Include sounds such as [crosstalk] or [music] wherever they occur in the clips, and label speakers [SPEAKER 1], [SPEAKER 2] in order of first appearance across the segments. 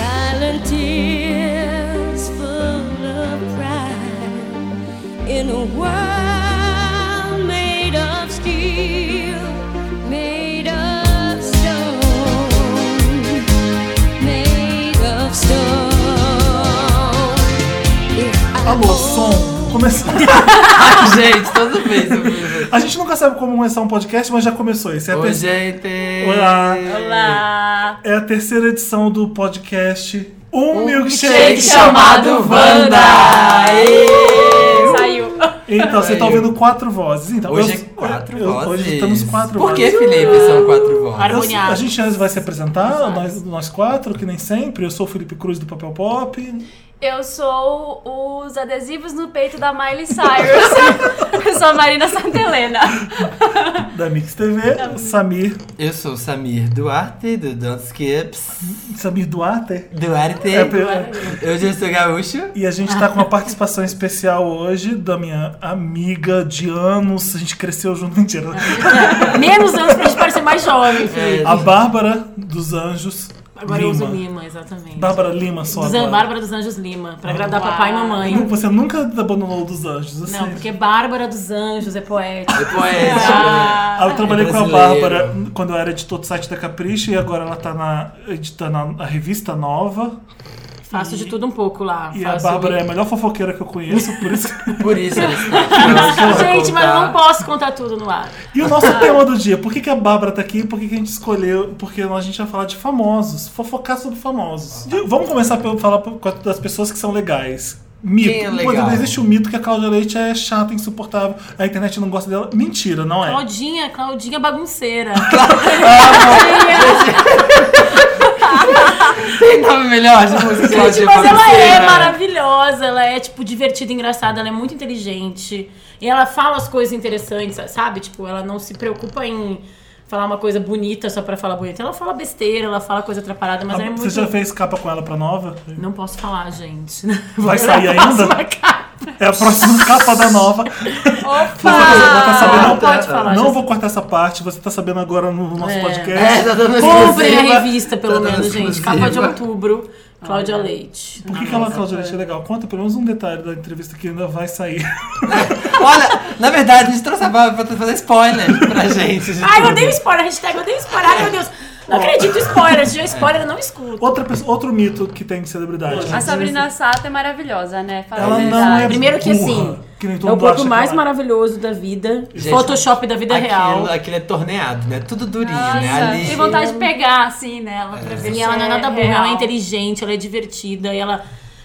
[SPEAKER 1] and tears full of pride in a world made of steel, made of stone, made of stone. If I
[SPEAKER 2] Alô,
[SPEAKER 1] hold-
[SPEAKER 2] som. [laughs] Começando.
[SPEAKER 3] Ai, [laughs] gente, toda vez. eu fico-
[SPEAKER 2] A gente nunca sabe como começar um podcast, mas já começou. Esse é a,
[SPEAKER 3] Oi,
[SPEAKER 2] ter-
[SPEAKER 3] gente.
[SPEAKER 2] Olá.
[SPEAKER 4] Olá!
[SPEAKER 2] é a terceira edição do podcast Um, Milkshake.
[SPEAKER 3] Gente chamado Wanda. Aê!
[SPEAKER 4] Saiu.
[SPEAKER 2] Então, você tá
[SPEAKER 3] Aí.
[SPEAKER 2] ouvindo quatro vozes. Então,
[SPEAKER 3] Hoje
[SPEAKER 2] eu-
[SPEAKER 3] é quatro
[SPEAKER 2] eu-
[SPEAKER 3] vozes.
[SPEAKER 2] Hoje estamos quatro
[SPEAKER 3] Por que,
[SPEAKER 2] vozes.
[SPEAKER 3] Felipe, são quatro vozes?
[SPEAKER 4] Claro.
[SPEAKER 2] Eu-
[SPEAKER 4] Harmoniado.
[SPEAKER 2] a gente antes vai se apresentar, nós, nós quatro, que nem sempre. Eu sou o Felipe Cruz do Papel Pop.
[SPEAKER 4] Eu sou os adesivos no peito da Miley Cyrus. [laughs] Eu sou a Marina Santelena.
[SPEAKER 2] da Mix TV, Samir,
[SPEAKER 3] Eu sou o Samir Duarte, do Don't Skips.
[SPEAKER 2] Samir Duarte.
[SPEAKER 3] Duarte.
[SPEAKER 2] É, é,
[SPEAKER 3] Hoje eu sou gaúcho.
[SPEAKER 2] e a gente tá com uma participação especial hoje da minha amiga de anos. A gente cresceu junto, [laughs] mentira.
[SPEAKER 5] Menos anos pra gente parecer mais jovem, filho.
[SPEAKER 3] É,
[SPEAKER 2] A Bárbara dos Anjos
[SPEAKER 5] Agora eu uso
[SPEAKER 2] Lima.
[SPEAKER 5] Lima, exatamente.
[SPEAKER 2] Bárbara Lima só
[SPEAKER 5] Dos-
[SPEAKER 2] agora.
[SPEAKER 5] Bárbara dos Anjos Lima, pra agradar
[SPEAKER 4] Uau.
[SPEAKER 5] papai e mamãe.
[SPEAKER 2] Você nunca abandonou dos Anjos, assim.
[SPEAKER 5] Não, porque Bárbara dos Anjos é poética.
[SPEAKER 3] Depois.
[SPEAKER 2] Ah,
[SPEAKER 5] é
[SPEAKER 2] eu trabalhei com a
[SPEAKER 3] brasileiro.
[SPEAKER 2] Bárbara quando eu era editor do site da Capricho e agora ela tá na, editando a, a revista nova.
[SPEAKER 5] Faço de tudo um pouco lá.
[SPEAKER 2] E a
[SPEAKER 5] Faço...
[SPEAKER 2] Bárbara é a melhor fofoqueira que eu conheço, por isso. que-
[SPEAKER 3] tipo, é. Por isso
[SPEAKER 5] [laughs]
[SPEAKER 3] eles estão aqui
[SPEAKER 2] é
[SPEAKER 3] hoje pra
[SPEAKER 5] Gente, mas eu não
[SPEAKER 3] contar.
[SPEAKER 5] posso contar tudo no ar.
[SPEAKER 2] E o
[SPEAKER 5] [laughs] Ah.
[SPEAKER 2] nosso tema do dia, por que, que a Bárbara tá aqui? Por que, que a gente escolheu? Porque a gente vai falar de famosos, fofocar sobre famosos. E vamos começar pelo falar por- com a- das pessoas que são legais. Mito.
[SPEAKER 3] Quem é
[SPEAKER 2] Por
[SPEAKER 3] legal?
[SPEAKER 2] exemplo, existe o mito que a Cláudia Leite é chata, insuportável, a internet não gosta dela. Mentira, não é.
[SPEAKER 5] Claudinha, Claudinha bagunceira.
[SPEAKER 3] Tem nome tá melhor de música que né? Claudia
[SPEAKER 5] Gente, mas ela
[SPEAKER 2] né?
[SPEAKER 3] Patrocina?
[SPEAKER 5] é maravilhosa, ela é, tipo, divertida, engraçada, ela é muito inteligente. E ela fala as coisas interessantes, sabe? Tipo, ela não se preocupa em falar uma coisa bonita só pra falar bonita. Ela fala besteira, ela fala coisa atrapalhada, mas
[SPEAKER 2] A-
[SPEAKER 5] ela é
[SPEAKER 2] Ah, Você
[SPEAKER 5] muito.
[SPEAKER 2] já fez capa com ela pra nova?
[SPEAKER 5] Não posso falar, gente. [laughs]
[SPEAKER 2] Vai sair
[SPEAKER 5] Ela passa
[SPEAKER 2] ainda?
[SPEAKER 5] uma cara.
[SPEAKER 2] É a próxima capa da
[SPEAKER 5] [laughs]
[SPEAKER 2] nova. Você vai tá sabendo-
[SPEAKER 5] não pode falar.
[SPEAKER 2] não
[SPEAKER 5] já-
[SPEAKER 2] vou cortar essa parte, você tá sabendo agora no nosso
[SPEAKER 5] É.
[SPEAKER 3] É,
[SPEAKER 2] podcast.
[SPEAKER 3] tá dando
[SPEAKER 5] Comprem a
[SPEAKER 3] exclusiva. Tá
[SPEAKER 5] revista, pelo
[SPEAKER 3] dando
[SPEAKER 5] menos, gente.
[SPEAKER 3] exclusiva.
[SPEAKER 5] Capa de outubro, Cláudia Leite.
[SPEAKER 2] Por que, que ela, Cláudia Leite, é legal? Conta pelo menos um detalhe da entrevista que ainda vai sair.
[SPEAKER 3] Olha, na verdade, a gente trouxe a Bárbara pra fazer spoiler pra gente. tá de
[SPEAKER 5] Ai, eu
[SPEAKER 3] tudo.
[SPEAKER 5] odeio spoiler, hashtag eu odeio spoiler, ai meu Deus. Não acredito em spoiler, se tiver spoiler eu não escuto.
[SPEAKER 2] Outra, pessoa- outro mito que tem de celebridade. né?
[SPEAKER 4] A Sabrina Sato é maravilhosa, né? Fala
[SPEAKER 2] Ela
[SPEAKER 4] a
[SPEAKER 2] não é
[SPEAKER 4] verdade.
[SPEAKER 5] Primeiro que
[SPEAKER 2] burra,
[SPEAKER 5] assim,
[SPEAKER 2] que nem todo
[SPEAKER 5] É o
[SPEAKER 2] mundo
[SPEAKER 5] corpo
[SPEAKER 2] acha
[SPEAKER 5] mais
[SPEAKER 2] que ela é.
[SPEAKER 5] maravilhoso da vida.
[SPEAKER 3] Gente,
[SPEAKER 5] Photoshop da vida real.
[SPEAKER 3] Aquilo, aquilo é torneado, né? Tudo durinho, né?
[SPEAKER 4] Nossa,
[SPEAKER 3] Ali.
[SPEAKER 4] tem vontade de pegar assim nela pra ver
[SPEAKER 5] E
[SPEAKER 4] se
[SPEAKER 5] é um ela não é nada burra,
[SPEAKER 4] real.
[SPEAKER 5] ela é inteligente, ela é divertida, e ela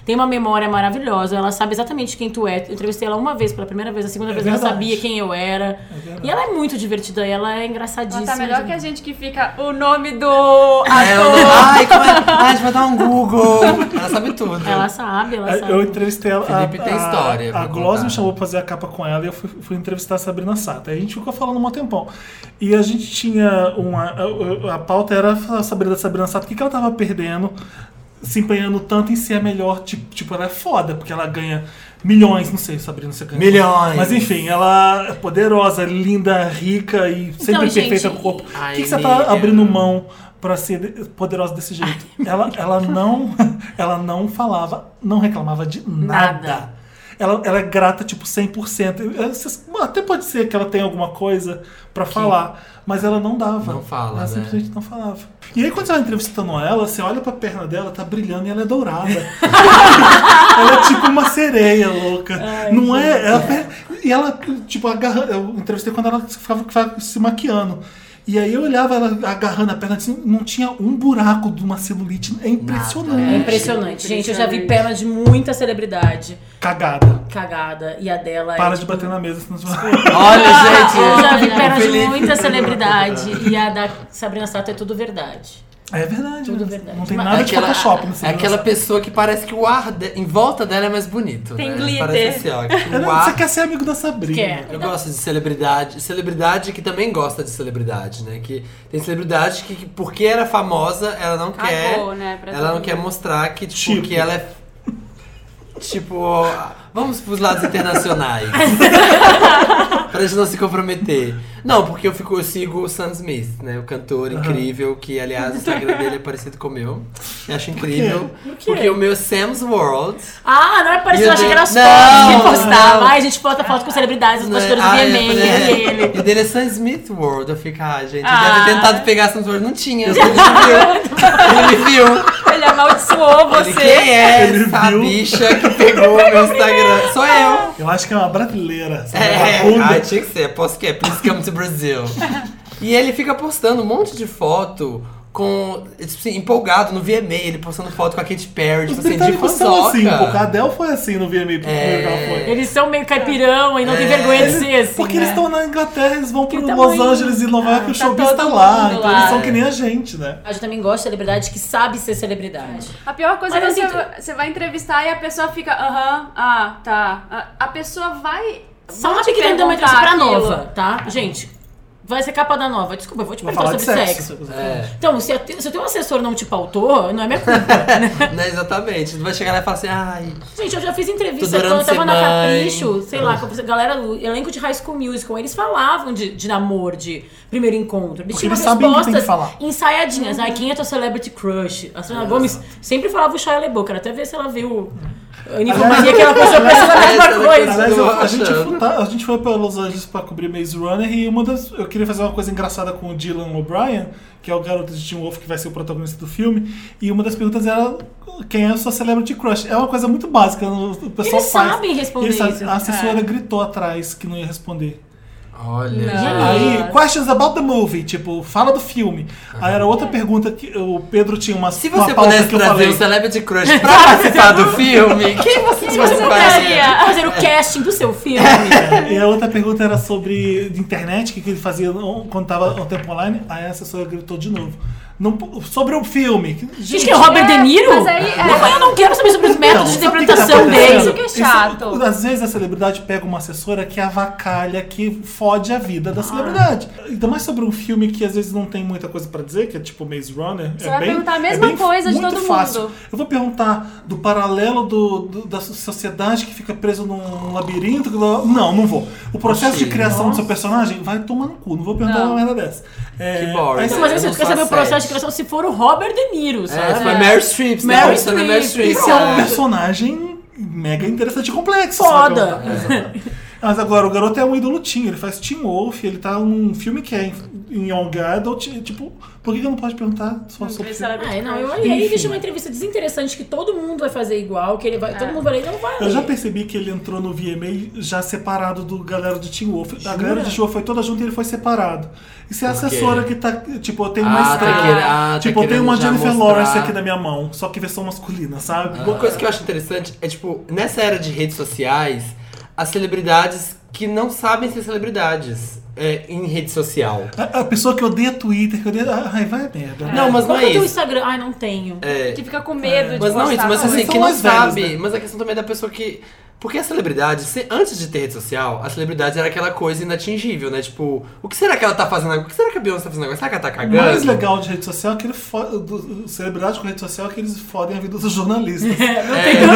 [SPEAKER 5] tem uma memória maravilhosa, ela sabe exatamente quem tu é. Eu entrevistei ela uma vez pela primeira vez, a segunda
[SPEAKER 2] É
[SPEAKER 5] vez ela
[SPEAKER 2] verdade.
[SPEAKER 5] sabia quem eu era. e ela é muito divertida, e ela é engraçadíssima.
[SPEAKER 4] Ela tá melhor que a gente que fica o nome do
[SPEAKER 3] É, eu-
[SPEAKER 4] ator.
[SPEAKER 3] Ai, como é? Ai, a gente vai dar um Google. Ela sabe tudo.
[SPEAKER 5] Ela sabe, ela sabe.
[SPEAKER 2] É, Eu entrevistei ela. a-
[SPEAKER 3] Felipe tem história
[SPEAKER 2] A,
[SPEAKER 3] pra
[SPEAKER 2] a Gloss
[SPEAKER 3] contar.
[SPEAKER 2] me chamou pra fazer a capa com ela e eu fui, fui entrevistar a Sabrina Sato. Aí a gente ficou falando um tempão. E a gente tinha uma. A, a pauta era saber da Sabrina Sato o que, que ela tava perdendo, se empenhando tanto em ser a melhor. Tipo, tipo, ela é foda, porque ela ganha milhões, não sei, Sabrina, você ganha.
[SPEAKER 3] Milhões.
[SPEAKER 2] Mas enfim, ela é poderosa, linda, rica e sempre
[SPEAKER 5] Então, gente,
[SPEAKER 2] perfeita com o corpo. O
[SPEAKER 3] ai,
[SPEAKER 2] que, que você tá
[SPEAKER 3] amiga.
[SPEAKER 2] abrindo mão pra ser de- poderosa desse jeito? Ela, ela, não, [laughs] ela não falava, não reclamava de nada.
[SPEAKER 5] Nada.
[SPEAKER 2] Ela, ela é grata, tipo, 100%. Eu- eu- vocês- Até pode ser que ela tenha alguma coisa pra falar, mas ela não dava.
[SPEAKER 3] Não fala,
[SPEAKER 2] Ela
[SPEAKER 3] né?
[SPEAKER 2] simplesmente não falava. E aí, quando você vai entrevistando ela, você olha pra perna dela, tá brilhando e ela é dourada.
[SPEAKER 5] [laughs]
[SPEAKER 2] Ela é tipo uma sereia louca. não é? Ela, E ela, tipo, agarra. Eu entrevistei quando ela ficava, ficava se maquiando. E aí eu olhava ela agarrando a perna assim, não tinha um buraco de uma celulite. É
[SPEAKER 5] É
[SPEAKER 2] impressionante.
[SPEAKER 5] impressionante. Gente, eu já vi perna de muita celebridade
[SPEAKER 2] Cagada.
[SPEAKER 5] cagada, e a dela é.
[SPEAKER 2] Para de
[SPEAKER 5] tipo,
[SPEAKER 2] bater na mesa, senão você vai.
[SPEAKER 3] Olha, gente.
[SPEAKER 5] Ah, Eu já vi
[SPEAKER 3] o
[SPEAKER 5] perna de
[SPEAKER 3] Felipe-
[SPEAKER 5] muita celebridade, e a da Sabrina Sato é tudo verdade.
[SPEAKER 2] [laughs] É verdade.
[SPEAKER 5] Tudo
[SPEAKER 2] né?
[SPEAKER 5] verdade.
[SPEAKER 2] Não tem
[SPEAKER 5] Mas
[SPEAKER 2] nada
[SPEAKER 3] aquela,
[SPEAKER 2] de Photoshop nesse
[SPEAKER 3] é aquela pessoa que parece que o ar de- em volta dela é mais bonito.
[SPEAKER 4] Tem
[SPEAKER 3] né?
[SPEAKER 4] glitter.
[SPEAKER 3] Parece assim, ó,
[SPEAKER 2] [laughs]
[SPEAKER 3] que o
[SPEAKER 2] Você
[SPEAKER 3] ar.
[SPEAKER 2] quer ser amigo da Sabrina.
[SPEAKER 5] Quer.
[SPEAKER 3] Eu gosto de celebridade. Celebridade que também gosta de celebridade, né? Que tem celebridade que, que porque era famosa, ela não quer.
[SPEAKER 4] Cagou, né, pra
[SPEAKER 3] ela
[SPEAKER 4] todo
[SPEAKER 3] não quer
[SPEAKER 4] mundo.
[SPEAKER 3] mostrar que, tipo,
[SPEAKER 2] Tipo.
[SPEAKER 3] que ela é. [laughs]
[SPEAKER 4] [laughs]
[SPEAKER 3] Tipo, vamos pros lados internacionais. pra gente não se comprometer. Não, porque eu, fico, eu sigo o Sam Smith, né? O cantor incrível, que aliás o Instagram dele é parecido com o meu. Eu acho incrível. Porque o meu é Sam's World.
[SPEAKER 5] Ah, não é parecido,
[SPEAKER 3] E
[SPEAKER 5] eu
[SPEAKER 3] o
[SPEAKER 5] achei
[SPEAKER 3] dele-
[SPEAKER 5] que era as
[SPEAKER 3] Não,
[SPEAKER 5] fotos que postava.
[SPEAKER 3] não.
[SPEAKER 5] Ai, a gente posta foto com celebridades, os
[SPEAKER 3] né?
[SPEAKER 5] bastidores do
[SPEAKER 3] Ah, é,
[SPEAKER 5] VMA,
[SPEAKER 3] é.
[SPEAKER 5] e ele.
[SPEAKER 3] E dele é Sam Smith World. Eu fico, ah, gente, eu
[SPEAKER 5] Ah.
[SPEAKER 3] devia ter tentado pegar Sam World. Não
[SPEAKER 5] [laughs]
[SPEAKER 3] tinha. Ele me viu. Ele me viu.
[SPEAKER 4] Ele amaldiçoou
[SPEAKER 3] Ele, quem
[SPEAKER 4] você.
[SPEAKER 3] é
[SPEAKER 2] Ele
[SPEAKER 3] essa
[SPEAKER 2] viu.
[SPEAKER 3] bicha que pegou o meu Instagram? Sou
[SPEAKER 5] Ah.
[SPEAKER 3] eu.
[SPEAKER 2] Eu acho que é uma brasileira. sabe?
[SPEAKER 3] É,
[SPEAKER 2] Uma bunda.
[SPEAKER 3] ai, tinha que ser. Aposto que é. Please come to Brazil. E ele fica postando um monte de foto com, tipo assim, empolgado no VMA. Ele postando foto com a Katy Perry,
[SPEAKER 2] Os
[SPEAKER 3] tipo assim, de
[SPEAKER 2] britânicos são
[SPEAKER 3] fofoca.
[SPEAKER 2] assim, um pouco. A Adele foi assim no VMA. porque ela foi.
[SPEAKER 5] Eles são meio caipirão e não tem
[SPEAKER 3] É.
[SPEAKER 5] vergonha de
[SPEAKER 2] Eles-
[SPEAKER 5] ser assim.
[SPEAKER 2] Porque
[SPEAKER 5] né?
[SPEAKER 2] eles estão na Inglaterra, eles vão pro
[SPEAKER 5] tá
[SPEAKER 2] Los
[SPEAKER 5] muito-
[SPEAKER 2] Angeles e Nova York, o
[SPEAKER 5] tá
[SPEAKER 2] showbiz
[SPEAKER 5] todo
[SPEAKER 2] tá lá.
[SPEAKER 5] mundo
[SPEAKER 2] Então
[SPEAKER 5] lá,
[SPEAKER 2] eles são
[SPEAKER 5] é.
[SPEAKER 2] que nem a gente, né?
[SPEAKER 5] A gente também gosta de celebridade que sabe ser celebridade.
[SPEAKER 4] A pior coisa
[SPEAKER 5] Mas
[SPEAKER 4] é
[SPEAKER 5] eu
[SPEAKER 4] quando você, você vai entrevistar e a pessoa fica, aham, ah, tá. A- A, pessoa vai.
[SPEAKER 5] Sabe
[SPEAKER 4] vão te
[SPEAKER 5] que tem que dar uma
[SPEAKER 4] perguntar
[SPEAKER 5] entrevista pra
[SPEAKER 4] aquilo.
[SPEAKER 5] nova, tá? Gente, vai ser capa da nova. Desculpa, eu vou te
[SPEAKER 2] Vou
[SPEAKER 5] perguntar
[SPEAKER 2] falar
[SPEAKER 5] sobre
[SPEAKER 2] de
[SPEAKER 5] sexo.
[SPEAKER 2] sexo.
[SPEAKER 3] É,
[SPEAKER 5] Então, se, a te- se o teu assessor não te pautou, não é minha culpa.
[SPEAKER 3] né, exatamente. Tu vai chegar lá e falar assim, ai,
[SPEAKER 5] Gente, eu já fiz
[SPEAKER 3] Tô
[SPEAKER 5] entrevista
[SPEAKER 3] adorando
[SPEAKER 5] quando eu tava
[SPEAKER 3] ser
[SPEAKER 5] na
[SPEAKER 3] mãe.
[SPEAKER 5] Capricho, sei lá, com a galera do elenco de High School Musical. Eles falavam de, de namoro, de primeiro encontro. Eles
[SPEAKER 2] Porque
[SPEAKER 5] tinham
[SPEAKER 2] eles sabem o que tem que
[SPEAKER 5] respostas
[SPEAKER 2] falar.
[SPEAKER 5] ensaiadinhas. Ai, quem é tua celebrity crush? A Selena Gomes sempre falava o Shia LaBeouf. Quero até ver se ela viu a Ninfomania que ela passou pra ela a mesma coisa.
[SPEAKER 2] Aliás, eu- a,
[SPEAKER 3] achando.
[SPEAKER 2] gente foi, tá- a gente foi pra Los Angeles pra cobrir Maze Runner e uma das, eu queria fazer uma coisa engraçada com o Dylan O'Brien, que é o garoto de Teen Wolf que vai ser o protagonista do filme. E uma das perguntas era quem é a sua celebrity crush. É uma coisa muito básica, o o pessoal
[SPEAKER 5] Eles
[SPEAKER 2] faz.
[SPEAKER 5] sabem responder
[SPEAKER 2] Eles sabem.
[SPEAKER 5] isso. é.
[SPEAKER 2] A assessora gritou atrás que não ia responder.
[SPEAKER 3] olha.
[SPEAKER 2] Aí,
[SPEAKER 3] Uhum.
[SPEAKER 2] questions about the movie, tipo, fala do filme. Aí era outra pergunta que o Pedro tinha uma
[SPEAKER 3] Se
[SPEAKER 2] uma
[SPEAKER 3] você
[SPEAKER 2] pauta
[SPEAKER 3] pudesse
[SPEAKER 2] que eu
[SPEAKER 3] trazer
[SPEAKER 2] falei.
[SPEAKER 3] o Celebrity Crush pra participar do filme, quem você
[SPEAKER 5] Se você
[SPEAKER 3] faria?
[SPEAKER 5] quer fazer o casting do seu filme.
[SPEAKER 2] É. [laughs] E a outra pergunta era sobre de internet, o que, que ele fazia on- quando tava o tempo online. Aí a assessora gritou de novo. Não po- sobre o filme. que-
[SPEAKER 5] Gente, que é Robert De Niro?
[SPEAKER 4] mas aí, é.
[SPEAKER 5] Não, mas eu não quero saber sobre os métodos de
[SPEAKER 2] sabe o que que
[SPEAKER 5] interpretação
[SPEAKER 2] tá
[SPEAKER 5] dele.
[SPEAKER 2] acontecendo?
[SPEAKER 4] que é chato.
[SPEAKER 2] Isso- às vezes a celebridade pega uma assessora que avacalha, que fode a vida
[SPEAKER 4] Ah.
[SPEAKER 2] da celebridade. Ainda mais sobre um filme que às vezes não tem muita coisa pra dizer, que é tipo Maze Runner.
[SPEAKER 4] Você
[SPEAKER 2] é
[SPEAKER 4] vai
[SPEAKER 2] bem-
[SPEAKER 4] perguntar a
[SPEAKER 2] é
[SPEAKER 4] mesma
[SPEAKER 2] bem-
[SPEAKER 4] coisa de
[SPEAKER 2] muito
[SPEAKER 4] todo
[SPEAKER 2] fácil.
[SPEAKER 4] mundo.
[SPEAKER 2] Eu vou perguntar do paralelo do, do- da sociedade que fica preso num labirinto. que blá- Não, não vou. O processo
[SPEAKER 3] Achei,
[SPEAKER 2] de criação do seu personagem vai tomar no cu. Não vou perguntar uma
[SPEAKER 4] Não.
[SPEAKER 2] merda dessa.
[SPEAKER 3] Que
[SPEAKER 2] É,
[SPEAKER 3] boring.
[SPEAKER 2] aí
[SPEAKER 5] Então,
[SPEAKER 2] você-
[SPEAKER 5] mas aí
[SPEAKER 3] Eu
[SPEAKER 5] você
[SPEAKER 3] não
[SPEAKER 5] quer
[SPEAKER 3] sou
[SPEAKER 5] saber o
[SPEAKER 3] a
[SPEAKER 5] processo de
[SPEAKER 3] sete.
[SPEAKER 5] criação se for o Robert De Niro,
[SPEAKER 3] É,
[SPEAKER 5] sabe?
[SPEAKER 3] foi Meryl Streep, né?
[SPEAKER 5] Meryl
[SPEAKER 3] Começando
[SPEAKER 5] Streep.
[SPEAKER 3] Meryl Streep. né?
[SPEAKER 2] Esse é um
[SPEAKER 5] Exato.
[SPEAKER 2] personagem mega interessante e complexo.
[SPEAKER 5] Foda.
[SPEAKER 2] né? Mas agora, o garoto é um ídolo teen, ele faz Teen Wolf, ele tá num filme que é em, em Young Adult, e, tipo, por que que eu não posso perguntar só sobre
[SPEAKER 4] Entrevista
[SPEAKER 2] filme?
[SPEAKER 4] ela-
[SPEAKER 5] Ah, não, eu olhei
[SPEAKER 2] Enfim.
[SPEAKER 5] aí deixa uma entrevista desinteressante que todo mundo vai fazer igual, que ele vai. Todo mundo vai ler e não vai.
[SPEAKER 2] Eu
[SPEAKER 5] ler.
[SPEAKER 2] já percebi que ele entrou no VMA já separado do galera do Teen Wolf. A galera do Teen Wolf foi toda junto e ele foi separado. Isso é a
[SPEAKER 3] Por quê?
[SPEAKER 2] assessora que tá, tipo, eu tenho
[SPEAKER 3] Ah,
[SPEAKER 2] uma
[SPEAKER 3] tá
[SPEAKER 2] estrela.
[SPEAKER 3] queira- ah, tá
[SPEAKER 2] tipo, eu tenho
[SPEAKER 3] querendo
[SPEAKER 2] uma
[SPEAKER 3] já
[SPEAKER 2] Jennifer
[SPEAKER 3] mostrar.
[SPEAKER 2] Lawrence aqui na minha mão, só que versão masculina, sabe?
[SPEAKER 3] Uma coisa que eu acho interessante é, tipo, nessa era de redes sociais, as celebridades que não sabem ser celebridades é, em rede social.
[SPEAKER 2] A, a pessoa que odeia Twitter, que odeia. Ai, vai a merda. né?
[SPEAKER 3] Não, mas não
[SPEAKER 5] Qual
[SPEAKER 3] é
[SPEAKER 5] que é o teu
[SPEAKER 3] isso.
[SPEAKER 5] Instagram? Ai, não tenho.
[SPEAKER 3] É,
[SPEAKER 4] Que fica com medo de
[SPEAKER 3] mas não
[SPEAKER 4] postar.
[SPEAKER 3] isso, mas
[SPEAKER 2] Mas
[SPEAKER 3] assim,
[SPEAKER 2] são
[SPEAKER 3] que não
[SPEAKER 2] mais velhos,
[SPEAKER 3] sabe.
[SPEAKER 2] né?
[SPEAKER 3] Mas a questão também é da pessoa que. Porque a celebridade, se- antes de ter rede social, a celebridade era aquela coisa inatingível, né? Tipo, o que será que ela tá fazendo agora? O que será que a Beyoncé tá fazendo agora? Será que ela tá
[SPEAKER 2] O
[SPEAKER 3] cagando?
[SPEAKER 2] mais legal de rede social é que ele fo... do... celebridade com rede social é que eles fodem a vida dos jornalistas.
[SPEAKER 3] É,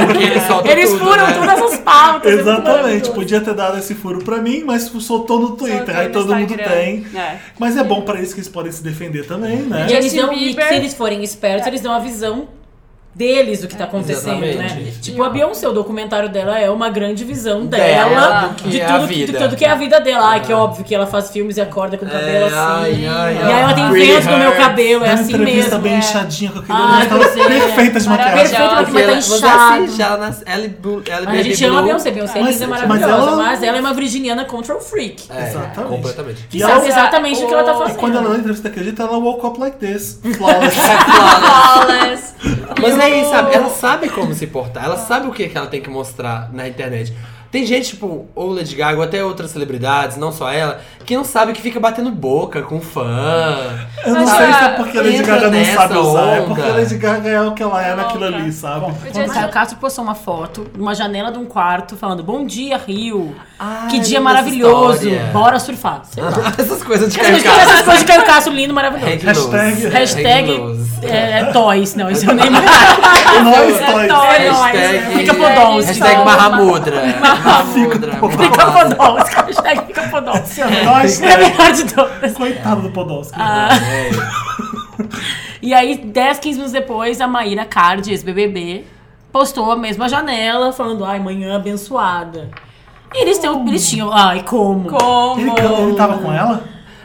[SPEAKER 3] porque eles soltam
[SPEAKER 5] [laughs] Eles
[SPEAKER 3] tudo,
[SPEAKER 5] furam
[SPEAKER 3] né?
[SPEAKER 5] todas as pautas. eles furam
[SPEAKER 2] Exatamente,
[SPEAKER 5] tudo.
[SPEAKER 2] podia ter dado esse furo pra mim, mas soltou no Twitter,
[SPEAKER 4] Soltou
[SPEAKER 2] aí
[SPEAKER 4] tá no
[SPEAKER 2] todo mundo
[SPEAKER 4] Instagram.
[SPEAKER 2] tem.
[SPEAKER 4] É.
[SPEAKER 2] Mas é bom pra eles que eles podem se defender também, né?
[SPEAKER 5] E eles
[SPEAKER 4] Justin
[SPEAKER 5] dão, e
[SPEAKER 4] Bieber.
[SPEAKER 5] se eles forem espertos, eles dão a visão deles do que tá acontecendo, né?
[SPEAKER 3] Exatamente.
[SPEAKER 5] Tipo, a Beyoncé, o documentário dela é uma grande visão
[SPEAKER 3] Dela,
[SPEAKER 5] dela,
[SPEAKER 3] do que
[SPEAKER 5] de,
[SPEAKER 3] é a
[SPEAKER 5] tudo,
[SPEAKER 3] vida.
[SPEAKER 5] de tudo que é a vida dela. Ai, que óbvio que ela faz filmes e acorda com o cabelo assim.
[SPEAKER 3] É, ai, ai,
[SPEAKER 5] e aí ela tem
[SPEAKER 3] Free
[SPEAKER 5] vento no meu
[SPEAKER 3] her.
[SPEAKER 5] cabelo, é
[SPEAKER 2] Uma
[SPEAKER 5] assim
[SPEAKER 2] entrevista
[SPEAKER 5] mesmo.
[SPEAKER 2] bem
[SPEAKER 5] é.
[SPEAKER 2] inchadinha com aquele
[SPEAKER 5] Ai,
[SPEAKER 2] olho, tava
[SPEAKER 5] pois é.
[SPEAKER 2] perfeita de maquiagem.
[SPEAKER 5] Perfeito, mas tá
[SPEAKER 4] Maravilhosa.
[SPEAKER 3] Porque ela- mas ela
[SPEAKER 5] inchado.
[SPEAKER 3] assim, já nas- ela, bu- ela
[SPEAKER 5] Mas a gente
[SPEAKER 3] baby
[SPEAKER 5] ama a
[SPEAKER 3] blue.
[SPEAKER 5] Beyoncé, Beyoncé é
[SPEAKER 2] Mas-
[SPEAKER 5] linda,
[SPEAKER 2] mas
[SPEAKER 5] maravilhosa, mas
[SPEAKER 2] ela- um-
[SPEAKER 5] ela... é uma virginiana control freak.
[SPEAKER 3] É,
[SPEAKER 2] Exatamente.
[SPEAKER 3] completamente.
[SPEAKER 5] Que
[SPEAKER 2] E
[SPEAKER 5] sabe
[SPEAKER 2] ela- é um-
[SPEAKER 5] exatamente o que ela tá fazendo.
[SPEAKER 2] E quando ela dá a entrevista daquele jeito, ela woke up like this. Flawless.
[SPEAKER 4] Flawless.
[SPEAKER 3] Mas aí, sabe, ela sabe como se portar, ela sabe o que, que ela tem que mostrar na internet. Tem gente, tipo, ou Lady Gaga, ou até outras celebridades, não só ela, que não sabe que fica batendo boca com fã.
[SPEAKER 2] Eu não
[SPEAKER 4] Mas
[SPEAKER 2] sei
[SPEAKER 4] a-
[SPEAKER 2] se é porque a Lady
[SPEAKER 3] entra
[SPEAKER 2] Gaga não
[SPEAKER 3] nessa
[SPEAKER 2] sabe usar, é
[SPEAKER 3] onda.
[SPEAKER 2] porque a Lady Gaga é o que ela é naquilo
[SPEAKER 4] Onda.
[SPEAKER 2] ali, sabe?
[SPEAKER 4] Podia
[SPEAKER 5] O Caio
[SPEAKER 4] ser-
[SPEAKER 5] Castro postou uma foto numa janela de um quarto falando Bom dia, Rio.
[SPEAKER 3] Ai,
[SPEAKER 5] que dia
[SPEAKER 3] linda
[SPEAKER 5] maravilhoso.
[SPEAKER 3] história."
[SPEAKER 5] Bora [laughs] surfar. Sei lá.
[SPEAKER 3] [laughs] Essas coisas de
[SPEAKER 5] Essas
[SPEAKER 3] carcaça.
[SPEAKER 5] coisas- essas coisas de Caio Castro lindo, maravilhoso.
[SPEAKER 3] Reg Luz.
[SPEAKER 2] Hashtag-
[SPEAKER 5] Hashtag
[SPEAKER 3] Luz.
[SPEAKER 5] é, é toys. Não, [laughs] isso eu nem mais.
[SPEAKER 2] Nós
[SPEAKER 4] É
[SPEAKER 2] dois.
[SPEAKER 4] toys.
[SPEAKER 5] É nóis.
[SPEAKER 3] Hashtag-
[SPEAKER 5] Fica podonce.
[SPEAKER 3] Hashtag Barramudra. Amodra,
[SPEAKER 2] Fica-
[SPEAKER 5] Fica Podolsky, hashtag fica Podolsky. [laughs]
[SPEAKER 2] Nós, né?
[SPEAKER 5] É a melhor de todas.
[SPEAKER 2] Coitado do Podolsky.
[SPEAKER 5] É. E aí, 10, 15 minutos depois, a Maíra Card, ex-BBB, postou a mesma janela, falando, ai, manhã abençoada. E eles, têm, um, eles tinham, ai, como?
[SPEAKER 4] Como?
[SPEAKER 2] Ele, ele tava com ela?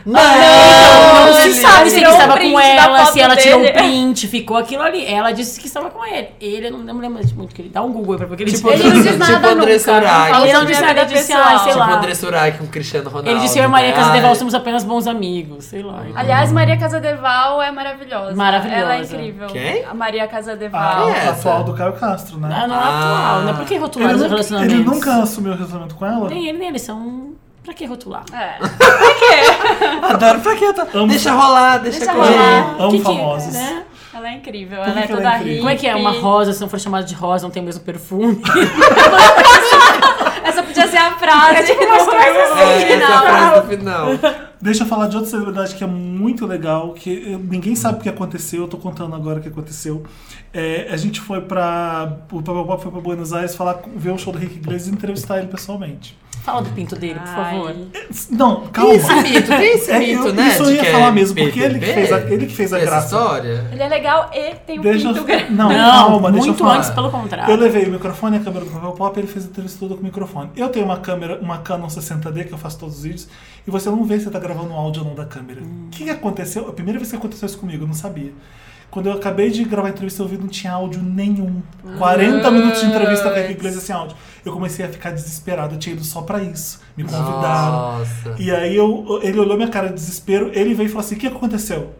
[SPEAKER 5] Então, Não, não se
[SPEAKER 4] ele
[SPEAKER 5] sabe se ele
[SPEAKER 4] tirou um
[SPEAKER 5] estava
[SPEAKER 4] print
[SPEAKER 5] com
[SPEAKER 4] da
[SPEAKER 5] ela,
[SPEAKER 4] foto
[SPEAKER 5] se ela tirou um
[SPEAKER 4] dele.
[SPEAKER 5] print, ficou aquilo ali. Ela disse que estava com ele. Ele, eu não lembro mais muito que ele dá um Google aí pra ver o que ele
[SPEAKER 3] Tipo,
[SPEAKER 5] disse.
[SPEAKER 4] Ele não diz
[SPEAKER 3] Tipo
[SPEAKER 4] nada
[SPEAKER 3] André
[SPEAKER 4] nunca.
[SPEAKER 3] Surak.
[SPEAKER 4] Fala
[SPEAKER 5] Ele
[SPEAKER 4] sobre
[SPEAKER 5] não disse
[SPEAKER 4] minha
[SPEAKER 5] nada,
[SPEAKER 4] vida
[SPEAKER 5] disse,
[SPEAKER 4] pessoal.
[SPEAKER 5] ah, sei
[SPEAKER 3] Tipo
[SPEAKER 5] lá.
[SPEAKER 3] André Surak com Cristiano Ronaldo. Ah, é.
[SPEAKER 5] Ele disse, eu e Maria
[SPEAKER 2] né?
[SPEAKER 3] Ai.
[SPEAKER 5] Casadeval somos apenas bons amigos, sei lá.
[SPEAKER 4] Aliás, Maria Casadeval é maravilhosa.
[SPEAKER 5] Maravilhosa.
[SPEAKER 4] Ela é incrível.
[SPEAKER 3] Quem?
[SPEAKER 4] A Maria Casadeval.
[SPEAKER 2] A,
[SPEAKER 3] é essa?
[SPEAKER 2] Ah, atual do Caio Castro, né?
[SPEAKER 5] Ah, não é
[SPEAKER 3] Ah.
[SPEAKER 5] atual, né? Por que rotular
[SPEAKER 2] ele,
[SPEAKER 5] os
[SPEAKER 2] nunca,
[SPEAKER 5] relacionamentos?
[SPEAKER 2] ele nunca assumiu o relacionamento com ela?
[SPEAKER 5] Nem ele, nem eles são... Pra que rotular?
[SPEAKER 4] É.
[SPEAKER 3] Adoro pra quê? Tá?
[SPEAKER 2] Amo.
[SPEAKER 3] Deixa rolar, deixa,
[SPEAKER 4] Deixa
[SPEAKER 3] correr.
[SPEAKER 4] rolar.
[SPEAKER 2] Amo famosos.
[SPEAKER 5] né?
[SPEAKER 4] Ela é incrível.
[SPEAKER 2] que
[SPEAKER 4] Ela é
[SPEAKER 2] que ela é
[SPEAKER 4] toda
[SPEAKER 2] incrível?
[SPEAKER 4] rica.
[SPEAKER 5] Como é que é? Uma rosa, se não for chamada de rosa, não tem o mesmo perfume.
[SPEAKER 4] Essa podia ser a frase. É
[SPEAKER 5] umas coisas
[SPEAKER 3] É, essa é a
[SPEAKER 4] final.
[SPEAKER 3] frase do final.
[SPEAKER 2] Deixa eu falar de outra celebridade que é muito legal, que eh, ninguém sabe o que aconteceu, eu tô contando agora o que aconteceu. É, a gente foi pra. O Papel Pop foi pra Buenos Aires falar, com- ver o show do Rick Iglesias e entrevistar ele pessoalmente.
[SPEAKER 5] Fala do pinto dele, por favor.
[SPEAKER 2] Não, calma.
[SPEAKER 3] Esse mito, tem esse
[SPEAKER 2] É,
[SPEAKER 3] mito,
[SPEAKER 2] eu-
[SPEAKER 3] né?
[SPEAKER 2] isso eu
[SPEAKER 3] de
[SPEAKER 2] ia
[SPEAKER 3] que é
[SPEAKER 2] falar mesmo, porque ele que
[SPEAKER 3] PPP,
[SPEAKER 2] fez a- ele que fez a
[SPEAKER 3] essa
[SPEAKER 2] graça.
[SPEAKER 3] história.
[SPEAKER 4] Ele é legal e tem um
[SPEAKER 2] Deixa
[SPEAKER 4] pinto grande.
[SPEAKER 2] eu... Não,
[SPEAKER 5] Não,
[SPEAKER 2] calma, deixa eu
[SPEAKER 5] muito
[SPEAKER 2] falar.
[SPEAKER 5] antes, pelo contrário.
[SPEAKER 2] Eu levei o microfone, a câmera do Papel Pop, ele fez a entrevista toda com o microfone. Eu tenho uma câmera, uma Canon 60D, que eu faço todos os vídeos, e você não vê se tá gravando o áudio ou não da câmera. O que que aconteceu? A primeira vez que aconteceu isso comigo, eu não sabia. Quando eu acabei de gravar a entrevista, eu vi que não tinha áudio nenhum. 40 minutos de entrevista com a igreja sem áudio. Eu comecei a ficar desesperado, eu tinha ido só pra isso. Me convidaram.
[SPEAKER 3] Nossa.
[SPEAKER 2] E aí eu, ele olhou minha cara de desespero, ele veio e falou assim: o que aconteceu?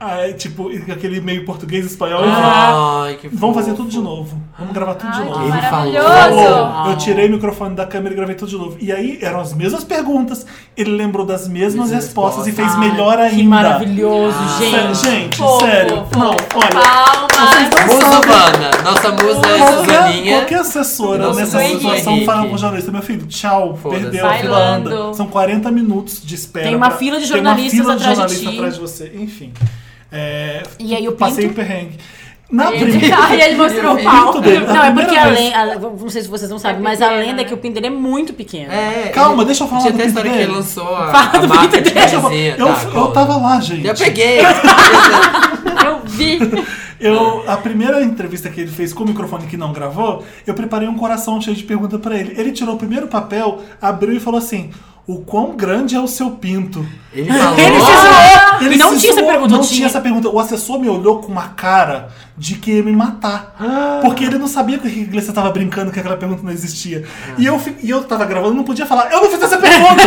[SPEAKER 2] Aí, tipo, aquele meio português espanhol.
[SPEAKER 3] Ah,
[SPEAKER 2] ele falou,
[SPEAKER 3] Ai, que
[SPEAKER 2] Vamos
[SPEAKER 3] fofo.
[SPEAKER 2] fazer tudo de novo. Vamos gravar tudo de
[SPEAKER 4] Ai,
[SPEAKER 2] novo.
[SPEAKER 4] que
[SPEAKER 3] Ele falou.
[SPEAKER 4] maravilhoso.
[SPEAKER 2] Falou, Eu tirei o microfone da câmera e gravei tudo de novo. E aí eram as mesmas perguntas, ele lembrou das mesmas
[SPEAKER 3] Mesmas
[SPEAKER 2] respostas e fez
[SPEAKER 3] respostas.
[SPEAKER 2] melhor
[SPEAKER 5] Ai,
[SPEAKER 2] ainda.
[SPEAKER 5] Que maravilhoso,
[SPEAKER 2] Sé-
[SPEAKER 5] gente.
[SPEAKER 2] Gente,
[SPEAKER 4] Fofo,
[SPEAKER 2] sério.
[SPEAKER 4] fofo.
[SPEAKER 2] Não, olha.
[SPEAKER 4] Palmas.
[SPEAKER 5] [laughs]
[SPEAKER 3] Musa Vana, nossa musa é
[SPEAKER 2] Qualquer,
[SPEAKER 3] Suzaninha.
[SPEAKER 2] qualquer assessora
[SPEAKER 3] Nossa,
[SPEAKER 2] nessa
[SPEAKER 4] Henrique.
[SPEAKER 2] situação fala com o jornalista, meu filho, tchau,
[SPEAKER 3] Foda-se.
[SPEAKER 2] perdeu,
[SPEAKER 3] Vai
[SPEAKER 2] fila anda.
[SPEAKER 4] lando.
[SPEAKER 2] São 40 minutos de espera.
[SPEAKER 5] Tem uma
[SPEAKER 2] pra-
[SPEAKER 5] fila de
[SPEAKER 2] tem uma
[SPEAKER 5] jornalistas
[SPEAKER 2] fila de
[SPEAKER 5] atrás de
[SPEAKER 2] jornalista
[SPEAKER 5] ti.
[SPEAKER 2] atrás de você. Enfim. É,
[SPEAKER 5] E aí o
[SPEAKER 2] passei o
[SPEAKER 5] pinto... tá,
[SPEAKER 2] perrengue. Na
[SPEAKER 4] Ele-
[SPEAKER 2] primeira.
[SPEAKER 4] Ai, ele mostrou o pau.
[SPEAKER 2] Pinto dele, na
[SPEAKER 5] Não, é
[SPEAKER 2] tá
[SPEAKER 5] porque
[SPEAKER 2] primeira
[SPEAKER 5] a
[SPEAKER 2] vez-
[SPEAKER 5] lenda... Não sei se vocês não sabem, mas a
[SPEAKER 4] pequeno,
[SPEAKER 5] lenda é
[SPEAKER 4] né?
[SPEAKER 5] que o pinto dele é muito pequeno.
[SPEAKER 3] É,
[SPEAKER 2] Calma,
[SPEAKER 3] ele-
[SPEAKER 2] deixa eu falar
[SPEAKER 3] Tinha
[SPEAKER 2] do
[SPEAKER 3] até a
[SPEAKER 2] pinto
[SPEAKER 3] história que
[SPEAKER 2] dele.
[SPEAKER 3] ele lançou a,
[SPEAKER 5] Fala
[SPEAKER 3] a
[SPEAKER 5] do
[SPEAKER 3] marca
[SPEAKER 5] pinto
[SPEAKER 3] de
[SPEAKER 5] dele.
[SPEAKER 3] camisinha.
[SPEAKER 2] Eu,
[SPEAKER 3] Tá,
[SPEAKER 2] eu
[SPEAKER 3] conta.
[SPEAKER 2] tava lá, gente.
[SPEAKER 3] Eu [laughs] peguei.
[SPEAKER 4] Eu vi.
[SPEAKER 2] Eu, a primeira entrevista que ele fez com o microfone que não gravou, eu preparei um coração cheio de pergunta pra ele. Ele tirou o primeiro papel, abriu e falou assim: O quão grande é o seu pinto?
[SPEAKER 3] Ele falou.
[SPEAKER 5] Ele se zoou!
[SPEAKER 2] Ele
[SPEAKER 5] não
[SPEAKER 2] se
[SPEAKER 5] tinha essa
[SPEAKER 2] zoou,
[SPEAKER 5] pergunta,
[SPEAKER 2] Ah, Não tinha essa pergunta. O assessor me olhou com uma cara de que ia me matar. Porque ele não sabia que a igreja tava brincando, que aquela pergunta não existia. E, eu, fi- e eu tava gravando não podia falar, eu não fiz essa pergunta!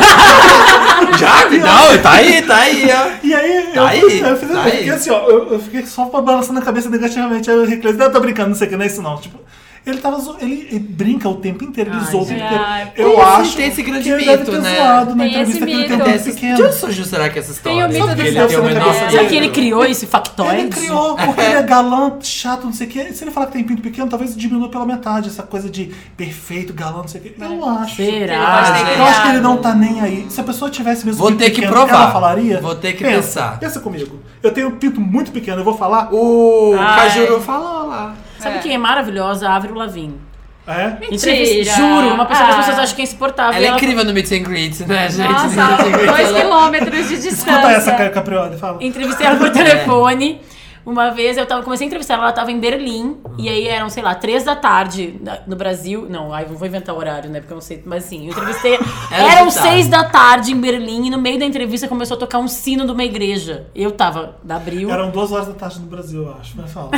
[SPEAKER 2] [laughs]
[SPEAKER 3] Já, não, tá aí, tá aí, ó.
[SPEAKER 2] e aí, eu,
[SPEAKER 3] Tá aí,
[SPEAKER 2] eu fiz- eu
[SPEAKER 3] tá aí.
[SPEAKER 2] fiquei assim, ó, eu, eu fiquei só balançando a cabeça negativamente. Aí o Reclase, não, tá brincando, não sei o que, não é isso não. Tipo, ele tava zo- ele, ele brinca o tempo inteiro, ele zoa o tempo
[SPEAKER 4] gente.
[SPEAKER 2] inteiro.
[SPEAKER 4] Ai,
[SPEAKER 2] Eu
[SPEAKER 3] Ah, tem
[SPEAKER 2] acho
[SPEAKER 3] esse- tem esse grande
[SPEAKER 2] que ele deve
[SPEAKER 3] mito,
[SPEAKER 2] ter
[SPEAKER 3] né?
[SPEAKER 2] zoado na
[SPEAKER 4] Tem
[SPEAKER 2] entrevista
[SPEAKER 4] esse
[SPEAKER 2] que ele tem um
[SPEAKER 4] mito.
[SPEAKER 2] pinto
[SPEAKER 3] Esse-
[SPEAKER 2] pequeno.
[SPEAKER 3] De onde surgiu será que essa
[SPEAKER 4] Tem o
[SPEAKER 3] história?
[SPEAKER 4] mito
[SPEAKER 3] Porque
[SPEAKER 4] do
[SPEAKER 3] ele
[SPEAKER 2] céu
[SPEAKER 3] tem o
[SPEAKER 2] na
[SPEAKER 3] menor
[SPEAKER 2] cabeça
[SPEAKER 3] sentido.
[SPEAKER 5] Será que ele criou esse
[SPEAKER 2] Ele
[SPEAKER 5] factoide?
[SPEAKER 2] criou, porque ele é galã, chato, não sei o quê. Se ele falar que tem pinto pequeno, talvez diminua pela metade essa coisa de perfeito, galã, não sei o quê. Eu acho.
[SPEAKER 5] Será?
[SPEAKER 4] Ele
[SPEAKER 2] Eu acho que ele não tá nem aí. Se a pessoa tivesse mesmo
[SPEAKER 3] Vou
[SPEAKER 2] pinto
[SPEAKER 3] ter que
[SPEAKER 2] pequeno,
[SPEAKER 3] provar.
[SPEAKER 2] ela falaria?
[SPEAKER 3] Vou ter que
[SPEAKER 2] Pensa,
[SPEAKER 3] pensar.
[SPEAKER 2] Pensa comigo. Eu tenho um pinto muito pequeno, eu vou falar?
[SPEAKER 3] O
[SPEAKER 4] Ai.
[SPEAKER 3] Cajuru falou lá.
[SPEAKER 5] Sabe
[SPEAKER 4] É.
[SPEAKER 5] quem é maravilhosa? A Avril Lavigne.
[SPEAKER 2] É?
[SPEAKER 4] Mentira.
[SPEAKER 5] Entrevista- Juro, uma pessoa que as
[SPEAKER 4] Ah.
[SPEAKER 5] pessoas acham que é insuportável.
[SPEAKER 3] Ela é
[SPEAKER 5] Ela-
[SPEAKER 3] incrível no Meet and Greet, né, gente?
[SPEAKER 4] Nossa,
[SPEAKER 3] No meet and greet,
[SPEAKER 4] dois
[SPEAKER 3] ela-
[SPEAKER 4] quilômetros de distância.
[SPEAKER 2] Escuta essa, Caio Caprioli, fala.
[SPEAKER 5] Entrevistei
[SPEAKER 3] [laughs] É.
[SPEAKER 5] ela por telefone. Uma vez eu tava, comecei a entrevistar ela, ela tava em Berlim. E aí eram, sei lá, três da tarde na- no Brasil. Não, aí eu vou inventar o horário, né? Porque eu não sei. Mas assim, eu entrevistei.
[SPEAKER 3] [laughs] Era
[SPEAKER 5] eram
[SPEAKER 3] de tarde.
[SPEAKER 5] seis da tarde em Berlim. E no meio da entrevista começou a tocar um sino de uma igreja. Eu tava da Abril.
[SPEAKER 2] Eram duas horas da tarde no Brasil, eu acho. Vai falar.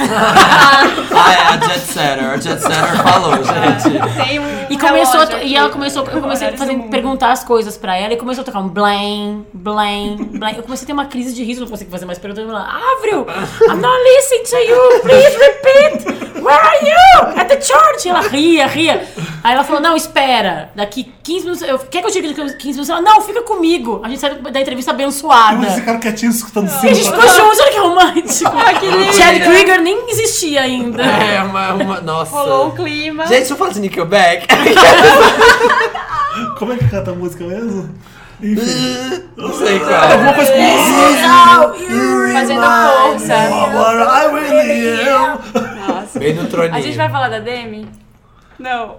[SPEAKER 3] Ah, é, a Jet Setter. A Jet Setter [laughs] falou, gente.
[SPEAKER 4] Tem um
[SPEAKER 5] E começou a to-
[SPEAKER 4] relógio aqui.
[SPEAKER 5] e ela começou, eu comecei a
[SPEAKER 4] Melhores
[SPEAKER 5] fazer,
[SPEAKER 4] do mundo.
[SPEAKER 5] perguntar as coisas pra ela e começou a tocar um blém, blém, blém. Eu comecei a ter uma crise de riso, não consegui fazer mais perguntas. Ela, Avril, I'm not listening to you, please repeat. Where are you? At the church. Ela ria, ria. Aí ela falou, não, espera, daqui 15 minutos, eu, quer que eu tire daqui 15 minutos? Ela, não, fica comigo. A gente saiu da entrevista
[SPEAKER 2] Mas esse
[SPEAKER 5] abençoada.
[SPEAKER 2] cara quietinho escutando
[SPEAKER 5] E a
[SPEAKER 2] sino.
[SPEAKER 5] gente ficou junto, olha que romântico.
[SPEAKER 4] Ai, que lindo.
[SPEAKER 5] Chad Krieger nem existia ainda.
[SPEAKER 3] É, uma, uma- Nossa.
[SPEAKER 4] Rolou o clima.
[SPEAKER 3] Gente, deixa eu falar de [laughs] Nickelback.
[SPEAKER 2] Como é que canta a música mesmo? Enfim.
[SPEAKER 3] Não sei
[SPEAKER 2] Alguma
[SPEAKER 3] qual.
[SPEAKER 2] coisa com...
[SPEAKER 4] fazendo força.
[SPEAKER 2] What I really am.
[SPEAKER 4] Nossa.
[SPEAKER 3] Bem no troninho.
[SPEAKER 4] A gente vai falar da Demi? Não.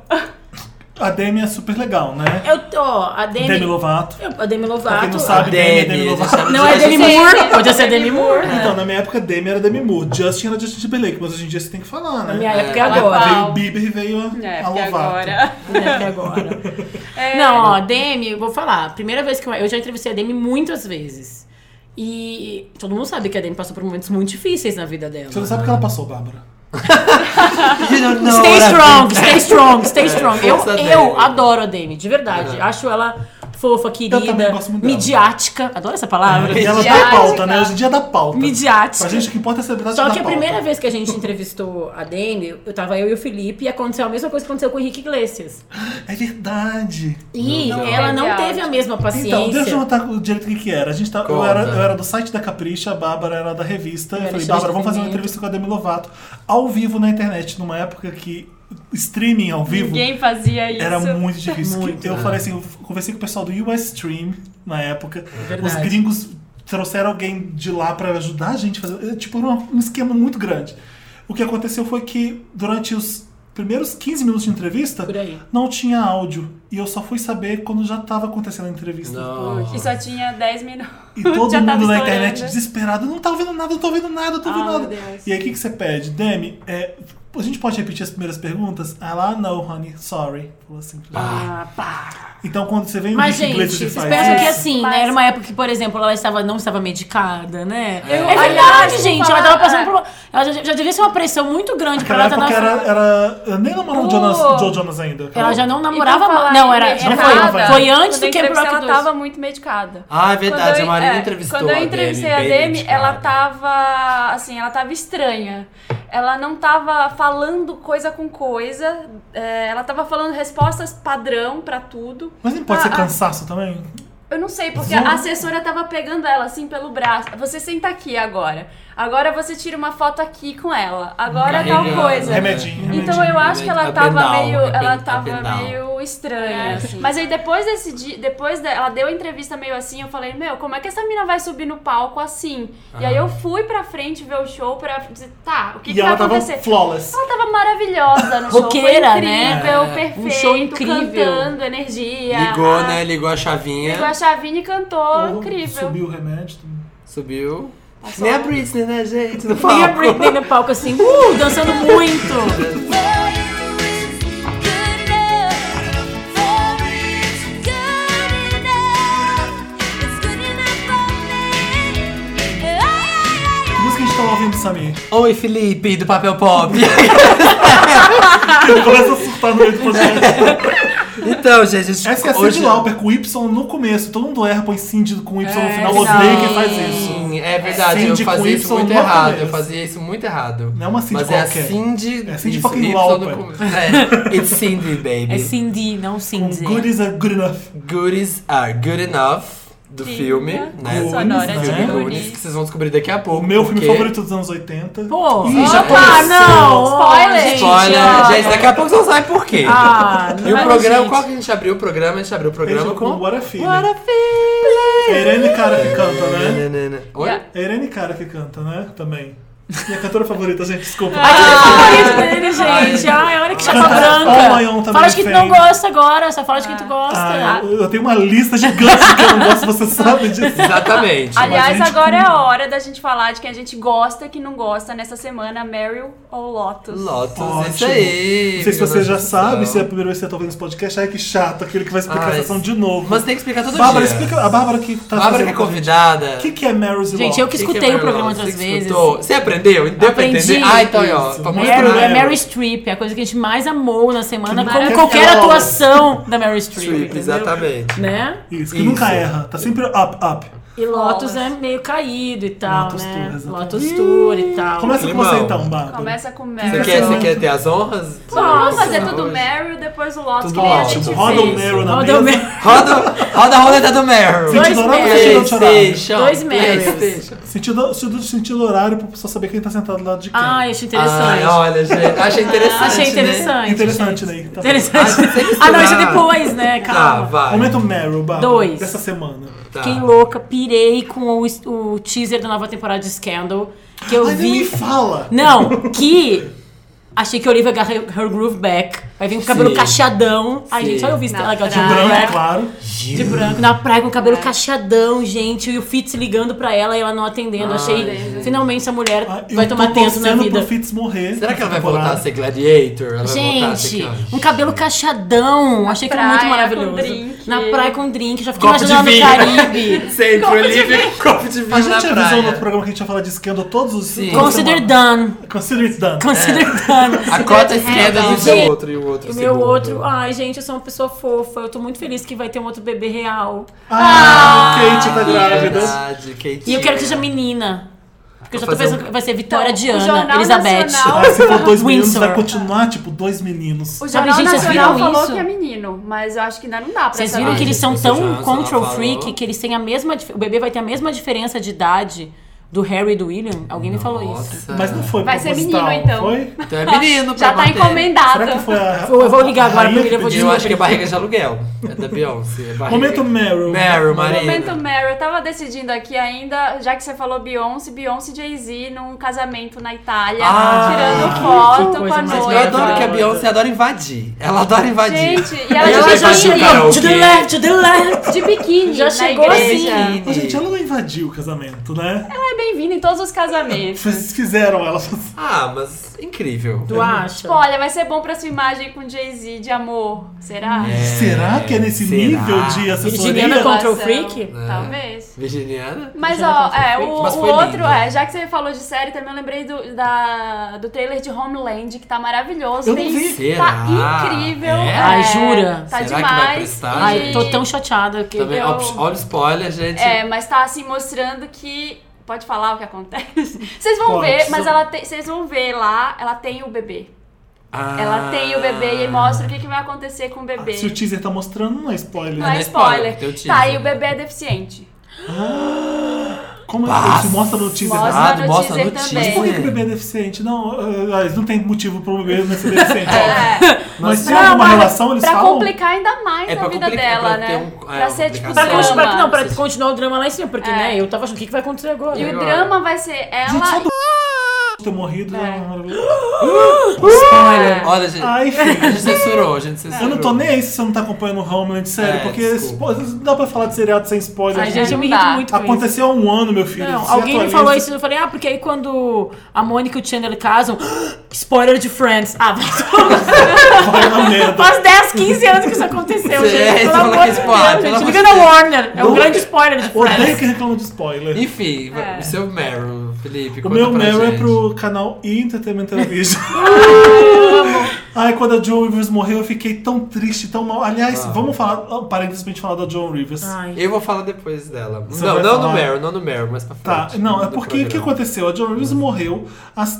[SPEAKER 2] A Demi é super legal, né?
[SPEAKER 5] Eu, ó, a Demi...
[SPEAKER 2] Demi Lovato.
[SPEAKER 5] Eu- a Demi Lovato.
[SPEAKER 2] Pra quem não sabe, Demi é Demi
[SPEAKER 3] Demi,
[SPEAKER 2] Lovato.
[SPEAKER 3] a gente
[SPEAKER 5] Não é
[SPEAKER 3] sabe-
[SPEAKER 5] Demi
[SPEAKER 4] Sim,
[SPEAKER 5] Moore.
[SPEAKER 4] é.
[SPEAKER 5] Podia ser Demi Moore. né?
[SPEAKER 2] Então, na minha época, Demi era Demi Moore. Justin era Justin Timberlake, mas hoje em dia você tem que falar, né?
[SPEAKER 5] Na minha época é
[SPEAKER 3] É,
[SPEAKER 5] agora.
[SPEAKER 2] Veio o Bieber e veio a,
[SPEAKER 1] É,
[SPEAKER 2] a
[SPEAKER 1] porque
[SPEAKER 2] Lovato.
[SPEAKER 1] agora.
[SPEAKER 5] Deve ter é agora. É,
[SPEAKER 4] é,
[SPEAKER 5] Não, ó, Demi, eu vou falar. Primeira vez que eu, eu já entrevistei a Demi muitas vezes. E todo mundo sabe que a Demi passou por momentos muito difíceis na vida dela.
[SPEAKER 2] Você não sabe o que ela passou, Bárbara.
[SPEAKER 3] You don't know
[SPEAKER 5] Stay
[SPEAKER 3] what I've
[SPEAKER 5] strong,
[SPEAKER 3] been-
[SPEAKER 5] stay strong,
[SPEAKER 2] É,
[SPEAKER 5] stay strong. Eu,
[SPEAKER 3] força,
[SPEAKER 5] eu
[SPEAKER 3] Demi.
[SPEAKER 5] adoro a Demi, de verdade.
[SPEAKER 3] É.
[SPEAKER 5] Acho ela fofa, querida,
[SPEAKER 2] também gosto muito dela.
[SPEAKER 5] midiática. Adoro essa palavra.
[SPEAKER 2] E ela dá
[SPEAKER 4] Midiática.
[SPEAKER 2] pauta, né? Hoje em dia dá pauta.
[SPEAKER 5] Midiática.
[SPEAKER 2] Pra gente, o que importa é a celebridade
[SPEAKER 5] Só
[SPEAKER 2] dá
[SPEAKER 5] que a
[SPEAKER 2] pauta.
[SPEAKER 5] primeira vez que a gente entrevistou a Demi, eu tava eu e o Felipe, e aconteceu a mesma coisa que aconteceu com o Henrique Iglesias.
[SPEAKER 2] É verdade.
[SPEAKER 5] E
[SPEAKER 3] Não, não.
[SPEAKER 5] ela não
[SPEAKER 4] Legal.
[SPEAKER 5] teve a mesma paciência.
[SPEAKER 2] Então, deixa eu notar o direito o que que era. A gente tá, eu,
[SPEAKER 3] Conta.
[SPEAKER 2] era, eu era do site da Capricha, a Bárbara era da revista. Eu
[SPEAKER 5] era
[SPEAKER 2] falei,
[SPEAKER 5] estudante
[SPEAKER 2] Bárbara, vamos fazer uma
[SPEAKER 5] de
[SPEAKER 2] entrevista com a Demi Lovato ao vivo na internet, numa época que streaming ao vivo
[SPEAKER 4] Ninguém fazia
[SPEAKER 5] É
[SPEAKER 4] isso.
[SPEAKER 2] era muito difícil.
[SPEAKER 5] Muito,
[SPEAKER 2] eu
[SPEAKER 3] né?
[SPEAKER 2] falei assim, eu conversei com o pessoal do US Stream na época. Os
[SPEAKER 5] É verdade.
[SPEAKER 2] gringos trouxeram alguém de lá pra ajudar a gente a fazer. é, Tipo, era um esquema muito grande. O que aconteceu foi que durante os primeiros 15 minutos de entrevista,
[SPEAKER 5] Por aí.
[SPEAKER 2] não tinha áudio. E eu só fui saber quando já tava acontecendo a entrevista.
[SPEAKER 3] Não.
[SPEAKER 4] E só tinha 10 minutos.
[SPEAKER 2] E todo
[SPEAKER 4] Já tava
[SPEAKER 2] mundo na
[SPEAKER 4] estourando.
[SPEAKER 2] internet desesperado, não tá ouvindo nada, não tô ouvindo nada, não tô ouvindo
[SPEAKER 4] Ah,
[SPEAKER 2] nada.
[SPEAKER 4] meu Deus.
[SPEAKER 2] E aí o que, que você pede? Demi, é, a gente pode repetir as primeiras perguntas? Ela, ah, não, honey, sorry. Falou assim pra mim.
[SPEAKER 4] Ah, pá.
[SPEAKER 2] Então quando você vem um
[SPEAKER 5] Mas,
[SPEAKER 2] bicho
[SPEAKER 5] gente,
[SPEAKER 2] inglês você
[SPEAKER 5] vocês
[SPEAKER 2] faz
[SPEAKER 5] pensam
[SPEAKER 2] isso.
[SPEAKER 5] que assim,
[SPEAKER 4] Mas-
[SPEAKER 5] né? Era uma época que, por exemplo, ela estava, não estava medicada, né?
[SPEAKER 3] Eu-
[SPEAKER 5] é
[SPEAKER 4] Ai,
[SPEAKER 5] verdade,
[SPEAKER 4] eu
[SPEAKER 5] gente.
[SPEAKER 4] vou
[SPEAKER 5] Ela
[SPEAKER 4] falar-
[SPEAKER 5] estava passando
[SPEAKER 4] é.
[SPEAKER 5] por uma. Ela já, já devia ser uma pressão muito grande pra
[SPEAKER 2] Naquela
[SPEAKER 5] ela estar
[SPEAKER 2] época
[SPEAKER 5] na.
[SPEAKER 2] era, era. Eu nem namorava o Jonas,
[SPEAKER 4] Pô.
[SPEAKER 2] Joe Jonas ainda.
[SPEAKER 5] Ela já não
[SPEAKER 4] E
[SPEAKER 5] namorava
[SPEAKER 4] pra falar
[SPEAKER 5] mais. Não,
[SPEAKER 4] em
[SPEAKER 5] era.
[SPEAKER 4] medicada,
[SPEAKER 5] não foi,
[SPEAKER 2] medicada,
[SPEAKER 5] foi antes
[SPEAKER 4] quando eu
[SPEAKER 5] do Camp
[SPEAKER 4] entrevistei,
[SPEAKER 5] Rock
[SPEAKER 4] Ela
[SPEAKER 5] 2.
[SPEAKER 4] tava muito medicada.
[SPEAKER 3] Ah, é
[SPEAKER 4] Quando
[SPEAKER 3] verdade,
[SPEAKER 4] eu-
[SPEAKER 3] a Marina
[SPEAKER 4] é,
[SPEAKER 3] entrevistou
[SPEAKER 4] Quando eu
[SPEAKER 3] Demi,
[SPEAKER 4] entrevistei a
[SPEAKER 3] bem
[SPEAKER 4] Demi, ela tá
[SPEAKER 3] medicada.
[SPEAKER 4] tava. Assim, ela tava estranha. Ela não tava falando coisa com coisa. é, ela tava falando respostas padrão pra tudo.
[SPEAKER 2] Mas nem pode
[SPEAKER 4] Ah,
[SPEAKER 2] ser
[SPEAKER 4] ah.
[SPEAKER 2] cansaço também?
[SPEAKER 4] Eu não sei, porque
[SPEAKER 2] Zoom.
[SPEAKER 4] a assessora tava pegando ela assim pelo braço. Você senta aqui agora. Agora você tira uma foto aqui com ela. Agora tal
[SPEAKER 3] Carregando.
[SPEAKER 4] coisa.
[SPEAKER 2] Remedinho, remedinho.
[SPEAKER 4] Então eu acho que ela
[SPEAKER 3] Up and
[SPEAKER 4] tava
[SPEAKER 3] down,
[SPEAKER 4] meio,
[SPEAKER 3] up
[SPEAKER 4] ela
[SPEAKER 3] and- up and
[SPEAKER 4] tava
[SPEAKER 3] down.
[SPEAKER 4] meio
[SPEAKER 5] É,
[SPEAKER 4] estranha. assim. Mas aí depois desse dia, depois da- ela deu a entrevista meio assim, eu falei: "Meu, como é que essa mina vai subir no palco assim?" E aí eu fui pra frente ver o show pra dizer: "Tá, o que,
[SPEAKER 2] e
[SPEAKER 4] que vai
[SPEAKER 2] ela tava
[SPEAKER 4] acontecer?"
[SPEAKER 2] flawless.
[SPEAKER 4] Ela tava maravilhosa no show,
[SPEAKER 5] Roqueira,
[SPEAKER 4] foi
[SPEAKER 5] né?
[SPEAKER 4] incrível,
[SPEAKER 3] É,
[SPEAKER 4] perfeito,
[SPEAKER 5] um show incrível.
[SPEAKER 4] cantando, energia.
[SPEAKER 3] Ligou,
[SPEAKER 4] Ah,
[SPEAKER 3] né? Ligou a chavinha.
[SPEAKER 4] Pegou a chavinha e cantou,
[SPEAKER 2] Ou
[SPEAKER 4] incrível.
[SPEAKER 2] Subiu o remédio.
[SPEAKER 3] Subiu.
[SPEAKER 4] Passou.
[SPEAKER 3] Nem a Britney, né, gente? No
[SPEAKER 5] E a
[SPEAKER 3] palco.
[SPEAKER 5] Britney no palco assim, uh, dançando [laughs] muito.
[SPEAKER 2] Que música que a gente tava ouvindo, Samir? [laughs]
[SPEAKER 3] Oi, Felipe, do Papel Pop. [laughs]
[SPEAKER 2] Ele começa a surtar no meio do
[SPEAKER 4] [laughs]
[SPEAKER 2] podcast.
[SPEAKER 3] então, gente, a gente
[SPEAKER 2] Essa é a Cindy Lauper com Y no começo. Todo mundo erra, põe Cindy com Y no
[SPEAKER 5] É,
[SPEAKER 2] final.
[SPEAKER 5] não.
[SPEAKER 2] Odeio quem faz isso.
[SPEAKER 3] Sim, É verdade,
[SPEAKER 2] Cindy
[SPEAKER 3] eu
[SPEAKER 2] com
[SPEAKER 3] fazia isso
[SPEAKER 2] Y
[SPEAKER 3] muito
[SPEAKER 2] no
[SPEAKER 3] errado.
[SPEAKER 2] começo.
[SPEAKER 3] Eu fazia isso muito errado.
[SPEAKER 2] Não é uma Cindy
[SPEAKER 3] Mas é
[SPEAKER 2] qualquer.
[SPEAKER 3] a Cindy.
[SPEAKER 2] É Cindy
[SPEAKER 3] isso,
[SPEAKER 2] fucking
[SPEAKER 3] Y no
[SPEAKER 2] Lauper.
[SPEAKER 3] começo. É, it's Cindy, baby.
[SPEAKER 5] É Cindy, não
[SPEAKER 2] Com
[SPEAKER 5] Cindy.
[SPEAKER 2] Good is a Good Enough.
[SPEAKER 3] Goodies are Good Enough do
[SPEAKER 4] Sim.
[SPEAKER 3] filme, né?
[SPEAKER 2] Goonies,
[SPEAKER 4] Sonora de
[SPEAKER 2] né?
[SPEAKER 4] Goonies.
[SPEAKER 3] que vocês vão descobrir daqui a
[SPEAKER 2] O
[SPEAKER 3] pouco.
[SPEAKER 2] meu filme
[SPEAKER 3] porque-
[SPEAKER 2] favorito dos anos 80.
[SPEAKER 5] Pô,
[SPEAKER 2] Ih, já
[SPEAKER 5] opa,
[SPEAKER 2] começou.
[SPEAKER 5] não!
[SPEAKER 4] Spoiler.
[SPEAKER 5] gente,
[SPEAKER 3] Olha,
[SPEAKER 5] ó.
[SPEAKER 3] gente, daqui a pouco vocês vão saber por quê.
[SPEAKER 5] Ah,
[SPEAKER 3] e o
[SPEAKER 5] não,
[SPEAKER 3] programa,
[SPEAKER 5] gente.
[SPEAKER 3] qual que a gente abriu o programa? A gente abriu o
[SPEAKER 2] Esse
[SPEAKER 3] programa
[SPEAKER 2] é
[SPEAKER 3] com...
[SPEAKER 2] com What a Feeling.
[SPEAKER 3] What a
[SPEAKER 2] É a
[SPEAKER 3] feeling!
[SPEAKER 2] Irene Cara que canta, né?
[SPEAKER 3] Nananana. Oi?
[SPEAKER 4] Yeah.
[SPEAKER 2] É a Irene Cara que canta, né? Também. Minha cantora favorita, gente, desculpa.
[SPEAKER 5] favorito dele, gente. Ah, Ai, olha que chapa
[SPEAKER 2] All My Own
[SPEAKER 5] branca.
[SPEAKER 2] também
[SPEAKER 5] Fala de quem tu não
[SPEAKER 2] tem.
[SPEAKER 5] gosta agora, só fala de quem tu gosta.
[SPEAKER 2] Ah, eu eu tenho uma lista gigante de que eu não gosto, você sabe disso.
[SPEAKER 3] Exatamente.
[SPEAKER 4] Aliás,
[SPEAKER 2] gente,
[SPEAKER 4] agora é a hora da gente falar de quem a gente gosta e que não gosta nessa semana, Meryl ou Lotus.
[SPEAKER 3] Lotus, isso
[SPEAKER 2] Ótimo.
[SPEAKER 3] aí.
[SPEAKER 2] Não sei se você já sabe, se é a
[SPEAKER 3] é...
[SPEAKER 2] primeira vez que você tá ouvindo esse podcast. Ai, que chato, aquele que vai explicar a
[SPEAKER 3] Ai,
[SPEAKER 2] sessão de novo.
[SPEAKER 3] Mas tem que explicar todo
[SPEAKER 2] Bárbara,
[SPEAKER 3] dia.
[SPEAKER 2] explica. A Bárbara que tá
[SPEAKER 3] Bárbara que é
[SPEAKER 2] fazendo-
[SPEAKER 3] convidada.
[SPEAKER 2] O que, que é Meryl Zillow?
[SPEAKER 5] Gente, eu que
[SPEAKER 3] Quem
[SPEAKER 5] escutei
[SPEAKER 3] é
[SPEAKER 5] o programa
[SPEAKER 3] Meryl?
[SPEAKER 5] outras
[SPEAKER 3] Você
[SPEAKER 5] vezes.
[SPEAKER 3] escutou? Você aprendeu? Deu pra
[SPEAKER 5] Aprendi.
[SPEAKER 3] entender? Ah, então, aí, ó.
[SPEAKER 2] Isso.
[SPEAKER 3] Pra mostrar.
[SPEAKER 5] Meryl, é
[SPEAKER 2] Meryl.
[SPEAKER 5] Mary Streep, é a coisa que a gente mais amou na semana,
[SPEAKER 4] Que
[SPEAKER 5] como
[SPEAKER 4] maravilha.
[SPEAKER 5] qualquer atuação da Mary Streep.
[SPEAKER 3] Strip,
[SPEAKER 5] entendeu?
[SPEAKER 3] exatamente.
[SPEAKER 5] Né?
[SPEAKER 2] Isso, que
[SPEAKER 3] Isso.
[SPEAKER 2] nunca erra. Tá sempre up, up.
[SPEAKER 5] E Lotus é meio caído e tal,
[SPEAKER 2] Lotus Tour,
[SPEAKER 5] né?
[SPEAKER 2] exatamente.
[SPEAKER 5] Lotus Tour e tal.
[SPEAKER 2] Começa com
[SPEAKER 3] Climão.
[SPEAKER 2] você então, Bárbara.
[SPEAKER 4] Começa com
[SPEAKER 3] Você
[SPEAKER 4] Meryl.
[SPEAKER 3] quer, você quer ter as honras?
[SPEAKER 4] Vamos
[SPEAKER 5] é
[SPEAKER 4] fazer
[SPEAKER 3] Nossa,
[SPEAKER 4] tudo
[SPEAKER 3] hoje.
[SPEAKER 4] Meryl, depois o Lotus,
[SPEAKER 3] Tudo
[SPEAKER 4] que nem a
[SPEAKER 3] ótimo.
[SPEAKER 4] gente
[SPEAKER 2] Tipo, Roda o
[SPEAKER 4] fez.
[SPEAKER 2] Meryl na
[SPEAKER 5] Roda
[SPEAKER 2] mesa.
[SPEAKER 5] o Meryl.
[SPEAKER 3] Roda, roda a roleta do Meryl.
[SPEAKER 5] Dois
[SPEAKER 2] Sentido horário ou
[SPEAKER 5] Meryl.
[SPEAKER 2] sentido anti-horário?
[SPEAKER 3] PlayStation.
[SPEAKER 5] Dois Meryls.
[SPEAKER 3] PlayStation.
[SPEAKER 2] Sentido, sentido, sentido horário pra pessoa saber quem tá sentado do lado de quem.
[SPEAKER 5] Ai, achei interessante.
[SPEAKER 3] Ai, olha, gente. Achei interessante.
[SPEAKER 5] achei
[SPEAKER 3] né?
[SPEAKER 5] interessante.
[SPEAKER 2] Interessante,
[SPEAKER 5] gente.
[SPEAKER 2] Ney. Tá bom.
[SPEAKER 3] Ai, tem que
[SPEAKER 5] Interessante. Ah, não, isso é
[SPEAKER 3] estudar.
[SPEAKER 5] depois, né?
[SPEAKER 3] Tá,
[SPEAKER 5] Calma.
[SPEAKER 3] vai.
[SPEAKER 2] Momento Meryl, Bárbara.
[SPEAKER 5] Dois.
[SPEAKER 2] Dessa semana.
[SPEAKER 3] Tá.
[SPEAKER 5] Fiquei louca, pirei com o, o teaser da nova temporada de Scandal. Que eu
[SPEAKER 2] Ai, nem
[SPEAKER 5] vi.
[SPEAKER 2] me fala.
[SPEAKER 5] Não, que achei que a Olivia got her, her groove back. Vai vir com o cabelo
[SPEAKER 3] Sim.
[SPEAKER 5] cacheadão. Ai,
[SPEAKER 3] Sim.
[SPEAKER 5] gente, olha eu visto
[SPEAKER 4] Na
[SPEAKER 5] ela aquela de
[SPEAKER 4] praia.
[SPEAKER 2] Branco,
[SPEAKER 5] branco.
[SPEAKER 2] claro.
[SPEAKER 5] De branco, na praia com o
[SPEAKER 2] É.
[SPEAKER 5] cabelo cacheadão, gente. E o Fitz ligando pra ela e ela não atendendo. Achei, finalmente, essa mulher
[SPEAKER 2] Ah, eu
[SPEAKER 5] vai tomar
[SPEAKER 2] tô
[SPEAKER 5] tempo na
[SPEAKER 2] torcendo
[SPEAKER 5] vida.
[SPEAKER 2] pro Fitz morrer.
[SPEAKER 3] Será que ela vai
[SPEAKER 2] nessa
[SPEAKER 3] voltar a
[SPEAKER 2] temporada.
[SPEAKER 3] ser gladiator? Ela vai voltar a ser
[SPEAKER 5] Gente,
[SPEAKER 3] aquela-
[SPEAKER 5] um cabelo cacheadão. Achei que era muito
[SPEAKER 4] praia,
[SPEAKER 5] maravilhoso.
[SPEAKER 4] com drink.
[SPEAKER 5] Na praia com drink, já fiquei
[SPEAKER 3] Copo de
[SPEAKER 5] imaginando no
[SPEAKER 3] vinho. [laughs]
[SPEAKER 5] Caribe.
[SPEAKER 3] Sempre, Olivia, copo de vinho
[SPEAKER 2] A gente
[SPEAKER 3] na
[SPEAKER 2] avisou
[SPEAKER 3] praia.
[SPEAKER 2] no outro programa que a gente ia falar de escândalo todos os.
[SPEAKER 3] Sim.
[SPEAKER 2] toda
[SPEAKER 5] Consider
[SPEAKER 2] semana.
[SPEAKER 5] done.
[SPEAKER 2] Consider it done.
[SPEAKER 5] Consider done.
[SPEAKER 3] A cota é esquerda do seu
[SPEAKER 5] É, Gente,
[SPEAKER 3] outro e o outro
[SPEAKER 5] O meu
[SPEAKER 3] segundo.
[SPEAKER 5] outro. Ai, gente, eu sou uma pessoa fofa. Eu tô muito feliz que vai ter um outro bebê real.
[SPEAKER 2] Ah, Kate tá grávida.
[SPEAKER 3] Verdade, Kate.
[SPEAKER 5] E eu quero que seja menina. Porque eu já tô
[SPEAKER 3] Fazer
[SPEAKER 5] pensando
[SPEAKER 3] um-
[SPEAKER 5] que vai ser Vitória
[SPEAKER 4] Então, o
[SPEAKER 5] Diana,
[SPEAKER 4] Jornal
[SPEAKER 5] Elizabeth.
[SPEAKER 4] Nacional-
[SPEAKER 2] Ah, se for dois meninos,
[SPEAKER 5] Windsor.
[SPEAKER 2] vai continuar, tipo, dois meninos.
[SPEAKER 4] O
[SPEAKER 5] Sabe,
[SPEAKER 4] Jornal
[SPEAKER 5] gente, vocês
[SPEAKER 4] Nacional
[SPEAKER 5] viram
[SPEAKER 4] falou
[SPEAKER 5] isso?
[SPEAKER 4] que é menino, mas eu acho que ainda não dá pra
[SPEAKER 5] Vocês
[SPEAKER 4] saber.
[SPEAKER 5] viram
[SPEAKER 3] Ah,
[SPEAKER 5] que eles são
[SPEAKER 3] gente, isso já-
[SPEAKER 5] tão
[SPEAKER 3] isso já
[SPEAKER 5] control
[SPEAKER 3] falou.
[SPEAKER 5] freak que eles têm a mesma. dif- O bebê vai ter a mesma diferença de idade do Harry e do William? Alguém me falou isso.
[SPEAKER 3] Nossa.
[SPEAKER 2] Mas não foi
[SPEAKER 4] Vai ser
[SPEAKER 2] proposital,
[SPEAKER 4] menino, então.
[SPEAKER 2] Foi?
[SPEAKER 3] Então é menino pra
[SPEAKER 4] Já tá
[SPEAKER 3] bater.
[SPEAKER 4] encomendado.
[SPEAKER 2] Será que foi a.
[SPEAKER 5] Eu vou ligar
[SPEAKER 2] a
[SPEAKER 5] agora
[SPEAKER 2] rainha
[SPEAKER 5] pra ele, eu vou
[SPEAKER 2] que
[SPEAKER 3] Eu
[SPEAKER 2] pediu?
[SPEAKER 3] acho que é barriga de aluguel. É da Beyoncé. é barriga-
[SPEAKER 2] Momento Meryl.
[SPEAKER 3] Meryl, Maria.
[SPEAKER 4] Momento Mary, eu tava decidindo aqui ainda, já que você falou Beyoncé, Beyoncé e Jay-Z num casamento na Itália,
[SPEAKER 3] Ah,
[SPEAKER 4] tirando
[SPEAKER 3] que
[SPEAKER 4] foto com
[SPEAKER 5] coisa
[SPEAKER 4] a
[SPEAKER 5] mais
[SPEAKER 3] Eu
[SPEAKER 4] noiva.
[SPEAKER 3] adoro que a Beyoncé adora invadir. Ela adora invadir.
[SPEAKER 4] Gente, e ela
[SPEAKER 3] Ela
[SPEAKER 4] já
[SPEAKER 3] já
[SPEAKER 4] chegou
[SPEAKER 3] chegou.
[SPEAKER 4] assim,
[SPEAKER 5] To the left, to the left.
[SPEAKER 4] ó, de biquíni
[SPEAKER 5] Já
[SPEAKER 4] na
[SPEAKER 5] chegou
[SPEAKER 4] igreja.
[SPEAKER 5] assim.
[SPEAKER 2] Mas, gente, ela não invadiu o casamento, né?
[SPEAKER 4] Ela é bem-vinda em todos os casamentos.
[SPEAKER 2] Vocês fizeram ela.
[SPEAKER 3] Ah, mas incrível.
[SPEAKER 5] Tu acha?
[SPEAKER 4] Tipo, olha, vai ser bom pra sua imagem com Jay-Z de amor, será?
[SPEAKER 3] É,
[SPEAKER 2] Será que é nesse
[SPEAKER 3] será?
[SPEAKER 2] nível de assessoria?
[SPEAKER 5] Virginiana
[SPEAKER 4] Relação,
[SPEAKER 5] Control Freak?
[SPEAKER 4] um-
[SPEAKER 3] É.
[SPEAKER 4] Talvez.
[SPEAKER 3] Virginiana?
[SPEAKER 4] Mas
[SPEAKER 5] Já
[SPEAKER 4] ó,
[SPEAKER 5] era
[SPEAKER 4] é, o,
[SPEAKER 5] contra o
[SPEAKER 3] Mas
[SPEAKER 4] o
[SPEAKER 3] foi
[SPEAKER 4] outro,
[SPEAKER 3] lindo.
[SPEAKER 4] é, já que você falou de série, também eu lembrei do, da, do trailer de Homeland, que tá maravilhoso.
[SPEAKER 2] Eu não vi.
[SPEAKER 3] Será?
[SPEAKER 4] Tá incrível.
[SPEAKER 3] É?
[SPEAKER 5] Ai, jura?
[SPEAKER 4] Tá
[SPEAKER 3] Será que vai
[SPEAKER 4] demais.
[SPEAKER 3] prestar,
[SPEAKER 5] Ai, tô
[SPEAKER 4] E-
[SPEAKER 5] tão chateada que.
[SPEAKER 3] Também,
[SPEAKER 4] eu-
[SPEAKER 3] ó, ps- olha o spoiler, gente.
[SPEAKER 4] É, mas tá assim mostrando que. Pode falar o que acontece? [laughs] Vocês vão
[SPEAKER 2] Pode,
[SPEAKER 4] ver,
[SPEAKER 2] só-
[SPEAKER 4] mas ela tem- vocês vão ver lá, ela tem o bebê.
[SPEAKER 3] Ah.
[SPEAKER 4] Ela tem o bebê e mostra o que, que vai acontecer com o bebê.
[SPEAKER 2] Se o teaser tá mostrando, não é spoiler.
[SPEAKER 4] Não é
[SPEAKER 2] né?
[SPEAKER 4] spoiler.
[SPEAKER 3] tem o teaser,
[SPEAKER 4] Tá, e o
[SPEAKER 3] né?
[SPEAKER 4] bebê é deficiente.
[SPEAKER 2] Como é
[SPEAKER 3] Passa.
[SPEAKER 2] que isso mostra no teaser?
[SPEAKER 4] Mostra
[SPEAKER 2] né?
[SPEAKER 3] Ah,
[SPEAKER 4] no
[SPEAKER 3] mostra
[SPEAKER 4] teaser
[SPEAKER 3] no
[SPEAKER 4] também.
[SPEAKER 3] teaser.
[SPEAKER 2] Por que, que o bebê é deficiente? Não, ah, não tem motivo pro bebê não ser deficiente. óbvio.
[SPEAKER 4] É.
[SPEAKER 2] Mas tem
[SPEAKER 4] Não,
[SPEAKER 2] alguma
[SPEAKER 4] mas
[SPEAKER 2] relação, eles
[SPEAKER 4] pra
[SPEAKER 2] falam?
[SPEAKER 4] complicar ainda mais
[SPEAKER 3] É
[SPEAKER 4] a
[SPEAKER 3] pra
[SPEAKER 4] vida
[SPEAKER 3] complicar,
[SPEAKER 4] dela,
[SPEAKER 3] pra
[SPEAKER 4] né?
[SPEAKER 3] ter um- é,
[SPEAKER 4] pra ser tipo
[SPEAKER 3] complicação.
[SPEAKER 5] Pra,
[SPEAKER 3] Drama.
[SPEAKER 5] pra, não, pra
[SPEAKER 3] Vocês-
[SPEAKER 5] continuar o drama lá em cima, porque,
[SPEAKER 4] É.
[SPEAKER 5] né, eu tava achando o que, que vai acontecer agora.
[SPEAKER 4] E o
[SPEAKER 3] Agora.
[SPEAKER 4] drama vai ser
[SPEAKER 2] Gente, só
[SPEAKER 4] ela.
[SPEAKER 2] do ter morrido.
[SPEAKER 4] É.
[SPEAKER 2] né?
[SPEAKER 3] Spoiler. Olha, gente.
[SPEAKER 2] Ai,
[SPEAKER 3] A
[SPEAKER 2] filho.
[SPEAKER 3] gente censurou, a gente censurou.
[SPEAKER 2] Eu não tô nem aí se você não tá acompanhando o Homeland, sério,
[SPEAKER 3] É,
[SPEAKER 2] porque
[SPEAKER 3] desculpa.
[SPEAKER 2] spo- não dá pra falar de seriado sem spoiler.
[SPEAKER 5] Ai, gente, eu me
[SPEAKER 4] Não
[SPEAKER 5] irrito
[SPEAKER 4] dá.
[SPEAKER 5] muito com isso.
[SPEAKER 2] Aconteceu há um ano, meu filho.
[SPEAKER 5] Não,
[SPEAKER 2] Se
[SPEAKER 5] alguém me
[SPEAKER 2] atualiza.
[SPEAKER 5] falou isso, eu falei, ah, porque aí quando a Mônica e o Chandler casam, [gasps] spoiler de Friends. Ah, vai
[SPEAKER 2] Vai na merda.
[SPEAKER 5] [laughs] Faz 10, 15 anos que isso aconteceu,
[SPEAKER 3] Sim,
[SPEAKER 5] gente.
[SPEAKER 3] você
[SPEAKER 5] Pelo
[SPEAKER 3] falou
[SPEAKER 2] é
[SPEAKER 5] amor
[SPEAKER 3] que
[SPEAKER 5] de
[SPEAKER 3] spoiler,
[SPEAKER 5] Deus,
[SPEAKER 3] pelo
[SPEAKER 5] gente.
[SPEAKER 3] amor
[SPEAKER 5] Liga
[SPEAKER 3] de
[SPEAKER 5] na
[SPEAKER 3] Deus.
[SPEAKER 5] Warner. É um
[SPEAKER 2] Não.
[SPEAKER 5] grande spoiler de
[SPEAKER 2] Odeio
[SPEAKER 5] Friends.
[SPEAKER 2] que reclama de spoiler.
[SPEAKER 3] Enfim,
[SPEAKER 4] É.
[SPEAKER 3] o seu Meryl, Felipe,
[SPEAKER 2] O
[SPEAKER 3] conta
[SPEAKER 2] meu
[SPEAKER 3] pra
[SPEAKER 2] Meryl é
[SPEAKER 3] gente.
[SPEAKER 2] pro canal E Entertainment
[SPEAKER 5] [laughs]
[SPEAKER 2] Television. [laughs] Ai, quando a Joan Rivers morreu, eu fiquei tão triste, tão mal. Aliás,
[SPEAKER 3] Ah.
[SPEAKER 2] vamos falar, oh, parênteses pra gente falar da Joan Rivers.
[SPEAKER 5] Ai.
[SPEAKER 3] Eu vou falar depois dela.
[SPEAKER 2] Você
[SPEAKER 3] não,
[SPEAKER 2] vai
[SPEAKER 3] não
[SPEAKER 2] falar?
[SPEAKER 3] no Meryl, não no Meryl, mas pra
[SPEAKER 2] Tá,
[SPEAKER 3] frente.
[SPEAKER 2] não, é
[SPEAKER 3] do
[SPEAKER 2] porque o que
[SPEAKER 3] programa.
[SPEAKER 2] aconteceu? A Joan Rivers morreu às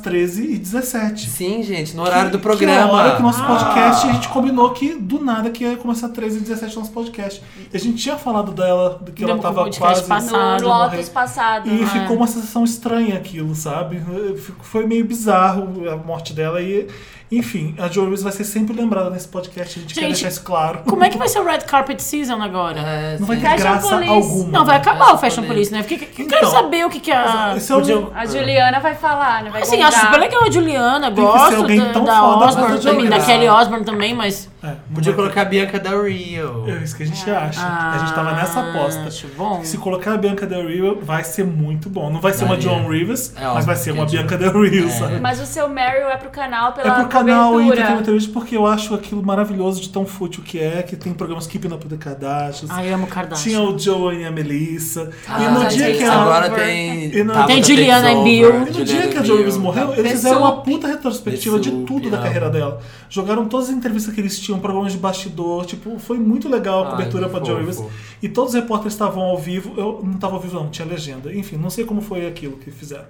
[SPEAKER 2] 13h17.
[SPEAKER 3] Sim, gente, no horário do
[SPEAKER 2] Que
[SPEAKER 3] programa. Ah,
[SPEAKER 2] é a hora que o
[SPEAKER 5] Ah.
[SPEAKER 2] nosso podcast, a gente combinou que do nada que ia começar 13h17 o nosso podcast. E a gente tinha falado dela, que ela
[SPEAKER 5] Lembro que o
[SPEAKER 2] tava
[SPEAKER 5] podcast
[SPEAKER 2] quase.
[SPEAKER 5] passou.
[SPEAKER 4] No
[SPEAKER 5] Passado,
[SPEAKER 4] Lotus passado.
[SPEAKER 2] E
[SPEAKER 4] né?
[SPEAKER 2] ficou uma sensação estranha aquilo, sabe? Fico- Foi meio bizarro a morte dela e. Enfim, a Joan Rivers vai ser sempre lembrada nesse podcast, a gente, quer
[SPEAKER 5] Gente,
[SPEAKER 2] deixar isso claro.
[SPEAKER 5] Como é que vai ser o Red Carpet Season agora?
[SPEAKER 3] É,
[SPEAKER 2] [laughs] Não vai
[SPEAKER 3] sim.
[SPEAKER 2] ter
[SPEAKER 4] Fashion
[SPEAKER 2] graça
[SPEAKER 4] Police.
[SPEAKER 2] alguma.
[SPEAKER 5] Não, vai acabar o Fashion
[SPEAKER 3] Exatamente.
[SPEAKER 5] Police, né? Porque, eu
[SPEAKER 2] Então,
[SPEAKER 5] quero saber o que, que a.
[SPEAKER 2] Esse é o meu-
[SPEAKER 4] A Juliana vai falar, né? Vai
[SPEAKER 5] Assim,
[SPEAKER 4] contar.
[SPEAKER 5] acho super legal a Juliana,
[SPEAKER 2] que ser
[SPEAKER 5] gosto
[SPEAKER 2] alguém
[SPEAKER 5] da,
[SPEAKER 2] tão
[SPEAKER 5] da
[SPEAKER 2] foda quanto
[SPEAKER 5] Osborne,
[SPEAKER 3] a
[SPEAKER 5] também, da
[SPEAKER 3] Juliana.
[SPEAKER 5] Kelly Osborne também, mas.
[SPEAKER 2] É, não
[SPEAKER 3] Podia
[SPEAKER 2] vai
[SPEAKER 3] colocar a Bianca da Rio.
[SPEAKER 2] ter. É isso que a gente acha. a gente
[SPEAKER 5] Ah.
[SPEAKER 2] tava nessa aposta.
[SPEAKER 5] Acho bom.
[SPEAKER 3] É.
[SPEAKER 2] Se colocar a Bianca Del Rio, vai ser muito bom. Não vai ser uma
[SPEAKER 3] Daria.
[SPEAKER 2] Joan Rivers,
[SPEAKER 3] É
[SPEAKER 2] mas
[SPEAKER 3] óbvio
[SPEAKER 2] vai ser
[SPEAKER 3] que
[SPEAKER 2] uma
[SPEAKER 3] é
[SPEAKER 2] Bianca Del Rio,
[SPEAKER 3] É.
[SPEAKER 2] sabe?
[SPEAKER 4] Mas o seu Meryl é pro canal
[SPEAKER 2] É
[SPEAKER 4] pela
[SPEAKER 2] pro canal e
[SPEAKER 4] cobertura.
[SPEAKER 2] Entertainment Television porque eu acho aquilo maravilhoso de tão fútil que é, que tem programas Keeping Up with the Kardashians.
[SPEAKER 5] Ai, amo
[SPEAKER 2] Tinha
[SPEAKER 5] Kardashian.
[SPEAKER 2] o Joan e a Melissa. e
[SPEAKER 3] Ah,
[SPEAKER 2] no
[SPEAKER 4] gente,
[SPEAKER 2] dia que ela.
[SPEAKER 3] Agora
[SPEAKER 4] Over.
[SPEAKER 3] tem.
[SPEAKER 2] E não-
[SPEAKER 3] Tabata
[SPEAKER 5] Tem Juliana
[SPEAKER 3] Takes
[SPEAKER 5] e Bill.
[SPEAKER 3] Over,
[SPEAKER 2] No dia que a Joan
[SPEAKER 3] Juliana
[SPEAKER 2] Rivers
[SPEAKER 3] e Bill.
[SPEAKER 2] morreu, eles
[SPEAKER 4] Pessoa.
[SPEAKER 2] fizeram uma puta retrospectiva de
[SPEAKER 3] Pessoa,
[SPEAKER 2] tudo da
[SPEAKER 3] não.
[SPEAKER 2] carreira dela. Jogaram todas as entrevistas que eles tinham, programas de bastidor, tipo, foi muito legal a
[SPEAKER 3] Ai,
[SPEAKER 2] cobertura
[SPEAKER 3] que
[SPEAKER 2] pra Joan Rivers.
[SPEAKER 3] fofo.
[SPEAKER 2] E todos os repórteres estavam ao vivo, eu não tava ao vivo não, tinha legenda. Enfim, não sei como foi aquilo que fizeram.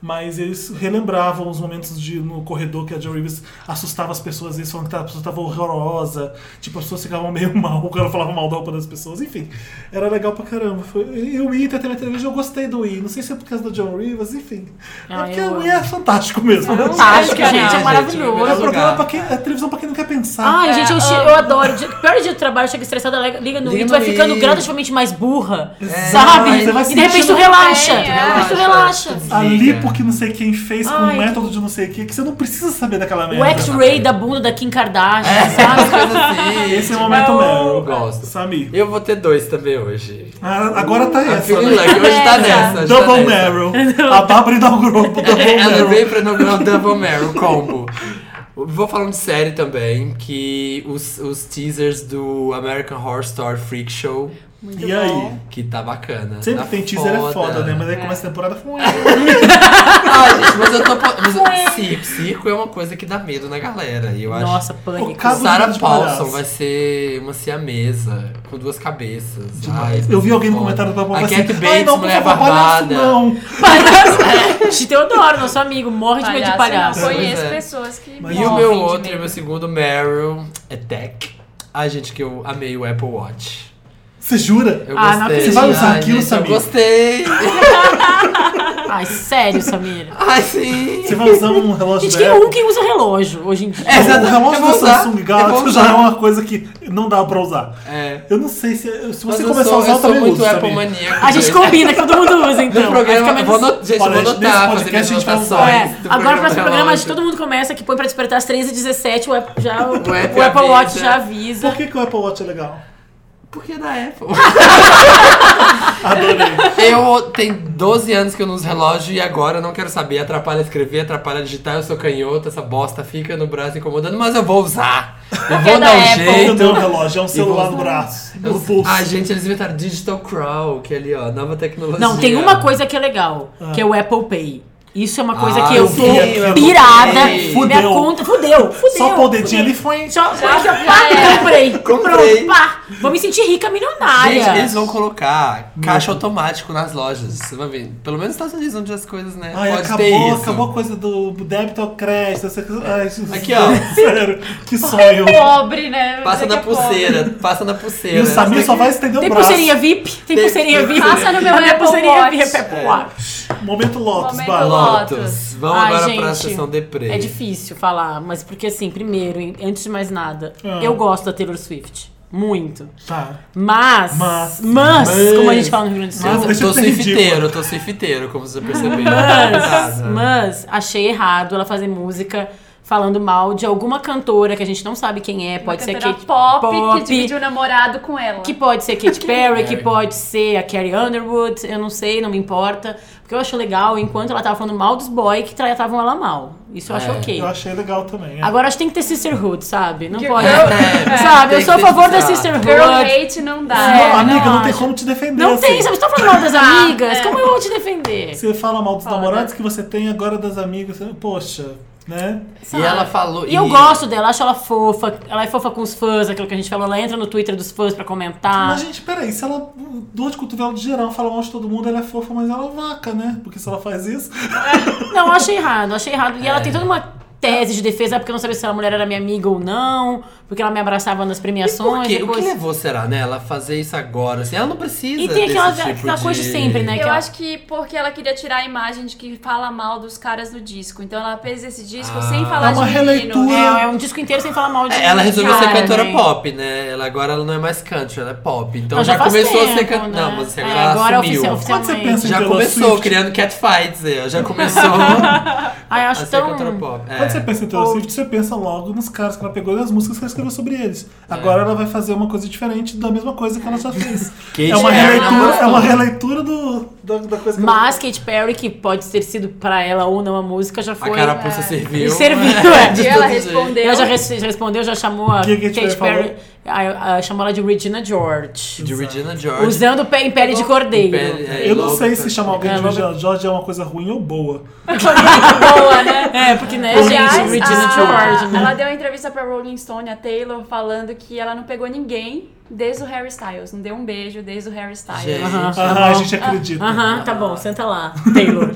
[SPEAKER 2] Mas eles relembravam os momentos de no corredor que a Joan Rivers assustava as pessoas, eles falavam que a pessoa estava horrorosa, tipo, as pessoas ficavam meio [laughs] mal quando ela falava mal da roupa das pessoas, enfim. Era legal pra caramba. Foi, e o I, Entertainment Television, eu gostei do I. Não sei se é por causa da Joan Rivers, enfim.
[SPEAKER 5] Ah,
[SPEAKER 2] é porque
[SPEAKER 5] eu
[SPEAKER 2] o I é fantástico mesmo. né?
[SPEAKER 5] Fantástico,
[SPEAKER 4] Ai,
[SPEAKER 5] gente,
[SPEAKER 4] gente,
[SPEAKER 5] é
[SPEAKER 3] gente,
[SPEAKER 5] maravilhoso.
[SPEAKER 2] É
[SPEAKER 3] Lugar.
[SPEAKER 2] programa pra quem. É televisão pra quem não quer pensar.
[SPEAKER 5] Ai, gente, Gente, eu, che-
[SPEAKER 4] amo.
[SPEAKER 5] eu adoro. Dia- Pior dia de trabalho, chega estressada, liga liga no
[SPEAKER 3] Liga
[SPEAKER 5] It,
[SPEAKER 3] no
[SPEAKER 5] vai ficando
[SPEAKER 3] It.
[SPEAKER 5] gradativamente mais burra,
[SPEAKER 3] É,
[SPEAKER 5] sabe?
[SPEAKER 2] você vai
[SPEAKER 5] E de repente
[SPEAKER 2] sentindo
[SPEAKER 5] tu relaxa.
[SPEAKER 4] bem, é.
[SPEAKER 5] De repente tu relaxa.
[SPEAKER 2] Ali [laughs] porque não sei quem fez com o
[SPEAKER 5] Ai,
[SPEAKER 2] método de não sei o que, que você não precisa saber daquela
[SPEAKER 5] O
[SPEAKER 3] É.
[SPEAKER 2] merda.
[SPEAKER 5] X-ray da bunda da Kim Kardashian, sabe?
[SPEAKER 2] Esse é o momento
[SPEAKER 3] eu
[SPEAKER 2] Meryl.
[SPEAKER 3] gosto.
[SPEAKER 2] Samir.
[SPEAKER 3] Eu vou ter dois também hoje.
[SPEAKER 2] Ah, Agora tá
[SPEAKER 3] A
[SPEAKER 2] essa,
[SPEAKER 3] feeling
[SPEAKER 2] né?
[SPEAKER 3] lucky hoje tá
[SPEAKER 4] Essa.
[SPEAKER 3] nessa. hoje tá
[SPEAKER 2] Double
[SPEAKER 3] nessa. É,
[SPEAKER 2] Meryl. A Bárbara inaugurou o Double
[SPEAKER 3] [laughs] Ela
[SPEAKER 2] Meryl.
[SPEAKER 3] veio pra inaugurar o Double Meryl combo. Vou falando de série também, que os, os teasers do American Horror Story Freak Show,
[SPEAKER 2] E aí?
[SPEAKER 3] que tá bacana.
[SPEAKER 2] Sempre
[SPEAKER 3] tá
[SPEAKER 2] tem teaser, é foda, né?
[SPEAKER 3] [laughs]
[SPEAKER 2] Mas aí começa a temporada, foi.
[SPEAKER 3] Ah, gente, mas eu tô... Mas eu, circo, circo é uma coisa que dá medo na galera. E eu acho...
[SPEAKER 5] Nossa,
[SPEAKER 3] [laughs]
[SPEAKER 5] pânico.
[SPEAKER 2] Cabo
[SPEAKER 3] Sarah
[SPEAKER 2] de
[SPEAKER 3] Paulson
[SPEAKER 2] palhaço.
[SPEAKER 3] vai ser uma siamesa com duas cabeças. Ai,
[SPEAKER 2] Eu vi alguém no
[SPEAKER 3] foda.
[SPEAKER 2] comentário da Bárbara
[SPEAKER 3] A
[SPEAKER 2] assim,
[SPEAKER 3] Cat
[SPEAKER 2] ai
[SPEAKER 3] Bates,
[SPEAKER 2] não, por
[SPEAKER 3] mulher
[SPEAKER 2] favor, palhaço
[SPEAKER 3] barbada.
[SPEAKER 2] não.
[SPEAKER 5] Palhaço. Teodoro, nosso amigo, morre de medo de palhaço.
[SPEAKER 4] Palhaço, não. Conheço
[SPEAKER 3] Pois é.
[SPEAKER 4] pessoas que.
[SPEAKER 2] Mas
[SPEAKER 3] E o
[SPEAKER 4] morrem
[SPEAKER 3] meu
[SPEAKER 4] de
[SPEAKER 3] outro,
[SPEAKER 5] né?
[SPEAKER 3] e
[SPEAKER 4] medo.
[SPEAKER 3] meu segundo Meryl, é Tech. Ai, gente, que eu amei o Apple Watch.
[SPEAKER 2] Você jura?
[SPEAKER 3] Eu gostei.
[SPEAKER 5] Ah, não acredito. Você vai
[SPEAKER 2] usar
[SPEAKER 3] Ai,
[SPEAKER 2] aquilo,
[SPEAKER 3] gente,
[SPEAKER 2] Samir?
[SPEAKER 3] Eu gostei. [laughs]
[SPEAKER 5] Ai, sério, Samira.
[SPEAKER 3] Ai, sim.
[SPEAKER 2] Você vai usar um relógio da
[SPEAKER 5] Gente, quem,
[SPEAKER 2] Apple?
[SPEAKER 5] um, quem usa relógio hoje em dia?
[SPEAKER 3] É,
[SPEAKER 2] O
[SPEAKER 3] exato.
[SPEAKER 2] relógio
[SPEAKER 3] Eu vou
[SPEAKER 2] da
[SPEAKER 3] usar,
[SPEAKER 2] Samsung
[SPEAKER 3] eu vou
[SPEAKER 2] Galaxy
[SPEAKER 3] usar.
[SPEAKER 2] já é uma coisa que não dá pra usar.
[SPEAKER 3] É.
[SPEAKER 2] Eu não sei se. Se
[SPEAKER 3] Mas
[SPEAKER 2] você
[SPEAKER 3] eu
[SPEAKER 2] começar
[SPEAKER 3] sou-
[SPEAKER 2] a usar,
[SPEAKER 3] eu
[SPEAKER 2] eu
[SPEAKER 3] sou
[SPEAKER 2] também
[SPEAKER 3] muito
[SPEAKER 2] uso.
[SPEAKER 3] Apple
[SPEAKER 2] Samir.
[SPEAKER 3] maníaco.
[SPEAKER 5] A gente combina que todo mundo usa, então.
[SPEAKER 3] No
[SPEAKER 5] Aí fica
[SPEAKER 3] programa,
[SPEAKER 5] menos-
[SPEAKER 3] vou no, gente,
[SPEAKER 2] Olha,
[SPEAKER 3] vou
[SPEAKER 2] nesse
[SPEAKER 3] anotar, fazer
[SPEAKER 2] podcast a gente vai
[SPEAKER 3] anotações
[SPEAKER 5] É,
[SPEAKER 3] do
[SPEAKER 5] agora o próximo programa, acho
[SPEAKER 3] relógio.
[SPEAKER 5] que todo mundo começa que põe pra despertar às 13h17, o, app já, o,
[SPEAKER 3] app
[SPEAKER 5] o Apple Watch
[SPEAKER 3] avisa.
[SPEAKER 5] já avisa.
[SPEAKER 2] Por que, que o Apple Watch é legal?
[SPEAKER 3] Porque é da Apple.
[SPEAKER 2] Adorei.
[SPEAKER 3] [laughs] Eu tenho 12 anos que eu não uso relógio e agora eu não quero saber. Atrapalha escrever, atrapalha digitar, eu sou canhoto, essa bosta fica no braço incomodando, mas eu vou usar. Eu vou
[SPEAKER 4] é
[SPEAKER 3] dar
[SPEAKER 4] da
[SPEAKER 3] um
[SPEAKER 4] Apple.
[SPEAKER 2] Não,
[SPEAKER 3] jeito.
[SPEAKER 2] não é um relógio, é um celular
[SPEAKER 3] vou-
[SPEAKER 2] no braço,
[SPEAKER 3] Eu-
[SPEAKER 2] no pulso.
[SPEAKER 3] Ah, gente, eles inventaram Digital Crow, que é ali, ó, nova tecnologia.
[SPEAKER 5] Não, tem uma coisa que é legal,
[SPEAKER 2] Ah.
[SPEAKER 5] que é o Apple Pay. Isso é uma coisa
[SPEAKER 3] Ah,
[SPEAKER 5] que eu
[SPEAKER 3] sim,
[SPEAKER 5] tô
[SPEAKER 2] o Apple
[SPEAKER 5] pirada.
[SPEAKER 3] Pay.
[SPEAKER 5] Minha
[SPEAKER 2] Fudeu.
[SPEAKER 5] conta, fudeu, fudeu.
[SPEAKER 2] Só com o dedinho ali
[SPEAKER 5] fudeu.
[SPEAKER 2] foi.
[SPEAKER 5] Só, só,
[SPEAKER 4] Já
[SPEAKER 5] pá,
[SPEAKER 4] era.
[SPEAKER 5] comprei.
[SPEAKER 3] Comprei.
[SPEAKER 5] Pronto, pá. Vou me sentir rica, milionária.
[SPEAKER 3] Gente, eles vão colocar caixa automático nas lojas. Você vai ver. Pelo menos nos Estados Unidos, onde as coisas, né?
[SPEAKER 2] Ai,
[SPEAKER 3] pode ter
[SPEAKER 2] acabou,
[SPEAKER 3] isso.
[SPEAKER 2] acabou a coisa do débito ao crédito. essa coisa- Ai, isso-
[SPEAKER 3] Aqui, ó.
[SPEAKER 2] [laughs] Sério, que sonho.
[SPEAKER 4] Pobre, né?
[SPEAKER 3] Passa
[SPEAKER 4] Dizer
[SPEAKER 3] na
[SPEAKER 4] que é pobre.
[SPEAKER 3] pulseira, passa na
[SPEAKER 2] E
[SPEAKER 3] pulseira. né?
[SPEAKER 2] o Samir só vai estender o
[SPEAKER 5] Tem
[SPEAKER 2] um braço.
[SPEAKER 5] pulseirinha VIP? Tem,
[SPEAKER 3] Tem-
[SPEAKER 5] pulseirinha
[SPEAKER 3] tem
[SPEAKER 5] VIP?
[SPEAKER 3] pulseirinha.
[SPEAKER 5] A
[SPEAKER 4] Passa no meu
[SPEAKER 5] minha
[SPEAKER 4] Apple
[SPEAKER 5] pulseirinha
[SPEAKER 4] Watch.
[SPEAKER 5] VIP, é Apple Watch.
[SPEAKER 2] Momento Lotus,
[SPEAKER 4] Momento
[SPEAKER 2] Bárbara.
[SPEAKER 4] Lotus.
[SPEAKER 3] Lotus. Vamos
[SPEAKER 5] Ai,
[SPEAKER 3] agora
[SPEAKER 5] gente,
[SPEAKER 3] pra sessão deprê.
[SPEAKER 5] É difícil falar, mas porque assim, primeiro, em- antes de mais nada,
[SPEAKER 2] Ah.
[SPEAKER 5] eu gosto da Taylor Swift. Muito.
[SPEAKER 2] Tá.
[SPEAKER 5] Mas,
[SPEAKER 2] Mas.
[SPEAKER 5] mas,
[SPEAKER 2] Mas.
[SPEAKER 5] como a gente fala no Rio Grande do Sul,
[SPEAKER 2] Mas-
[SPEAKER 3] Eu tô
[SPEAKER 2] Isso é
[SPEAKER 3] surfiteiro, tô surfiteiro, como você percebeu. Tá,
[SPEAKER 5] mas,
[SPEAKER 3] Nada.
[SPEAKER 5] mas achei errado ela fazer música falando mal de alguma cantora que a gente não sabe quem é,
[SPEAKER 4] Uma
[SPEAKER 5] pode ser
[SPEAKER 4] cantora
[SPEAKER 5] Kate
[SPEAKER 4] pop,
[SPEAKER 5] Pop,
[SPEAKER 4] que dividiu o namorado com ela.
[SPEAKER 5] que pode ser Katy Perry, que
[SPEAKER 3] Perry.
[SPEAKER 5] pode ser a Carrie Underwood, eu não sei, não me importa. Porque eu acho legal, enquanto ela tava falando mal dos boys que tratavam ela mal. Isso eu acho
[SPEAKER 3] É.
[SPEAKER 5] ok.
[SPEAKER 2] Eu achei legal também. é.
[SPEAKER 5] Agora acho que tem que ter sisterhood, sabe? Não
[SPEAKER 4] Que-
[SPEAKER 5] pode.
[SPEAKER 3] É,
[SPEAKER 5] [laughs] sabe,
[SPEAKER 3] tem
[SPEAKER 5] eu sou a
[SPEAKER 3] que ter
[SPEAKER 5] favor da
[SPEAKER 3] sisterhood.
[SPEAKER 4] Girl
[SPEAKER 5] sisterhood.
[SPEAKER 4] hate não
[SPEAKER 2] Não,
[SPEAKER 5] é,
[SPEAKER 4] dá.
[SPEAKER 2] amiga, não,
[SPEAKER 5] não
[SPEAKER 2] tem
[SPEAKER 5] acho.
[SPEAKER 2] como te defender.
[SPEAKER 5] Não
[SPEAKER 2] assim.
[SPEAKER 5] tem, sabe? Você tá falando mal das
[SPEAKER 4] [laughs] Ah,
[SPEAKER 5] amigas?
[SPEAKER 4] é.
[SPEAKER 5] Como eu vou te defender?
[SPEAKER 2] Você fala mal dos
[SPEAKER 5] né?
[SPEAKER 4] Foda.
[SPEAKER 2] namorados que você tem, agora das amigas. Poxa, né?
[SPEAKER 3] E ela falou.
[SPEAKER 5] E eu gosto dela, acho ela fofa. Ela é fofa com os fãs, aquilo que a gente falou. Ela entra no Twitter dos fãs pra comentar.
[SPEAKER 2] Mas, gente, peraí, se ela dor de cotovelo de geral, fala mal de todo mundo, ela é fofa, mas ela é vaca, né? Porque se ela faz isso.
[SPEAKER 5] Não, eu achei errado, achei errado.
[SPEAKER 3] É.
[SPEAKER 5] E ela tem toda uma tese de defesa, porque eu não sabia se a mulher era minha amiga ou não, porque ela me abraçava nas
[SPEAKER 3] Por
[SPEAKER 5] premiações.
[SPEAKER 3] quê? O que
[SPEAKER 5] depois...
[SPEAKER 3] levou, será, né? Ela fazer isso agora? Assim, ela não precisa.
[SPEAKER 5] E tem aquela-
[SPEAKER 3] desse tipo
[SPEAKER 5] aquela coisa
[SPEAKER 3] de
[SPEAKER 5] de sempre, né?
[SPEAKER 4] Eu
[SPEAKER 5] Aquela-
[SPEAKER 4] acho que porque ela queria tirar a imagem de que fala mal dos caras no disco. Então ela fez esse disco
[SPEAKER 3] Ah.
[SPEAKER 4] sem
[SPEAKER 2] É
[SPEAKER 4] falar
[SPEAKER 2] uma
[SPEAKER 4] de menino.
[SPEAKER 2] releitura.
[SPEAKER 5] É, é um disco inteiro sem falar mal de
[SPEAKER 3] É, Ela resolveu ser
[SPEAKER 5] cara,
[SPEAKER 3] cantora
[SPEAKER 5] né?
[SPEAKER 3] pop, né? Ela agora ela não é mais country, ela é pop. Então
[SPEAKER 5] Não,
[SPEAKER 3] já,
[SPEAKER 5] faz
[SPEAKER 3] começou a
[SPEAKER 5] tempo,
[SPEAKER 3] ser cantora.
[SPEAKER 5] né?
[SPEAKER 3] Não, mas
[SPEAKER 5] É,
[SPEAKER 3] agora ela
[SPEAKER 5] agora
[SPEAKER 3] assumiu.
[SPEAKER 5] oficial-
[SPEAKER 2] Quando você
[SPEAKER 5] oficialmente.
[SPEAKER 2] pensa em
[SPEAKER 3] Já
[SPEAKER 2] Taylor
[SPEAKER 3] começou
[SPEAKER 2] Swift,
[SPEAKER 3] criando catfights aí,
[SPEAKER 5] [laughs]
[SPEAKER 3] ó. Já começou
[SPEAKER 5] Então, Ai, eu
[SPEAKER 3] a
[SPEAKER 5] acho
[SPEAKER 3] ser
[SPEAKER 5] tão...
[SPEAKER 3] cantora pop. É.
[SPEAKER 2] Quando você pensa em Taylor
[SPEAKER 5] Ou-
[SPEAKER 2] Swift, você pensa logo nos caras que ela pegou e nas músicas que ela escreveu sobre eles.
[SPEAKER 3] É.
[SPEAKER 2] Agora ela vai fazer uma coisa diferente da mesma coisa que ela
[SPEAKER 3] [laughs]
[SPEAKER 2] já fez.
[SPEAKER 3] Katy
[SPEAKER 2] é uma
[SPEAKER 3] Perry
[SPEAKER 2] releitura,
[SPEAKER 3] não
[SPEAKER 2] é uma releitura do, da, da coisa que
[SPEAKER 5] Mas Kate Perry, que pode ter sido pra ela ou não a música, já
[SPEAKER 3] A
[SPEAKER 5] foi... né?
[SPEAKER 3] carapuça serviu.
[SPEAKER 5] E serviu, é.
[SPEAKER 3] [laughs] de
[SPEAKER 4] E ela
[SPEAKER 3] todo jeito.
[SPEAKER 4] respondeu.
[SPEAKER 5] Ela já, res- já respondeu, já chamou a
[SPEAKER 2] Que que a Katy
[SPEAKER 5] Kate
[SPEAKER 2] Perry
[SPEAKER 5] Perry, a- a- chamou ela de Regina George.
[SPEAKER 3] De Regina George.
[SPEAKER 5] Usando pé em pele de cordeiro.
[SPEAKER 3] Pele- é,
[SPEAKER 2] ela... Eu não
[SPEAKER 3] logo-
[SPEAKER 2] sei se chamar alguém de
[SPEAKER 5] É, logo-
[SPEAKER 2] Regina George é uma coisa ruim ou boa.
[SPEAKER 4] boa, né?
[SPEAKER 5] É, porque, né,
[SPEAKER 4] Aliás,
[SPEAKER 5] gente, Regina
[SPEAKER 4] a-
[SPEAKER 5] George, né?
[SPEAKER 4] Ela deu uma entrevista pra Rolling Stone, a Taylor, falando que ela não pegou ninguém desde o Harry Styles. Não deu um beijo desde o Harry Styles.
[SPEAKER 3] Gente, tá
[SPEAKER 5] Aham.
[SPEAKER 2] Ah, a gente acredita.
[SPEAKER 5] Aham, tá bom, senta lá, [laughs] Taylor.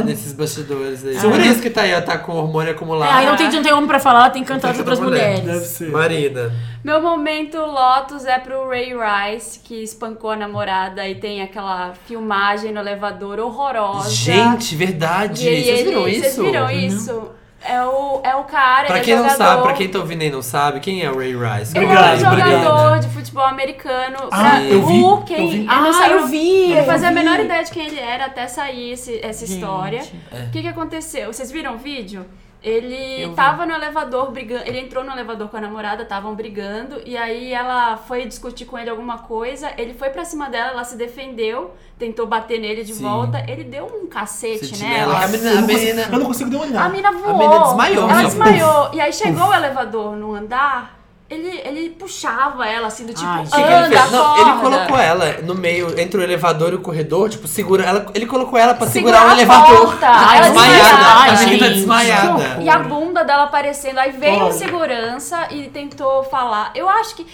[SPEAKER 3] é, nesses bastidores aí. Por isso que tá aí, ó, tá com hormônio
[SPEAKER 5] É,
[SPEAKER 3] acumulado.
[SPEAKER 5] aí não tem, não tem homem pra falar, tem que cantar
[SPEAKER 3] Tem que
[SPEAKER 5] para as
[SPEAKER 3] cantar pra mulher.
[SPEAKER 2] Deve
[SPEAKER 5] mulheres.
[SPEAKER 2] ser.
[SPEAKER 3] Marina.
[SPEAKER 4] Meu momento Lotus é pro Ray Rice, que espancou a namorada e tem aquela filmagem no elevador horrorosa.
[SPEAKER 3] Gente, verdade.
[SPEAKER 4] E ele-
[SPEAKER 3] Vocês viram
[SPEAKER 4] vocês
[SPEAKER 5] Uhum.
[SPEAKER 3] isso?
[SPEAKER 4] viram isso? É o, é o cara,
[SPEAKER 3] Pra
[SPEAKER 4] ele
[SPEAKER 3] quem
[SPEAKER 4] é
[SPEAKER 3] não
[SPEAKER 4] jogador.
[SPEAKER 3] sabe, pra quem tá ouvindo e não sabe, quem é o Ray Rice?
[SPEAKER 4] Ele
[SPEAKER 3] Conta
[SPEAKER 4] é
[SPEAKER 3] aí,
[SPEAKER 4] um
[SPEAKER 2] Obrigado,
[SPEAKER 3] Brenda.
[SPEAKER 4] jogador de futebol americano.
[SPEAKER 2] Ah,
[SPEAKER 4] Pra-
[SPEAKER 3] eu
[SPEAKER 2] vi,
[SPEAKER 4] o
[SPEAKER 2] eu
[SPEAKER 4] quem,
[SPEAKER 2] vi.
[SPEAKER 4] Eu
[SPEAKER 5] Ah,
[SPEAKER 4] não sabia,
[SPEAKER 5] eu vi,
[SPEAKER 4] Eu
[SPEAKER 5] eu
[SPEAKER 4] fazia a
[SPEAKER 5] vi.
[SPEAKER 4] menor ideia de quem ele era até sair esse- essa história.
[SPEAKER 3] É.
[SPEAKER 4] O que, que aconteceu? Vocês viram o vídeo? Ele
[SPEAKER 5] Eu vi.
[SPEAKER 4] tava no elevador brigando. Ele entrou no elevador com a namorada, estavam brigando. E aí ela foi discutir com ele alguma coisa. Ele foi pra cima dela, ela se defendeu, tentou bater nele de
[SPEAKER 3] Sim.
[SPEAKER 4] volta. Ele deu um cacete
[SPEAKER 3] Sentinela,
[SPEAKER 4] nela.
[SPEAKER 3] que a menina- a menina-
[SPEAKER 2] Eu não consigo nem olhar.
[SPEAKER 4] A mina voou.
[SPEAKER 3] mina desmaiou, né?
[SPEAKER 4] Ela
[SPEAKER 3] só.
[SPEAKER 4] desmaiou. E aí chegou o elevador no andar, ele, ele puxava ela, assim, do tipo,
[SPEAKER 5] Ai,
[SPEAKER 4] anda,
[SPEAKER 5] gente.
[SPEAKER 3] O que que ele fez? Não, ele
[SPEAKER 4] acorda.
[SPEAKER 3] colocou ela no meio, entre o elevador e o corredor, tipo, segura ela. Ele colocou ela pra segurar
[SPEAKER 4] Segura
[SPEAKER 3] o
[SPEAKER 4] a
[SPEAKER 3] elevador.
[SPEAKER 4] porta. Ela
[SPEAKER 3] desmaiada.
[SPEAKER 4] desmaiada.
[SPEAKER 3] A menina
[SPEAKER 5] Ai,
[SPEAKER 3] desmaiada.
[SPEAKER 5] gente.
[SPEAKER 4] E a bunda dela aparecendo. Aí veio
[SPEAKER 2] Olha.
[SPEAKER 4] um segurança e tentou falar. Eu acho que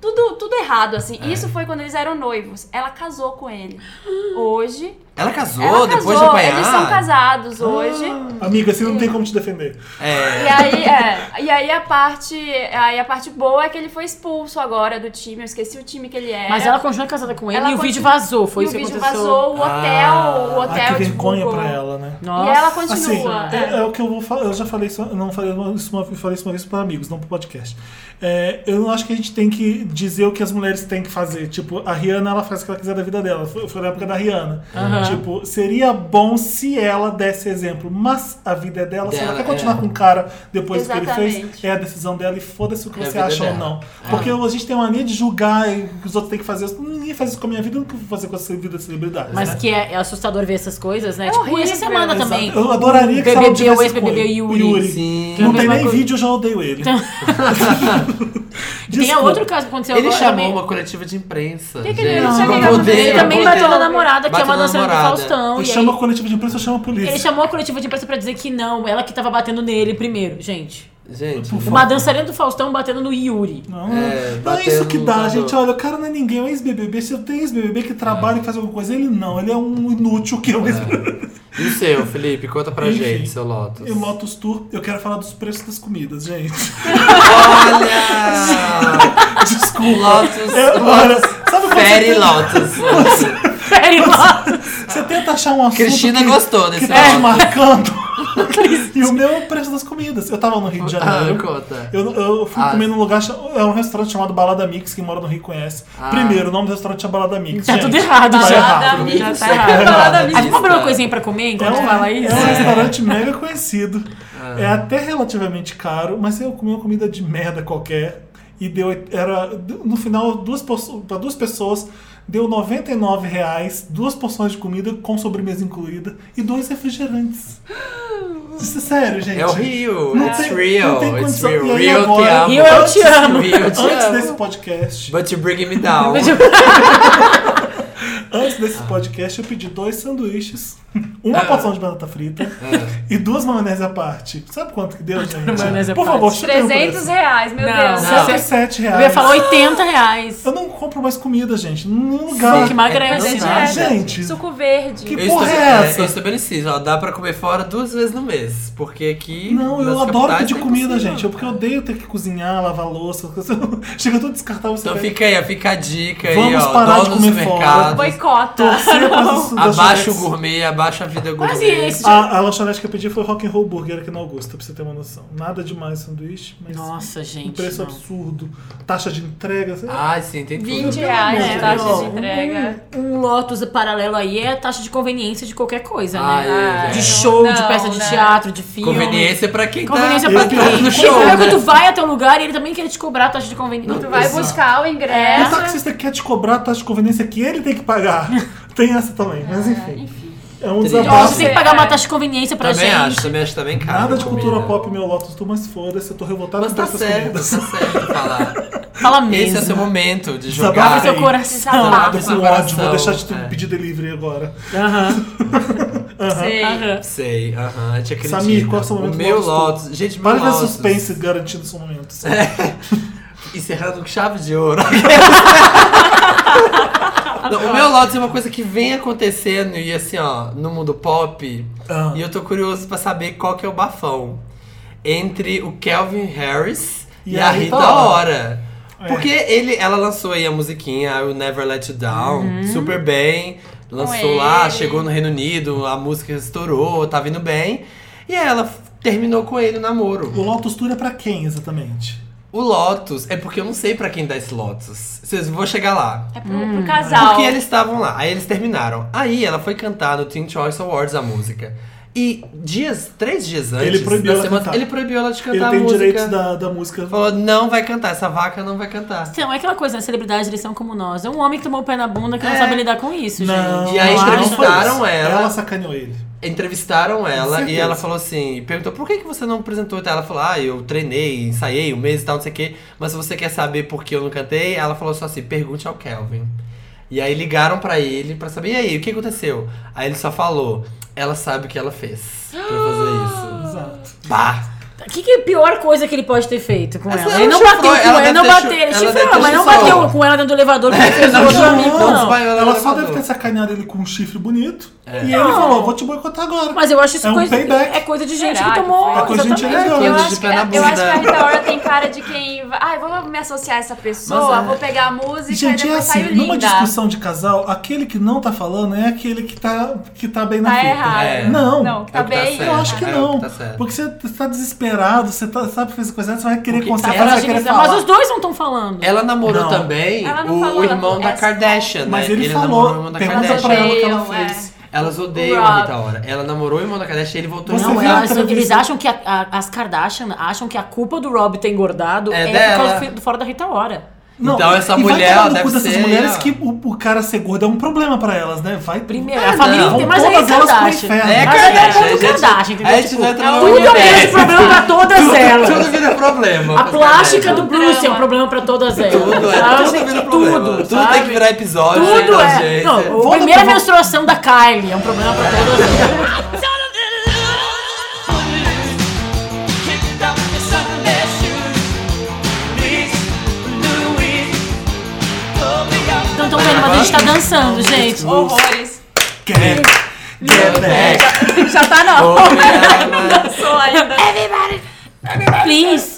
[SPEAKER 4] tudo, tudo errado, assim. Isso foi quando eles eram noivos. Ela casou com ele. Hoje.
[SPEAKER 3] Ela casou,
[SPEAKER 4] ela
[SPEAKER 3] depois
[SPEAKER 4] casou.
[SPEAKER 3] de apanhar.
[SPEAKER 4] Eles são casados hoje.
[SPEAKER 2] Amiga, você não tem como te defender.
[SPEAKER 3] É.
[SPEAKER 4] E aí, é, e aí a parte. Aí a parte boa é que ele foi expulso agora do time. Eu esqueci o time que ele era.
[SPEAKER 5] Mas ela continua casada com ele
[SPEAKER 4] Ela
[SPEAKER 5] e o vídeo
[SPEAKER 4] continua-
[SPEAKER 5] vazou, foi
[SPEAKER 4] e o
[SPEAKER 5] isso que
[SPEAKER 4] vídeo
[SPEAKER 5] aconteceu.
[SPEAKER 4] vazou, o hotel,
[SPEAKER 3] Ah,
[SPEAKER 4] o hotel
[SPEAKER 2] ah, que
[SPEAKER 4] de
[SPEAKER 2] vergonha
[SPEAKER 4] Google.
[SPEAKER 2] pra ela, né?
[SPEAKER 5] Nossa.
[SPEAKER 4] E ela continua.
[SPEAKER 2] Assim, é,
[SPEAKER 4] é.
[SPEAKER 2] é o que eu vou falar. Eu já falei isso, eu não falei isso uma, eu falei isso uma vez para amigos, não pro podcast. É, eu não acho que a gente tem que dizer o que as mulheres têm que fazer. Tipo, a Rihanna ela faz o que ela quiser da vida dela. Foi, foi na época da Rihanna. Tipo, seria bom se ela desse exemplo, mas a vida é dela. se ela
[SPEAKER 3] Dela,
[SPEAKER 2] quer continuar
[SPEAKER 3] é.
[SPEAKER 2] com o cara depois do que ele fez,
[SPEAKER 4] Exatamente.
[SPEAKER 2] é a decisão dela e foda-se o que
[SPEAKER 3] É a
[SPEAKER 2] você
[SPEAKER 3] vida
[SPEAKER 2] acha ou
[SPEAKER 3] dela.
[SPEAKER 2] não. Porque a gente tem uma mania de julgar e que os outros têm que fazer isso. Ninguém faz isso com a minha vida, eu não vou fazer com a vida da celebridade.
[SPEAKER 5] Mas
[SPEAKER 2] né?
[SPEAKER 5] que é, é assustador ver essas coisas, né?
[SPEAKER 4] É
[SPEAKER 5] tipo,
[SPEAKER 4] horrível.
[SPEAKER 5] essa semana
[SPEAKER 2] Exato.
[SPEAKER 5] também.
[SPEAKER 2] Eu adoraria que ela
[SPEAKER 5] BBB,
[SPEAKER 2] tivesse
[SPEAKER 5] o ex-BBB
[SPEAKER 2] com ele.
[SPEAKER 5] Yuri.
[SPEAKER 3] Sim.
[SPEAKER 2] Não
[SPEAKER 5] Que é a
[SPEAKER 2] tem
[SPEAKER 5] mesma
[SPEAKER 2] nem
[SPEAKER 5] coisa.
[SPEAKER 2] vídeo, eu já odeio ele. [laughs]
[SPEAKER 5] E tem
[SPEAKER 2] Desculpa.
[SPEAKER 5] outro caso que aconteceu
[SPEAKER 3] Ele
[SPEAKER 5] agora
[SPEAKER 3] chamou
[SPEAKER 5] também.
[SPEAKER 3] uma coletiva de imprensa.
[SPEAKER 4] Que que
[SPEAKER 3] gente,
[SPEAKER 4] ele-
[SPEAKER 3] pra
[SPEAKER 4] sabe o que que
[SPEAKER 3] poder-
[SPEAKER 4] aconteceu?
[SPEAKER 5] Ele
[SPEAKER 3] pra
[SPEAKER 5] também
[SPEAKER 3] poder-
[SPEAKER 5] bateu na namorada, que é
[SPEAKER 3] Bateu
[SPEAKER 5] uma
[SPEAKER 3] na
[SPEAKER 5] dançante do
[SPEAKER 3] namorada.
[SPEAKER 5] Faustão.
[SPEAKER 2] Eu
[SPEAKER 5] e aí-
[SPEAKER 2] chamo a coletiva é tipo de imprensa, eu chamo a polícia.
[SPEAKER 5] Ele chamou a coletiva de imprensa pra dizer que não, ela que tava batendo nele primeiro, gente.
[SPEAKER 3] Gente,
[SPEAKER 5] Uma dançarina do Faustão batendo no Yuri.
[SPEAKER 2] Não,
[SPEAKER 3] É,
[SPEAKER 2] não é
[SPEAKER 3] bateu
[SPEAKER 2] isso que
[SPEAKER 3] no
[SPEAKER 2] dá,
[SPEAKER 3] lutador.
[SPEAKER 2] gente. Olha, o cara não é ninguém, é um ex-BBB. Se eu tenho ex-BBB que trabalha e que faz alguma coisa, ele não. Ele é um inútil que é um ex-BBB.
[SPEAKER 3] e o seu, Felipe? Conta pra
[SPEAKER 2] Enfim.
[SPEAKER 3] gente, seu Lotus.
[SPEAKER 2] E Lotus Tour, eu quero falar dos preços das comidas, gente.
[SPEAKER 5] [laughs]
[SPEAKER 3] Olha!
[SPEAKER 2] Desculpa.
[SPEAKER 3] Lotus.
[SPEAKER 2] É, olha, sabe quando você
[SPEAKER 3] Fere
[SPEAKER 2] tenta-
[SPEAKER 3] Lotus.
[SPEAKER 5] [laughs] Peraí, lá.
[SPEAKER 2] Você tenta achar um assunto
[SPEAKER 3] Cristina
[SPEAKER 2] que,
[SPEAKER 3] gostou desse
[SPEAKER 2] que tá te
[SPEAKER 3] assunto.
[SPEAKER 2] marcando.
[SPEAKER 5] [laughs]
[SPEAKER 2] e o meu é o preço das comidas. Eu tava no Rio de
[SPEAKER 3] Ah,
[SPEAKER 2] Janeiro.
[SPEAKER 3] conta.
[SPEAKER 2] Eu, eu fui
[SPEAKER 3] Ah.
[SPEAKER 2] comer num lugar, cha- é um restaurante chamado Balada Mix, quem mora no Rio conhece.
[SPEAKER 3] Ah.
[SPEAKER 2] Primeiro, o nome do restaurante é Balada Mix.
[SPEAKER 5] Tá
[SPEAKER 2] gente.
[SPEAKER 5] tudo errado,
[SPEAKER 2] Tá
[SPEAKER 5] já.
[SPEAKER 2] errado.
[SPEAKER 5] Já tá
[SPEAKER 3] Isso,
[SPEAKER 5] errado.
[SPEAKER 3] é balada
[SPEAKER 5] A gente
[SPEAKER 3] mista.
[SPEAKER 5] comprou uma coisinha pra comer
[SPEAKER 2] É
[SPEAKER 5] enquanto
[SPEAKER 2] um,
[SPEAKER 5] fala
[SPEAKER 2] é um
[SPEAKER 5] isso?
[SPEAKER 2] restaurante mega conhecido.
[SPEAKER 3] Ah.
[SPEAKER 2] É até relativamente caro, mas eu comi uma comida de merda qualquer. E deu. Era, no final, duas para duas pessoas, deu R$ 99 reais, duas porções de comida com sobremesa incluída e dois
[SPEAKER 5] [gasps]
[SPEAKER 2] refrigerantes. Isso é sério, gente.
[SPEAKER 3] É o Rio.
[SPEAKER 2] Não
[SPEAKER 3] It's
[SPEAKER 2] tem- não
[SPEAKER 3] real.
[SPEAKER 2] tem
[SPEAKER 3] It's
[SPEAKER 2] condição.
[SPEAKER 3] real.
[SPEAKER 2] E aí
[SPEAKER 3] Rio, te
[SPEAKER 2] agora-
[SPEAKER 3] amo.
[SPEAKER 5] Rio, eu te amo.
[SPEAKER 3] Rio, eu te
[SPEAKER 2] Antes
[SPEAKER 3] amo.
[SPEAKER 2] desse podcast,
[SPEAKER 3] But you bring me down.
[SPEAKER 2] Antes desse
[SPEAKER 3] Ah.
[SPEAKER 2] podcast, eu pedi dois sanduíches, uma porção de batata frita
[SPEAKER 3] Ah.
[SPEAKER 2] e duas maionese à parte. Sabe quanto que deu, gente?
[SPEAKER 5] maionese à
[SPEAKER 2] Por
[SPEAKER 5] parte.
[SPEAKER 2] favor, chutem o
[SPEAKER 4] 300
[SPEAKER 2] preço.
[SPEAKER 4] reais, meu
[SPEAKER 5] Não.
[SPEAKER 4] Deus.
[SPEAKER 3] Ah.
[SPEAKER 5] Não.
[SPEAKER 2] 107 reais.
[SPEAKER 5] Eu ia falar 80 reais.
[SPEAKER 2] Eu não compro mais comida, gente. Nenhum
[SPEAKER 5] Tem
[SPEAKER 2] lugar.
[SPEAKER 5] que
[SPEAKER 4] Mas é
[SPEAKER 5] emagrece.
[SPEAKER 3] Não dá.
[SPEAKER 5] né?
[SPEAKER 4] dieta,
[SPEAKER 2] gente.
[SPEAKER 4] Suco verde.
[SPEAKER 2] Que
[SPEAKER 3] Eu
[SPEAKER 2] porra
[SPEAKER 3] estou-
[SPEAKER 2] é essa?
[SPEAKER 3] eu estabeleci, ó, dá pra comer fora duas vezes no mês. Porque aqui.
[SPEAKER 2] Não, eu
[SPEAKER 3] nas
[SPEAKER 2] adoro
[SPEAKER 3] capitais
[SPEAKER 2] pedir
[SPEAKER 3] é
[SPEAKER 2] comida,
[SPEAKER 3] impossível.
[SPEAKER 2] gente. Eu, porque eu odeio ter que cozinhar, lavar louça. [laughs] Chega tudo descartável.
[SPEAKER 3] Então fica aí, ó, fica a dica aí,
[SPEAKER 2] Vamos
[SPEAKER 3] ó.
[SPEAKER 2] parar de
[SPEAKER 3] donos
[SPEAKER 2] comer
[SPEAKER 3] do
[SPEAKER 2] fora.
[SPEAKER 3] mercado.
[SPEAKER 4] Boicota.
[SPEAKER 3] [laughs]
[SPEAKER 2] Torcer para as-
[SPEAKER 3] Abaixa
[SPEAKER 2] das
[SPEAKER 3] o
[SPEAKER 2] lanchonetes.
[SPEAKER 3] gourmet, abaixa a vida gourmet.
[SPEAKER 5] Mas e esse?
[SPEAKER 2] A, a lanchonete que eu pedi foi Rock and Roll Burger aqui na Augusta, pra você ter uma noção. Nada demais sanduíche, mas
[SPEAKER 5] Nossa,
[SPEAKER 2] um
[SPEAKER 5] gente.
[SPEAKER 2] preço
[SPEAKER 5] não.
[SPEAKER 2] absurdo, taxa de entrega. sei lá.
[SPEAKER 3] Ai, Ah, sim, tem tudo.
[SPEAKER 4] 20 reais né? Hum. de
[SPEAKER 2] É,
[SPEAKER 4] taxa de
[SPEAKER 2] não.
[SPEAKER 4] entrega.
[SPEAKER 5] Um Lotus paralelo aí é a taxa de conveniência de qualquer coisa,
[SPEAKER 3] Ai,
[SPEAKER 5] né?
[SPEAKER 3] é,
[SPEAKER 5] De
[SPEAKER 3] é.
[SPEAKER 5] show, de
[SPEAKER 4] Não,
[SPEAKER 5] peça de
[SPEAKER 4] né?
[SPEAKER 5] teatro, de filme.
[SPEAKER 3] Conveniência pra quem
[SPEAKER 5] Conveniência
[SPEAKER 3] tá
[SPEAKER 5] pra
[SPEAKER 2] Eu
[SPEAKER 5] quê?
[SPEAKER 2] pior que
[SPEAKER 3] no
[SPEAKER 5] E
[SPEAKER 3] show,
[SPEAKER 5] pior que
[SPEAKER 3] né?
[SPEAKER 5] tu vai até um lugar e ele também quer te cobrar a taxa de conveniência.
[SPEAKER 4] Tu vai buscar o
[SPEAKER 2] O
[SPEAKER 4] ingresso.
[SPEAKER 2] um taxista quer te cobrar a taxa de conveniência que ele tem que pagar. tem essa também, mas enfim. É um
[SPEAKER 3] Triste.
[SPEAKER 5] Nossa,
[SPEAKER 2] desabafo.
[SPEAKER 5] você tem que pagar uma taxa de conveniência pra
[SPEAKER 3] Também
[SPEAKER 5] gente.
[SPEAKER 3] acho, também acho também caro.
[SPEAKER 2] Nada de
[SPEAKER 3] comida.
[SPEAKER 2] cultura pop, meu Lotus, tu, mas foda-se, eu tô revoltado
[SPEAKER 3] Mas
[SPEAKER 2] com
[SPEAKER 3] tá
[SPEAKER 2] essas
[SPEAKER 3] certo, tá
[SPEAKER 2] comidas.
[SPEAKER 3] certo falar.
[SPEAKER 5] Fala mesmo.
[SPEAKER 3] Esse é o seu momento de
[SPEAKER 2] Desabafo
[SPEAKER 3] jogar.
[SPEAKER 5] seu
[SPEAKER 2] aí.
[SPEAKER 5] coração.
[SPEAKER 2] Ah, tô
[SPEAKER 3] Meu
[SPEAKER 2] com ódio, vou
[SPEAKER 3] coração,
[SPEAKER 2] deixar de tu
[SPEAKER 3] Tá é.
[SPEAKER 2] pedir delivery agora.
[SPEAKER 5] Aham.
[SPEAKER 4] Sei.
[SPEAKER 5] Aham.
[SPEAKER 3] Sei, aham, eu te acredito.
[SPEAKER 2] Samir, qual é o seu momento
[SPEAKER 3] O meu
[SPEAKER 2] Lotus?
[SPEAKER 3] Lotus. Gente, meu
[SPEAKER 2] Para ver
[SPEAKER 3] Lotus. É.
[SPEAKER 2] suspense garantido nesse momento.
[SPEAKER 3] Encerrando com chave de [laughs] ouro. Não, o meu Lotus é uma coisa que vem acontecendo e assim, ó, no mundo pop.
[SPEAKER 2] Ah.
[SPEAKER 3] E eu tô curioso pra saber qual que é o bafão. Entre o Kelvin Harris e, a Rita Ora. É. Porque ele, ela lançou aí a musiquinha I Will Never Let You Down, super bem. Lançou lá,
[SPEAKER 4] ele.
[SPEAKER 3] chegou no Reino Unido, a música estourou, tá vindo bem. E ela f- terminou com ele o namoro.
[SPEAKER 2] O Lotus Tour é pra quem, exatamente?
[SPEAKER 3] O Lotus, é porque eu não sei pra quem dá esse Lotus. Vocês vou chegar lá.
[SPEAKER 4] É pro, pro casal.
[SPEAKER 3] Porque eles estavam lá, aí eles terminaram. Aí ela foi cantar no Teen Choice Awards a música. E dias, três dias antes,
[SPEAKER 2] Ele proibiu
[SPEAKER 3] da
[SPEAKER 2] ela cantar.
[SPEAKER 3] ele proibiu ela de
[SPEAKER 2] Ele
[SPEAKER 3] cantar a
[SPEAKER 2] tem
[SPEAKER 3] música.
[SPEAKER 2] direitos da, da música.
[SPEAKER 3] Falou, não vai cantar, essa vaca não vai cantar.
[SPEAKER 5] Então, é aquela coisa, né? Celebridades, eles são como nós. É um homem que tomou o pé na bunda que não
[SPEAKER 3] É.
[SPEAKER 5] sabe lidar com isso,
[SPEAKER 2] Não,
[SPEAKER 5] gente.
[SPEAKER 3] E aí
[SPEAKER 2] não, não foi
[SPEAKER 3] entrevistaram
[SPEAKER 2] isso.
[SPEAKER 3] ela.
[SPEAKER 2] Ela sacaneou ele.
[SPEAKER 3] Entrevistaram ela e
[SPEAKER 2] certeza.
[SPEAKER 3] ela falou assim, perguntou por que, que você não apresentou? Então, ela falou, ah, eu treinei, ensaiei um mês e tal, não sei o quê, mas se você quer saber por que eu não cantei, ela falou só assim, pergunte ao Kelvin. E aí ligaram pra ele pra saber, e aí, o que aconteceu? Aí ele só falou, ela sabe o que ela fez pra fazer
[SPEAKER 2] [gasps]
[SPEAKER 3] isso.
[SPEAKER 2] Exato.
[SPEAKER 3] Bah!
[SPEAKER 5] O que, que é a pior coisa que ele pode ter feito com
[SPEAKER 3] Mas
[SPEAKER 5] ela?
[SPEAKER 3] ela
[SPEAKER 5] Ele não
[SPEAKER 3] chifrou,
[SPEAKER 5] bateu
[SPEAKER 3] ela
[SPEAKER 5] com ela,
[SPEAKER 3] deve
[SPEAKER 5] não
[SPEAKER 3] ter
[SPEAKER 5] bateu.
[SPEAKER 3] chi-
[SPEAKER 5] Ele
[SPEAKER 3] ela
[SPEAKER 5] chifrou
[SPEAKER 3] deve
[SPEAKER 5] ela,
[SPEAKER 3] ter
[SPEAKER 5] mas não
[SPEAKER 3] chifrado.
[SPEAKER 5] bateu com ela dentro do elevador porque fez
[SPEAKER 3] Não,
[SPEAKER 5] outro
[SPEAKER 3] não,
[SPEAKER 5] amigo,
[SPEAKER 3] não,
[SPEAKER 5] não.
[SPEAKER 3] vai,
[SPEAKER 2] Ela só deve
[SPEAKER 3] falou. É.
[SPEAKER 2] ter sacaneado ele com um chifre bonito. E ele falou, vou te boicotar agora.
[SPEAKER 5] Mas eu acho isso
[SPEAKER 2] É um
[SPEAKER 5] coisa,
[SPEAKER 2] payback.
[SPEAKER 5] é coisa de gente
[SPEAKER 4] Será
[SPEAKER 5] que
[SPEAKER 4] que
[SPEAKER 5] tomou.
[SPEAKER 4] foi? É
[SPEAKER 2] coisa de gente
[SPEAKER 5] exatamente.
[SPEAKER 2] elegante.
[SPEAKER 4] Eu
[SPEAKER 3] de
[SPEAKER 4] acho, que,
[SPEAKER 3] pé na
[SPEAKER 4] eu acho que
[SPEAKER 3] bunda.
[SPEAKER 4] a
[SPEAKER 2] é-
[SPEAKER 4] Rita Ora tem cara de quem. vai- Ai, vou me associar a essa pessoa,
[SPEAKER 3] Mas é-
[SPEAKER 4] vou pegar a música e
[SPEAKER 2] Gente, é
[SPEAKER 4] depois
[SPEAKER 2] assim,
[SPEAKER 4] saio
[SPEAKER 2] numa
[SPEAKER 4] linda.
[SPEAKER 2] discussão de casal, aquele que não tá falando é aquele que tá, que tá bem na
[SPEAKER 4] Tá
[SPEAKER 2] fita.
[SPEAKER 4] errado.
[SPEAKER 3] É.
[SPEAKER 2] Não.
[SPEAKER 4] Não, que tá
[SPEAKER 3] É o que tá
[SPEAKER 4] bem.
[SPEAKER 3] certo.
[SPEAKER 2] Eu acho que
[SPEAKER 3] É,
[SPEAKER 2] não.
[SPEAKER 3] tá certo.
[SPEAKER 2] porque você tá desesperado, você tá, sabe que fez coisa errada, você vai querer
[SPEAKER 3] Porque
[SPEAKER 2] consertar,
[SPEAKER 3] ela
[SPEAKER 2] você vai querer
[SPEAKER 5] Mas
[SPEAKER 2] falar.
[SPEAKER 5] os dois não estão falando.
[SPEAKER 3] Ela namorou
[SPEAKER 2] Não.
[SPEAKER 3] também
[SPEAKER 4] Ela não
[SPEAKER 3] o,
[SPEAKER 4] falou,
[SPEAKER 3] o
[SPEAKER 4] ela
[SPEAKER 3] irmão
[SPEAKER 4] falou, é
[SPEAKER 3] da
[SPEAKER 4] "Essa-
[SPEAKER 3] Kardashian,
[SPEAKER 2] Mas
[SPEAKER 3] né?
[SPEAKER 2] ele
[SPEAKER 3] namorou o
[SPEAKER 2] falou,
[SPEAKER 3] irmão da
[SPEAKER 2] perguntou
[SPEAKER 3] Kardashian.
[SPEAKER 2] pra ela o que ela
[SPEAKER 4] Odeiam, é.
[SPEAKER 2] fez.
[SPEAKER 3] Elas odeiam
[SPEAKER 4] Rob.
[SPEAKER 3] a Rita Ora. Ela namorou o irmão da Kardashian, ele voltou
[SPEAKER 2] Você
[SPEAKER 3] com
[SPEAKER 5] Não,
[SPEAKER 2] viu
[SPEAKER 3] ela.
[SPEAKER 5] elas-
[SPEAKER 2] televisão?
[SPEAKER 5] eles acham que a- a- as Kardashian acham que a culpa do Rob ter engordado
[SPEAKER 3] É
[SPEAKER 5] é, por
[SPEAKER 3] dela.
[SPEAKER 5] causa do fi- do fora da Rita Ora.
[SPEAKER 3] Então essa
[SPEAKER 2] e vai
[SPEAKER 3] mulher,
[SPEAKER 2] tomar
[SPEAKER 3] ela
[SPEAKER 2] no
[SPEAKER 3] deve
[SPEAKER 2] cu dessas
[SPEAKER 3] ser-
[SPEAKER 2] mulheres que o, o cara ser gordo é um problema pra elas, né? Vai
[SPEAKER 5] Primeiro,
[SPEAKER 3] Ah,
[SPEAKER 5] a família
[SPEAKER 3] não.
[SPEAKER 5] inteira, mas aí é
[SPEAKER 2] Todas elas pro
[SPEAKER 5] Kardashian.
[SPEAKER 2] inferno.
[SPEAKER 3] É
[SPEAKER 5] mas aí é
[SPEAKER 3] Kardashian,
[SPEAKER 5] tudo
[SPEAKER 3] a gente-
[SPEAKER 5] Kardashian,
[SPEAKER 3] a
[SPEAKER 5] entendeu?
[SPEAKER 3] gente vai entrar no
[SPEAKER 5] tudo é o
[SPEAKER 3] universo.
[SPEAKER 5] mesmo problema pra todas elas.
[SPEAKER 3] Tudo é vira problema.
[SPEAKER 5] A plástica do
[SPEAKER 4] Drama.
[SPEAKER 5] Bruce é um problema pra todas elas.
[SPEAKER 3] Tudo, é,
[SPEAKER 5] sabe?
[SPEAKER 3] tudo vira problema. Tudo,
[SPEAKER 5] sabe?
[SPEAKER 3] tem que virar um episódio, tem
[SPEAKER 5] Tudo é.
[SPEAKER 3] inteligência.
[SPEAKER 5] Não, a
[SPEAKER 2] Volta
[SPEAKER 5] primeira
[SPEAKER 2] pra-
[SPEAKER 5] menstruação da Kylie é um problema pra todas elas. Não estão vendo, mas a gente tá dançando, gente.
[SPEAKER 3] Uhum.
[SPEAKER 4] Horrores.
[SPEAKER 2] Quer. Get
[SPEAKER 5] é. [laughs]
[SPEAKER 2] back.
[SPEAKER 3] Uhum.
[SPEAKER 4] Já tá não.
[SPEAKER 3] Vou pegar, mas-
[SPEAKER 4] Sou ainda.
[SPEAKER 5] Please,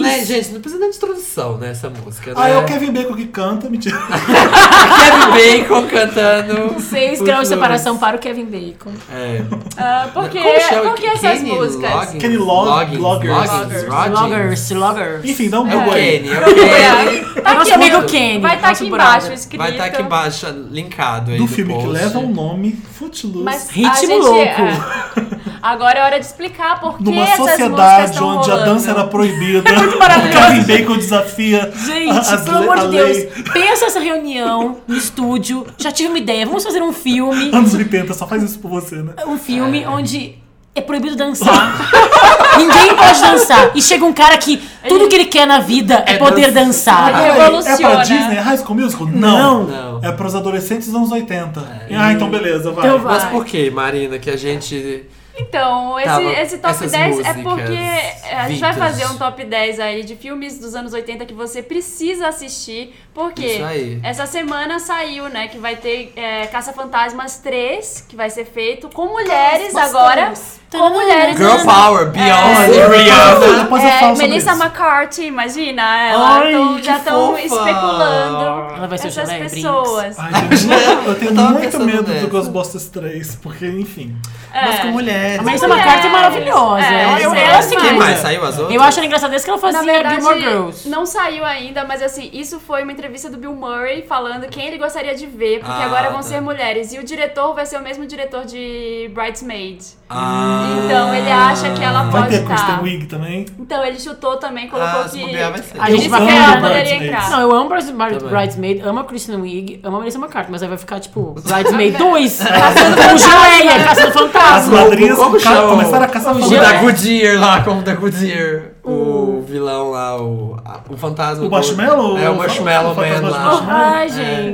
[SPEAKER 3] Mas, né, gente, não precisa nem de introdução, né, essa música.
[SPEAKER 2] Ah,
[SPEAKER 3] né?
[SPEAKER 2] é o Kevin Bacon que canta, mentira.
[SPEAKER 3] [laughs] Kevin Bacon cantando. os
[SPEAKER 5] 6 graus de
[SPEAKER 3] Blues.
[SPEAKER 5] é separação para o Kevin Bacon.
[SPEAKER 3] É.
[SPEAKER 4] Ah, por que,
[SPEAKER 3] Como chama?
[SPEAKER 4] por que essas
[SPEAKER 3] Kenny
[SPEAKER 4] músicas?
[SPEAKER 3] Loggins?
[SPEAKER 2] Kenny Log-
[SPEAKER 3] Loggins,
[SPEAKER 2] Loggers.
[SPEAKER 3] Loggins, Loggins.
[SPEAKER 5] Loggers, loggers.
[SPEAKER 2] Enfim, dá um
[SPEAKER 3] É o
[SPEAKER 2] Google aí.
[SPEAKER 3] Kenny, é o Kenny.
[SPEAKER 5] Eu gosto muito do Kenny.
[SPEAKER 4] Vai estar
[SPEAKER 5] Nosso
[SPEAKER 4] aqui
[SPEAKER 5] brother.
[SPEAKER 4] embaixo escrito.
[SPEAKER 3] Vai estar aqui embaixo, linkado aí
[SPEAKER 2] Do
[SPEAKER 3] no
[SPEAKER 2] filme que
[SPEAKER 3] post.
[SPEAKER 2] leva um o nome Footloose.
[SPEAKER 4] Mas a
[SPEAKER 5] Ritmo
[SPEAKER 4] gente-
[SPEAKER 5] louco.
[SPEAKER 4] é. [laughs] Agora é hora de explicar por que
[SPEAKER 2] numa
[SPEAKER 4] essas músicas
[SPEAKER 2] sociedade
[SPEAKER 4] estão
[SPEAKER 2] onde a
[SPEAKER 4] rolando. É
[SPEAKER 2] dança era proibida, [laughs] o
[SPEAKER 5] maravilhoso.
[SPEAKER 2] Kevin Bacon desafia.
[SPEAKER 5] Gente,
[SPEAKER 2] a- as
[SPEAKER 5] pelo
[SPEAKER 2] le-
[SPEAKER 5] amor
[SPEAKER 2] a
[SPEAKER 5] de
[SPEAKER 2] lei.
[SPEAKER 5] Deus, pensa essa reunião no estúdio. Já tive uma ideia, vamos fazer um filme.
[SPEAKER 2] Anos 80, só faz isso por você, né?
[SPEAKER 5] Um filme onde é proibido dançar. Ninguém pode dançar. E chega um cara que tudo que ele quer na vida é,
[SPEAKER 3] É
[SPEAKER 5] poder
[SPEAKER 4] dançar.
[SPEAKER 5] dançar.
[SPEAKER 4] Ele
[SPEAKER 2] Peraí, é pra
[SPEAKER 4] evoluciona.
[SPEAKER 2] Disney? É High School Musical? Não.
[SPEAKER 3] Não. É.
[SPEAKER 2] É pros adolescentes dos anos 80. Ah, então beleza, vai.
[SPEAKER 5] Então vai.
[SPEAKER 3] Mas por que, Marina, que a gente...
[SPEAKER 4] Então, esse,
[SPEAKER 3] Tava
[SPEAKER 4] esse top
[SPEAKER 3] essas
[SPEAKER 4] 10 é
[SPEAKER 3] músicas
[SPEAKER 4] porque é, a gente vai
[SPEAKER 3] vintage.
[SPEAKER 4] fazer um top 10 aí de filmes dos anos 80 que você precisa assistir, porque
[SPEAKER 3] Isso aí.
[SPEAKER 4] essa semana saiu, né, que vai ter é, Caça Fantasmas 3, que vai ser feito com mulheres agora, com mulheres. né?
[SPEAKER 5] é,
[SPEAKER 3] Girl Power, Beyoncé,
[SPEAKER 2] Olha,
[SPEAKER 3] Rihanna.
[SPEAKER 2] Depois eu
[SPEAKER 4] É,
[SPEAKER 2] falo sobre
[SPEAKER 4] Melissa
[SPEAKER 2] isso.
[SPEAKER 4] McCarthy, imagina, ela
[SPEAKER 3] Ai,
[SPEAKER 4] tão-
[SPEAKER 3] que
[SPEAKER 4] já estão
[SPEAKER 3] fofa.
[SPEAKER 4] especulando
[SPEAKER 5] Ela vai ser
[SPEAKER 4] essas
[SPEAKER 5] Geleia Brinks.
[SPEAKER 4] pessoas.
[SPEAKER 2] Ai, gente,
[SPEAKER 3] [laughs]
[SPEAKER 2] eu
[SPEAKER 3] Eu
[SPEAKER 2] tenho
[SPEAKER 3] tava
[SPEAKER 2] muito
[SPEAKER 3] pensando
[SPEAKER 2] medo
[SPEAKER 3] nessa.
[SPEAKER 2] do Ghostbusters 3, porque, enfim. É.
[SPEAKER 3] Mas com mulheres.
[SPEAKER 5] A Melissa McCarthy é maravilhosa.
[SPEAKER 4] É,
[SPEAKER 5] Ela-
[SPEAKER 4] isso
[SPEAKER 5] ela
[SPEAKER 4] é
[SPEAKER 5] é assim,
[SPEAKER 3] Quem
[SPEAKER 4] Mas-
[SPEAKER 3] mais? Saiu as outras?
[SPEAKER 5] Eu acho ela engraçada desde que ela
[SPEAKER 4] Na
[SPEAKER 5] fazia
[SPEAKER 4] verdade,
[SPEAKER 5] Gilmore Girls.
[SPEAKER 4] não saiu ainda, mas assim, isso foi uma entrevista do Bill Murray falando quem ele gostaria de ver, porque
[SPEAKER 3] Ah,
[SPEAKER 4] agora vão
[SPEAKER 3] tá.
[SPEAKER 4] ser mulheres. E o diretor vai ser o mesmo diretor de Bridesmaid.
[SPEAKER 3] Ah.
[SPEAKER 4] Então, ele acha que ela
[SPEAKER 2] Vai
[SPEAKER 4] Pode
[SPEAKER 2] ter Kristen
[SPEAKER 4] tá.
[SPEAKER 2] Wiig também?
[SPEAKER 4] Então ele chutou também, colocou
[SPEAKER 3] Ah, se
[SPEAKER 4] que.
[SPEAKER 3] bobear, vai ser.
[SPEAKER 5] A
[SPEAKER 4] ele
[SPEAKER 5] gente vai
[SPEAKER 4] disse que
[SPEAKER 5] falar
[SPEAKER 4] ela
[SPEAKER 5] do
[SPEAKER 4] poderia
[SPEAKER 2] Bridesmaids.
[SPEAKER 4] entrar.
[SPEAKER 5] Não, eu amo Bridesmaid,
[SPEAKER 3] Também.
[SPEAKER 5] Bridesmaid, amo a Kristen Wiig, amo a Melissa McCarthy, mas aí vai
[SPEAKER 3] [laughs]
[SPEAKER 5] ficar tipo Bridesmaid 2,
[SPEAKER 3] É.
[SPEAKER 5] com geleia, caçando
[SPEAKER 2] As
[SPEAKER 5] fantasma.
[SPEAKER 2] madrinhas
[SPEAKER 3] como
[SPEAKER 2] ca-
[SPEAKER 3] chama o-
[SPEAKER 2] começaram a caçar
[SPEAKER 3] O
[SPEAKER 5] Gil-
[SPEAKER 2] fantasma.
[SPEAKER 3] da Goodyear lá, como o da Goodyear. O vilão lá, o, a- o fantasma.
[SPEAKER 2] O
[SPEAKER 3] gordo.
[SPEAKER 2] Marshmallow?
[SPEAKER 3] É, o
[SPEAKER 2] O
[SPEAKER 3] Marshmallow
[SPEAKER 2] fantasma
[SPEAKER 3] Man
[SPEAKER 2] de
[SPEAKER 3] lá.
[SPEAKER 2] Marshmallow?
[SPEAKER 3] Um
[SPEAKER 5] Ai,
[SPEAKER 4] O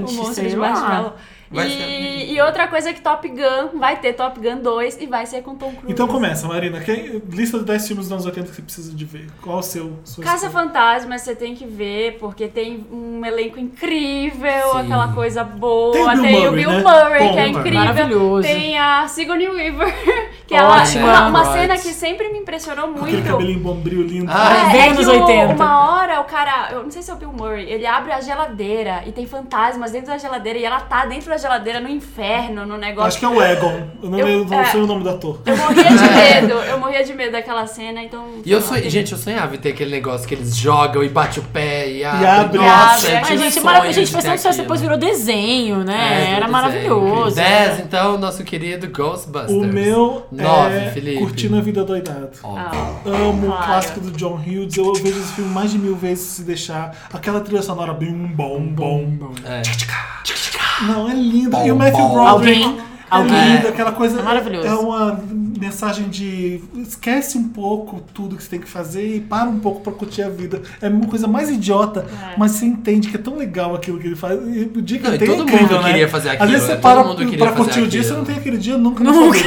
[SPEAKER 5] gente,
[SPEAKER 4] monstro
[SPEAKER 5] sei
[SPEAKER 4] de
[SPEAKER 5] lá.
[SPEAKER 4] marshmallow.
[SPEAKER 3] Vai
[SPEAKER 4] E,
[SPEAKER 3] ser.
[SPEAKER 4] e outra coisa é que Top Gun vai ter Top Gun 2 e vai ser com Tom Cruise.
[SPEAKER 2] Então começa, Marina. Quem- lista de 10 filmes dos anos 80 que você precisa de ver. Qual o seu? sua
[SPEAKER 4] Caça
[SPEAKER 2] escolha?
[SPEAKER 4] Fantasma você tem que ver, porque tem um elenco incrível,
[SPEAKER 3] Sim.
[SPEAKER 4] aquela coisa boa.
[SPEAKER 2] Tem o Bill
[SPEAKER 4] Tem o
[SPEAKER 2] Murray,
[SPEAKER 4] Bill
[SPEAKER 2] né?
[SPEAKER 4] Murray,
[SPEAKER 2] Bom,
[SPEAKER 4] que é
[SPEAKER 2] Bill Murray.
[SPEAKER 4] incrível.
[SPEAKER 5] Maravilhoso.
[SPEAKER 4] Tem a Sigourney Weaver, [laughs] Que ela,
[SPEAKER 5] Ótimo.
[SPEAKER 4] uma, uma
[SPEAKER 3] Ótimo.
[SPEAKER 4] cena que sempre me impressionou
[SPEAKER 2] Aquele
[SPEAKER 4] muito.
[SPEAKER 2] cabelinho bombril lindo.
[SPEAKER 3] Ah,
[SPEAKER 4] É,
[SPEAKER 5] Bem
[SPEAKER 4] é
[SPEAKER 5] anos
[SPEAKER 4] que o-
[SPEAKER 5] 80.
[SPEAKER 4] uma hora o cara, eu não sei se é o Bill Murray, ele abre a geladeira e tem fantasmas dentro da geladeira e ela tá dentro da geladeira no inferno, no negócio.
[SPEAKER 2] Acho que é o Egon. Eu não,
[SPEAKER 4] Eu-
[SPEAKER 2] lembro, não
[SPEAKER 4] é.
[SPEAKER 2] sei o nome do ator.
[SPEAKER 4] Eu
[SPEAKER 3] [laughs]
[SPEAKER 4] morria de medo, eu morria de medo daquela cena, então.
[SPEAKER 3] É. E eu
[SPEAKER 4] sei lá.
[SPEAKER 3] sonhei, gente, eu sonhava em ter aquele negócio que eles jogam e bate o pé e abre.
[SPEAKER 2] abre.
[SPEAKER 4] Abre,
[SPEAKER 3] eu
[SPEAKER 4] Mas,
[SPEAKER 5] Ai,
[SPEAKER 3] tive
[SPEAKER 5] gente, é
[SPEAKER 3] sonho
[SPEAKER 5] maravilhoso. Gente,
[SPEAKER 3] de
[SPEAKER 5] foi
[SPEAKER 3] ter
[SPEAKER 5] tão sucesso,
[SPEAKER 3] aquilo.
[SPEAKER 5] depois virou desenho, né?
[SPEAKER 3] É,
[SPEAKER 5] Era
[SPEAKER 3] desenho.
[SPEAKER 5] maravilhoso. é.
[SPEAKER 3] 10, então, nosso querido Ghostbusters.
[SPEAKER 2] O meu é
[SPEAKER 3] Nove, Felipe.
[SPEAKER 2] Curtindo a Vida Doidado.
[SPEAKER 4] Ah,
[SPEAKER 2] Amo o
[SPEAKER 4] Claro.
[SPEAKER 2] clássico do John Hughes. Eu vejo esse filme mais de mil vezes se deixar. Aquela trilha sonora bim bom bom.
[SPEAKER 3] É.
[SPEAKER 2] Não, é linda. E o
[SPEAKER 3] Bom,
[SPEAKER 2] Matthew
[SPEAKER 3] bom.
[SPEAKER 2] Broderick.
[SPEAKER 5] Alguém-
[SPEAKER 2] É
[SPEAKER 5] alguém-
[SPEAKER 2] lindo, aquela coisa.
[SPEAKER 5] É maravilhoso.
[SPEAKER 2] É uma mensagem de esquece um pouco tudo que você tem que fazer e para um pouco pra curtir a vida. É uma coisa mais idiota, mas você entende que é tão legal aquilo que ele faz. E o dia que
[SPEAKER 3] Não,
[SPEAKER 2] ele
[SPEAKER 3] e
[SPEAKER 2] tem é
[SPEAKER 3] todo mundo
[SPEAKER 2] incrível, né?
[SPEAKER 3] queria fazer
[SPEAKER 2] Às
[SPEAKER 3] aquilo,
[SPEAKER 2] vezes você
[SPEAKER 3] né? Todo
[SPEAKER 2] para
[SPEAKER 3] mundo queria
[SPEAKER 2] pra
[SPEAKER 3] fazer
[SPEAKER 2] curtir o dia,
[SPEAKER 3] aquilo.
[SPEAKER 2] você não tem aquele dia nunca. Nunca.
[SPEAKER 5] [laughs]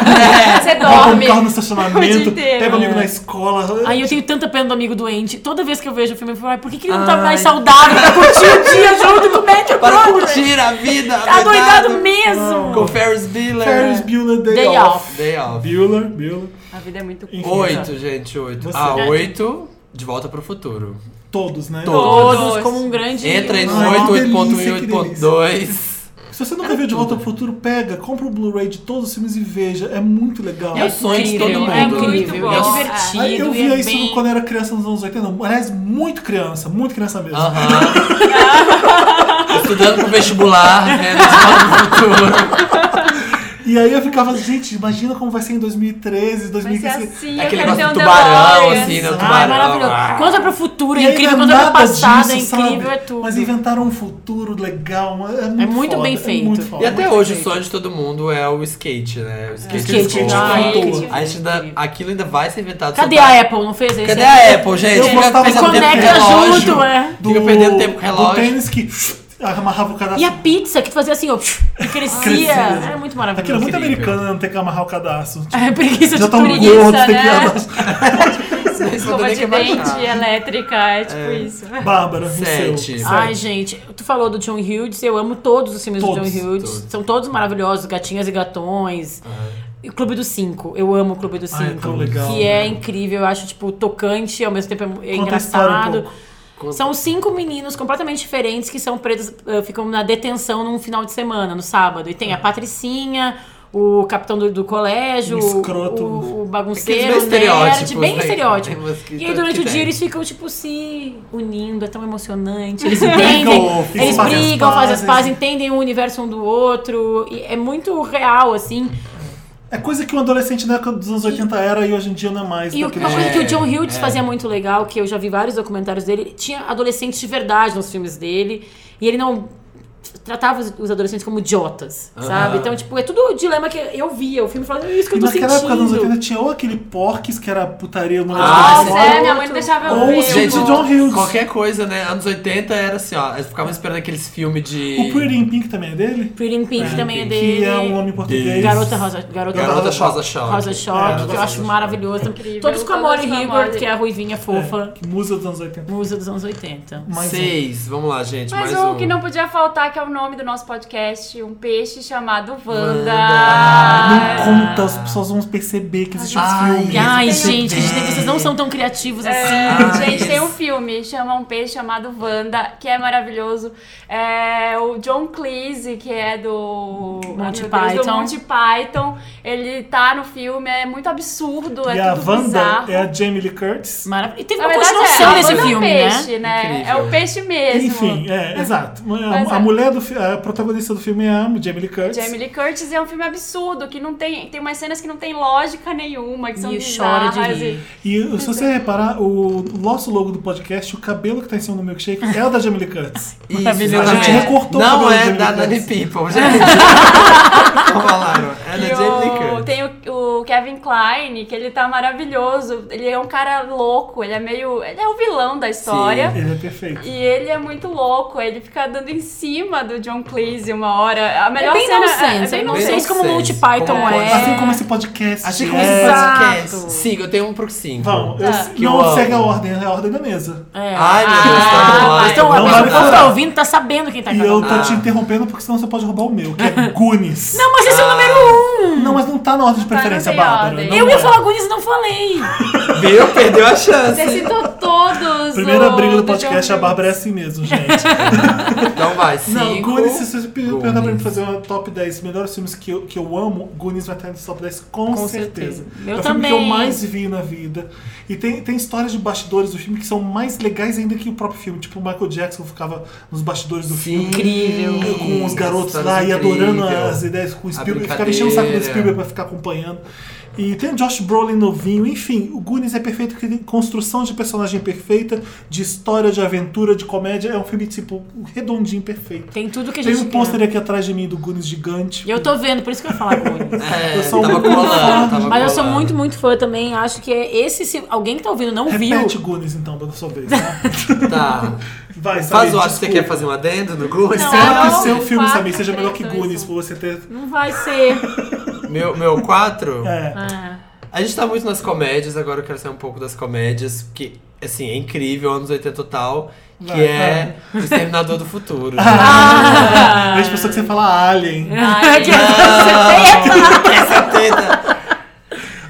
[SPEAKER 5] É,
[SPEAKER 3] É, [laughs]
[SPEAKER 4] Você
[SPEAKER 2] Rouba um
[SPEAKER 4] dorme.
[SPEAKER 2] carro no estacionamento,
[SPEAKER 4] O dia inteiro.
[SPEAKER 2] pega amigo na escola.
[SPEAKER 5] Aí eu tenho tanta pena do amigo doente. Toda vez que eu vejo o filme, eu falo, "Ai, por que, que ele não tá
[SPEAKER 3] Ai.
[SPEAKER 5] mais saudável pra curtir
[SPEAKER 3] [laughs]
[SPEAKER 5] o dia junto com o Matthew
[SPEAKER 3] Para
[SPEAKER 5] Broderick?
[SPEAKER 3] curtir a vida, a
[SPEAKER 5] Tá
[SPEAKER 3] verdade.
[SPEAKER 5] doidado mesmo!
[SPEAKER 3] Com Ferris Bueller.
[SPEAKER 2] Ferris Bueller Day,
[SPEAKER 5] Day
[SPEAKER 2] Off.
[SPEAKER 3] Day off.
[SPEAKER 2] Bueller, Bueller.
[SPEAKER 4] A vida é muito
[SPEAKER 2] Enfim.
[SPEAKER 3] Oito, gente, oito.
[SPEAKER 2] Você.
[SPEAKER 3] Ah, oito, de volta pro futuro.
[SPEAKER 2] Todos, né?
[SPEAKER 3] Todos.
[SPEAKER 5] Todos como um grande.
[SPEAKER 3] Entra aí no
[SPEAKER 2] Ai, que
[SPEAKER 3] 8,
[SPEAKER 2] delícia,
[SPEAKER 3] 8.1,
[SPEAKER 2] que
[SPEAKER 3] 8.2.
[SPEAKER 2] Se você nunca viu De Volta ao Futuro, pega, compra o Blu-ray de todos os filmes e veja. É muito legal.
[SPEAKER 3] É o sonho de todo mundo.
[SPEAKER 5] É
[SPEAKER 4] muito
[SPEAKER 5] incrível,
[SPEAKER 4] bom.
[SPEAKER 5] é
[SPEAKER 4] divertido,
[SPEAKER 5] divertido.
[SPEAKER 2] Aí eu
[SPEAKER 5] e
[SPEAKER 2] via
[SPEAKER 5] é
[SPEAKER 2] isso
[SPEAKER 5] bem...
[SPEAKER 2] quando eu era criança nos anos 80. Aliás, muito criança, muito criança mesmo.
[SPEAKER 3] Aham. Estudando pro vestibular, né? De volta pro futuro.
[SPEAKER 2] E aí eu ficava, gente, imagina como vai ser em 2013,
[SPEAKER 4] Vai ser
[SPEAKER 2] 2015.
[SPEAKER 4] assim, eu
[SPEAKER 3] Aquele
[SPEAKER 4] quero ter
[SPEAKER 3] negócio
[SPEAKER 4] um
[SPEAKER 3] do tubarão,
[SPEAKER 4] DeLorean.
[SPEAKER 3] assim, né? O
[SPEAKER 5] Ah, é
[SPEAKER 3] tubarão.
[SPEAKER 5] maravilhoso.
[SPEAKER 3] Ah.
[SPEAKER 5] Conta pro futuro,
[SPEAKER 2] E
[SPEAKER 5] é
[SPEAKER 2] aí
[SPEAKER 5] incrível.
[SPEAKER 2] não é
[SPEAKER 5] Conta pro
[SPEAKER 2] nada
[SPEAKER 5] passado, é
[SPEAKER 2] disso, sabe?
[SPEAKER 5] incrível, é tudo.
[SPEAKER 2] Mas inventaram um futuro legal. É muito,
[SPEAKER 5] É muito
[SPEAKER 2] foda,
[SPEAKER 5] bem
[SPEAKER 2] É muito
[SPEAKER 5] feito.
[SPEAKER 2] foda.
[SPEAKER 3] E até hoje o sonho de todo mundo é o skate, né? O skate,
[SPEAKER 5] Skate,
[SPEAKER 3] ficou-
[SPEAKER 5] ah,
[SPEAKER 2] é
[SPEAKER 5] incrível.
[SPEAKER 3] A gente ainda, aquilo ainda vai ser inventado.
[SPEAKER 5] Cadê
[SPEAKER 3] Só-
[SPEAKER 5] a Apple? Não fez esse?
[SPEAKER 3] Cadê a Apple, gente?
[SPEAKER 2] Eu
[SPEAKER 3] Fica
[SPEAKER 2] gostava
[SPEAKER 3] perdendo
[SPEAKER 2] da
[SPEAKER 3] tempo
[SPEAKER 2] Apple.
[SPEAKER 3] com
[SPEAKER 5] Conecta
[SPEAKER 3] relógio.
[SPEAKER 5] junto, é.
[SPEAKER 3] Fica perdendo tempo com
[SPEAKER 2] do
[SPEAKER 3] relógio.
[SPEAKER 2] tênis que amarrava o cadastro.
[SPEAKER 5] E a pizza que tu fazia assim, ó,
[SPEAKER 2] [laughs]
[SPEAKER 5] e crescia.
[SPEAKER 2] Crescia.
[SPEAKER 5] É muito
[SPEAKER 2] Aquilo é
[SPEAKER 5] maravilhoso.
[SPEAKER 2] muito
[SPEAKER 3] Incrível.
[SPEAKER 2] americano né, não ter que amarrar o cadastro. Tipo,
[SPEAKER 5] É preguiça
[SPEAKER 2] já
[SPEAKER 5] de
[SPEAKER 2] tá um
[SPEAKER 5] tudo.
[SPEAKER 2] gordo,
[SPEAKER 4] preguiça,
[SPEAKER 2] tem que
[SPEAKER 4] né?
[SPEAKER 2] cadastrar. né? [laughs]
[SPEAKER 5] é
[SPEAKER 4] Escova de dente elétrica, é tipo isso.
[SPEAKER 2] Bárbara, no seu.
[SPEAKER 3] Sete.
[SPEAKER 5] Ai, gente, tu falou do John Hughes, eu amo todos os filmes
[SPEAKER 2] Todos,
[SPEAKER 5] do John Hughes.
[SPEAKER 3] todos.
[SPEAKER 5] São todos maravilhosos, Gatinhas e Gatões. E o Clube dos Cinco, eu amo o Clube dos
[SPEAKER 2] Ai, é
[SPEAKER 5] Cinco.
[SPEAKER 2] tão legal,
[SPEAKER 5] que é incrível, eu acho, tipo, tocante, ao mesmo tempo é mu- é
[SPEAKER 2] Conta a história um
[SPEAKER 5] engraçado.
[SPEAKER 2] pouco.
[SPEAKER 5] São cinco meninos completamente diferentes que são presos, eh, ficam na detenção num final de semana, no sábado. E
[SPEAKER 2] Ah.
[SPEAKER 5] tem a Patricinha, o capitão do, do colégio,
[SPEAKER 2] Um escroto.
[SPEAKER 5] o, o
[SPEAKER 3] Aqueles
[SPEAKER 5] bagunceiro,
[SPEAKER 3] bem
[SPEAKER 5] o nerd,
[SPEAKER 3] estereótipos,
[SPEAKER 5] né? bem
[SPEAKER 3] né?
[SPEAKER 5] estereótipo.
[SPEAKER 3] Tem umas que né?
[SPEAKER 5] E aí
[SPEAKER 3] tanto
[SPEAKER 5] durante
[SPEAKER 3] que
[SPEAKER 5] o dia
[SPEAKER 3] tem.
[SPEAKER 5] eles ficam, tipo, se unindo, é tão emocionante. [laughs] Eles
[SPEAKER 3] brigam,
[SPEAKER 5] entendem,
[SPEAKER 3] ficam
[SPEAKER 5] eles
[SPEAKER 2] fazendo as
[SPEAKER 5] brigam, fazem as
[SPEAKER 2] pazes.
[SPEAKER 5] pazes, entendem o universo um do outro. E é muito real, assim.
[SPEAKER 2] É coisa que um adolescente na época dos anos 80 era e hoje em dia não é mais.
[SPEAKER 5] E
[SPEAKER 2] tá
[SPEAKER 5] o- uma
[SPEAKER 2] querendo-
[SPEAKER 5] coisa que o John Hughes
[SPEAKER 3] é.
[SPEAKER 5] fazia muito legal, que eu já vi vários documentários dele, tinha adolescentes de verdade nos filmes dele, e ele não tratava os, os adolescentes como idiotas,
[SPEAKER 3] Aham.
[SPEAKER 5] sabe? Então, tipo, é tudo o dilema que eu via, o filme falando, "É isso que
[SPEAKER 2] E
[SPEAKER 5] eu tô
[SPEAKER 2] naquela época dos anos
[SPEAKER 5] sentindo.
[SPEAKER 2] 80 tinha ou aquele Porques, que era putaria no
[SPEAKER 3] Ah,
[SPEAKER 4] Nossa, é, minha mãe não deixava eu
[SPEAKER 2] Ou
[SPEAKER 4] ver.
[SPEAKER 2] os vídeos
[SPEAKER 4] eu
[SPEAKER 3] Gente,
[SPEAKER 2] de
[SPEAKER 4] vou-
[SPEAKER 2] John Hughes.
[SPEAKER 3] Qualquer coisa, né? Anos 80 era assim, ó. Eles ficavam esperando aqueles filmes de.
[SPEAKER 2] O Pretty in Pink também é dele?
[SPEAKER 5] Pretty in Pink também é
[SPEAKER 3] Pink,
[SPEAKER 5] dele.
[SPEAKER 2] Que é um homem português.
[SPEAKER 5] Garota Rosa, Garota,
[SPEAKER 3] Garota
[SPEAKER 5] Rosa,
[SPEAKER 3] Rosa Choque.
[SPEAKER 5] Rosa Choque,
[SPEAKER 2] É,
[SPEAKER 5] que eu acho maravilhoso.
[SPEAKER 4] Incrível,
[SPEAKER 5] Todos com a
[SPEAKER 4] todas
[SPEAKER 5] Molly
[SPEAKER 4] com a
[SPEAKER 5] Hibbert,
[SPEAKER 4] Molly.
[SPEAKER 5] que é a ruivinha fofa,
[SPEAKER 2] Que Musa dos anos 80.
[SPEAKER 5] musa dos anos 80.
[SPEAKER 2] Mais um.
[SPEAKER 3] Seis. Vamos lá, gente.
[SPEAKER 4] Mas
[SPEAKER 3] mais
[SPEAKER 4] um
[SPEAKER 3] um.
[SPEAKER 4] que não podia faltar, que é o nome do nosso podcast, um peixe chamado Wanda.
[SPEAKER 3] Wanda.
[SPEAKER 2] Não conta, as pessoas vão perceber que existe um
[SPEAKER 3] Ai,
[SPEAKER 2] filme.
[SPEAKER 3] Esse
[SPEAKER 5] Ah. Ai,
[SPEAKER 3] tem
[SPEAKER 5] gente,
[SPEAKER 3] um
[SPEAKER 5] a gente tem-
[SPEAKER 3] bem.
[SPEAKER 5] vocês não são tão criativos
[SPEAKER 4] É,
[SPEAKER 5] assim.
[SPEAKER 3] Ah,
[SPEAKER 4] gente, tem um
[SPEAKER 3] esse.
[SPEAKER 4] filme, chama Um Peixe Chamado Wanda, que é maravilhoso. É, o John Cleese, que é do
[SPEAKER 5] Monty
[SPEAKER 4] Ah, meu Deus, do
[SPEAKER 5] Python.
[SPEAKER 4] Monty Python, ele tá no filme, é muito absurdo,
[SPEAKER 2] E
[SPEAKER 4] é
[SPEAKER 2] a
[SPEAKER 4] tudo
[SPEAKER 2] Wanda
[SPEAKER 4] bizarro.
[SPEAKER 2] é a Jamie Lee Curtis.
[SPEAKER 5] Maravilhoso. E teve
[SPEAKER 4] Na
[SPEAKER 5] uma
[SPEAKER 4] verdade,
[SPEAKER 5] continuação
[SPEAKER 4] é,
[SPEAKER 5] desse
[SPEAKER 4] a Wanda é um
[SPEAKER 5] filme, né?
[SPEAKER 4] peixe, né?
[SPEAKER 3] Incrível.
[SPEAKER 4] É o peixe mesmo.
[SPEAKER 2] Enfim,
[SPEAKER 5] [laughs]
[SPEAKER 2] é, exato. A,
[SPEAKER 4] Mas
[SPEAKER 2] a
[SPEAKER 4] é.
[SPEAKER 2] mulher do fi- a protagonista do filme é a Jamie Lee Curtis.
[SPEAKER 4] Jamie Lee Curtis é um filme absurdo, que não tem. Tem umas cenas que não tem lógica nenhuma, que são
[SPEAKER 5] E chora de
[SPEAKER 4] bizarras
[SPEAKER 5] rir.
[SPEAKER 2] E se você reparar, o nosso logo do podcast, o cabelo que tá em cima do milkshake é o da Jamie Lee Curtis.
[SPEAKER 3] Isso,
[SPEAKER 5] Maravilhoso.
[SPEAKER 2] A gente
[SPEAKER 3] é.
[SPEAKER 2] recortou o
[SPEAKER 3] Não
[SPEAKER 2] cabelo
[SPEAKER 3] é
[SPEAKER 2] de
[SPEAKER 3] da
[SPEAKER 2] Jamie
[SPEAKER 3] Nanny
[SPEAKER 2] Lee
[SPEAKER 3] People,
[SPEAKER 2] [laughs]
[SPEAKER 3] gente. Não falaram. É
[SPEAKER 4] E
[SPEAKER 3] da Jamie Lee
[SPEAKER 4] o-
[SPEAKER 3] Curtis.
[SPEAKER 4] tem o, o Kevin Klein, que ele tá maravilhoso. Ele é um cara louco, ele é meio. Ele é o vilão da história.
[SPEAKER 2] Ele é perfeito.
[SPEAKER 4] E ele é muito louco, ele fica dando em cima do John Cleese uma hora. A
[SPEAKER 5] É
[SPEAKER 4] melhor
[SPEAKER 5] bem
[SPEAKER 4] cena
[SPEAKER 5] nonsense, é bem nonsense como o Monty
[SPEAKER 3] nonsense.
[SPEAKER 5] Python
[SPEAKER 3] Como
[SPEAKER 5] é.
[SPEAKER 3] pode-
[SPEAKER 2] Assim como esse podcast.
[SPEAKER 3] Achei que
[SPEAKER 2] é.
[SPEAKER 3] você
[SPEAKER 5] Exato.
[SPEAKER 3] podcast. Cinco, eu tenho um pro cinco.
[SPEAKER 2] Vamos, eu-
[SPEAKER 3] Que eu
[SPEAKER 2] não
[SPEAKER 3] amo.
[SPEAKER 2] segue a ordem, é a ordem da mesa.
[SPEAKER 5] É.
[SPEAKER 3] Ai, meu Deus,
[SPEAKER 4] Ah,
[SPEAKER 3] tá bom.
[SPEAKER 5] Mas então,
[SPEAKER 2] não
[SPEAKER 5] a
[SPEAKER 2] vale
[SPEAKER 5] pessoa que
[SPEAKER 2] falar.
[SPEAKER 5] tá ouvindo tá sabendo quem tá
[SPEAKER 2] E eu
[SPEAKER 5] cantando.
[SPEAKER 2] tô te interrompendo porque senão você pode roubar o meu, que é Goonies.
[SPEAKER 5] Não, mas esse é o número um.
[SPEAKER 2] Não, mas não tá na ordem de
[SPEAKER 4] tá,
[SPEAKER 2] preferência. música,
[SPEAKER 4] em
[SPEAKER 2] Bárbara.
[SPEAKER 4] ordem.
[SPEAKER 2] Não
[SPEAKER 5] Eu ia
[SPEAKER 2] é.
[SPEAKER 5] falar Gunis e não falei.
[SPEAKER 3] Viu? Perdeu a
[SPEAKER 4] Você
[SPEAKER 3] chance.
[SPEAKER 4] citou todos.
[SPEAKER 2] Primeira
[SPEAKER 4] o-
[SPEAKER 2] briga do
[SPEAKER 4] John
[SPEAKER 2] podcast, a
[SPEAKER 4] Hughes.
[SPEAKER 2] Bárbara é assim mesmo, gente.
[SPEAKER 3] Então vai, cinco.
[SPEAKER 2] Não, Goonies, se você perguntar pra mim
[SPEAKER 3] Goonies.
[SPEAKER 2] pra fazer uma top 10 melhores filmes que eu, que eu amo, Goonies vai estar nesse top 10 com,
[SPEAKER 5] Com
[SPEAKER 2] certeza.
[SPEAKER 5] certeza.
[SPEAKER 2] é
[SPEAKER 5] Eu
[SPEAKER 2] o filme que eu
[SPEAKER 5] também.
[SPEAKER 2] mais vi na vida. E tem, tem histórias de bastidores do filme que são mais legais ainda que o próprio filme. Tipo, o Michael Jackson ficava nos bastidores do
[SPEAKER 3] Sim,
[SPEAKER 2] filme.
[SPEAKER 3] incrível.
[SPEAKER 2] Com os garotos
[SPEAKER 3] Histórias
[SPEAKER 2] lá e adorando
[SPEAKER 3] incrível.
[SPEAKER 2] as ideias com o
[SPEAKER 3] A
[SPEAKER 2] Spielberg. Ficava enchendo o saco do
[SPEAKER 3] brincadeira.
[SPEAKER 2] Spielberg pra ficar acompanhando. E tem o Josh Brolin novinho, enfim, o Goonies é perfeito, porque tem construção de personagem perfeita, de história, de aventura, de comédia. É um filme, tipo, redondinho, perfeito.
[SPEAKER 5] Tem tudo que a
[SPEAKER 2] Tem
[SPEAKER 5] gente
[SPEAKER 2] um
[SPEAKER 5] quer.
[SPEAKER 2] pôster aqui atrás de mim do Goonies gigante.
[SPEAKER 5] E eu tô vendo, por isso que eu ia falar Gunis.
[SPEAKER 3] É,
[SPEAKER 2] Eu sou
[SPEAKER 3] tava
[SPEAKER 2] muito
[SPEAKER 3] colando,
[SPEAKER 2] fã,
[SPEAKER 3] tava
[SPEAKER 5] Mas eu sou
[SPEAKER 3] colando.
[SPEAKER 5] muito, muito fã também. Acho que é esse, se alguém que tá ouvindo não viu.
[SPEAKER 2] Repete Goonies então, da sua vez. Né?
[SPEAKER 3] Tá.
[SPEAKER 2] Vai,
[SPEAKER 3] Faz
[SPEAKER 2] Samir,
[SPEAKER 3] o acho que você
[SPEAKER 2] desculpa.
[SPEAKER 3] quer fazer um adendo no grupo?
[SPEAKER 4] Não,
[SPEAKER 2] Espero
[SPEAKER 5] é
[SPEAKER 2] que
[SPEAKER 4] Não,
[SPEAKER 2] seu filme,
[SPEAKER 4] quatro,
[SPEAKER 2] Samir, seja melhor que
[SPEAKER 4] três, dois,
[SPEAKER 2] Goonies,
[SPEAKER 4] um.
[SPEAKER 2] por você ter...
[SPEAKER 5] Não vai ser.
[SPEAKER 2] [laughs]
[SPEAKER 3] Meu, meu quatro?
[SPEAKER 2] É.
[SPEAKER 5] Ah,
[SPEAKER 3] A gente tá muito nas comédias, agora eu quero sair um pouco das comédias, que, assim, é incrível, anos 80 total, que
[SPEAKER 2] Vai,
[SPEAKER 3] é O Exterminador do
[SPEAKER 2] [laughs]
[SPEAKER 3] Futuro. né?
[SPEAKER 2] Ah. Vejo pessoa que você fala Alien.
[SPEAKER 5] Ai, que-
[SPEAKER 3] Essa teta.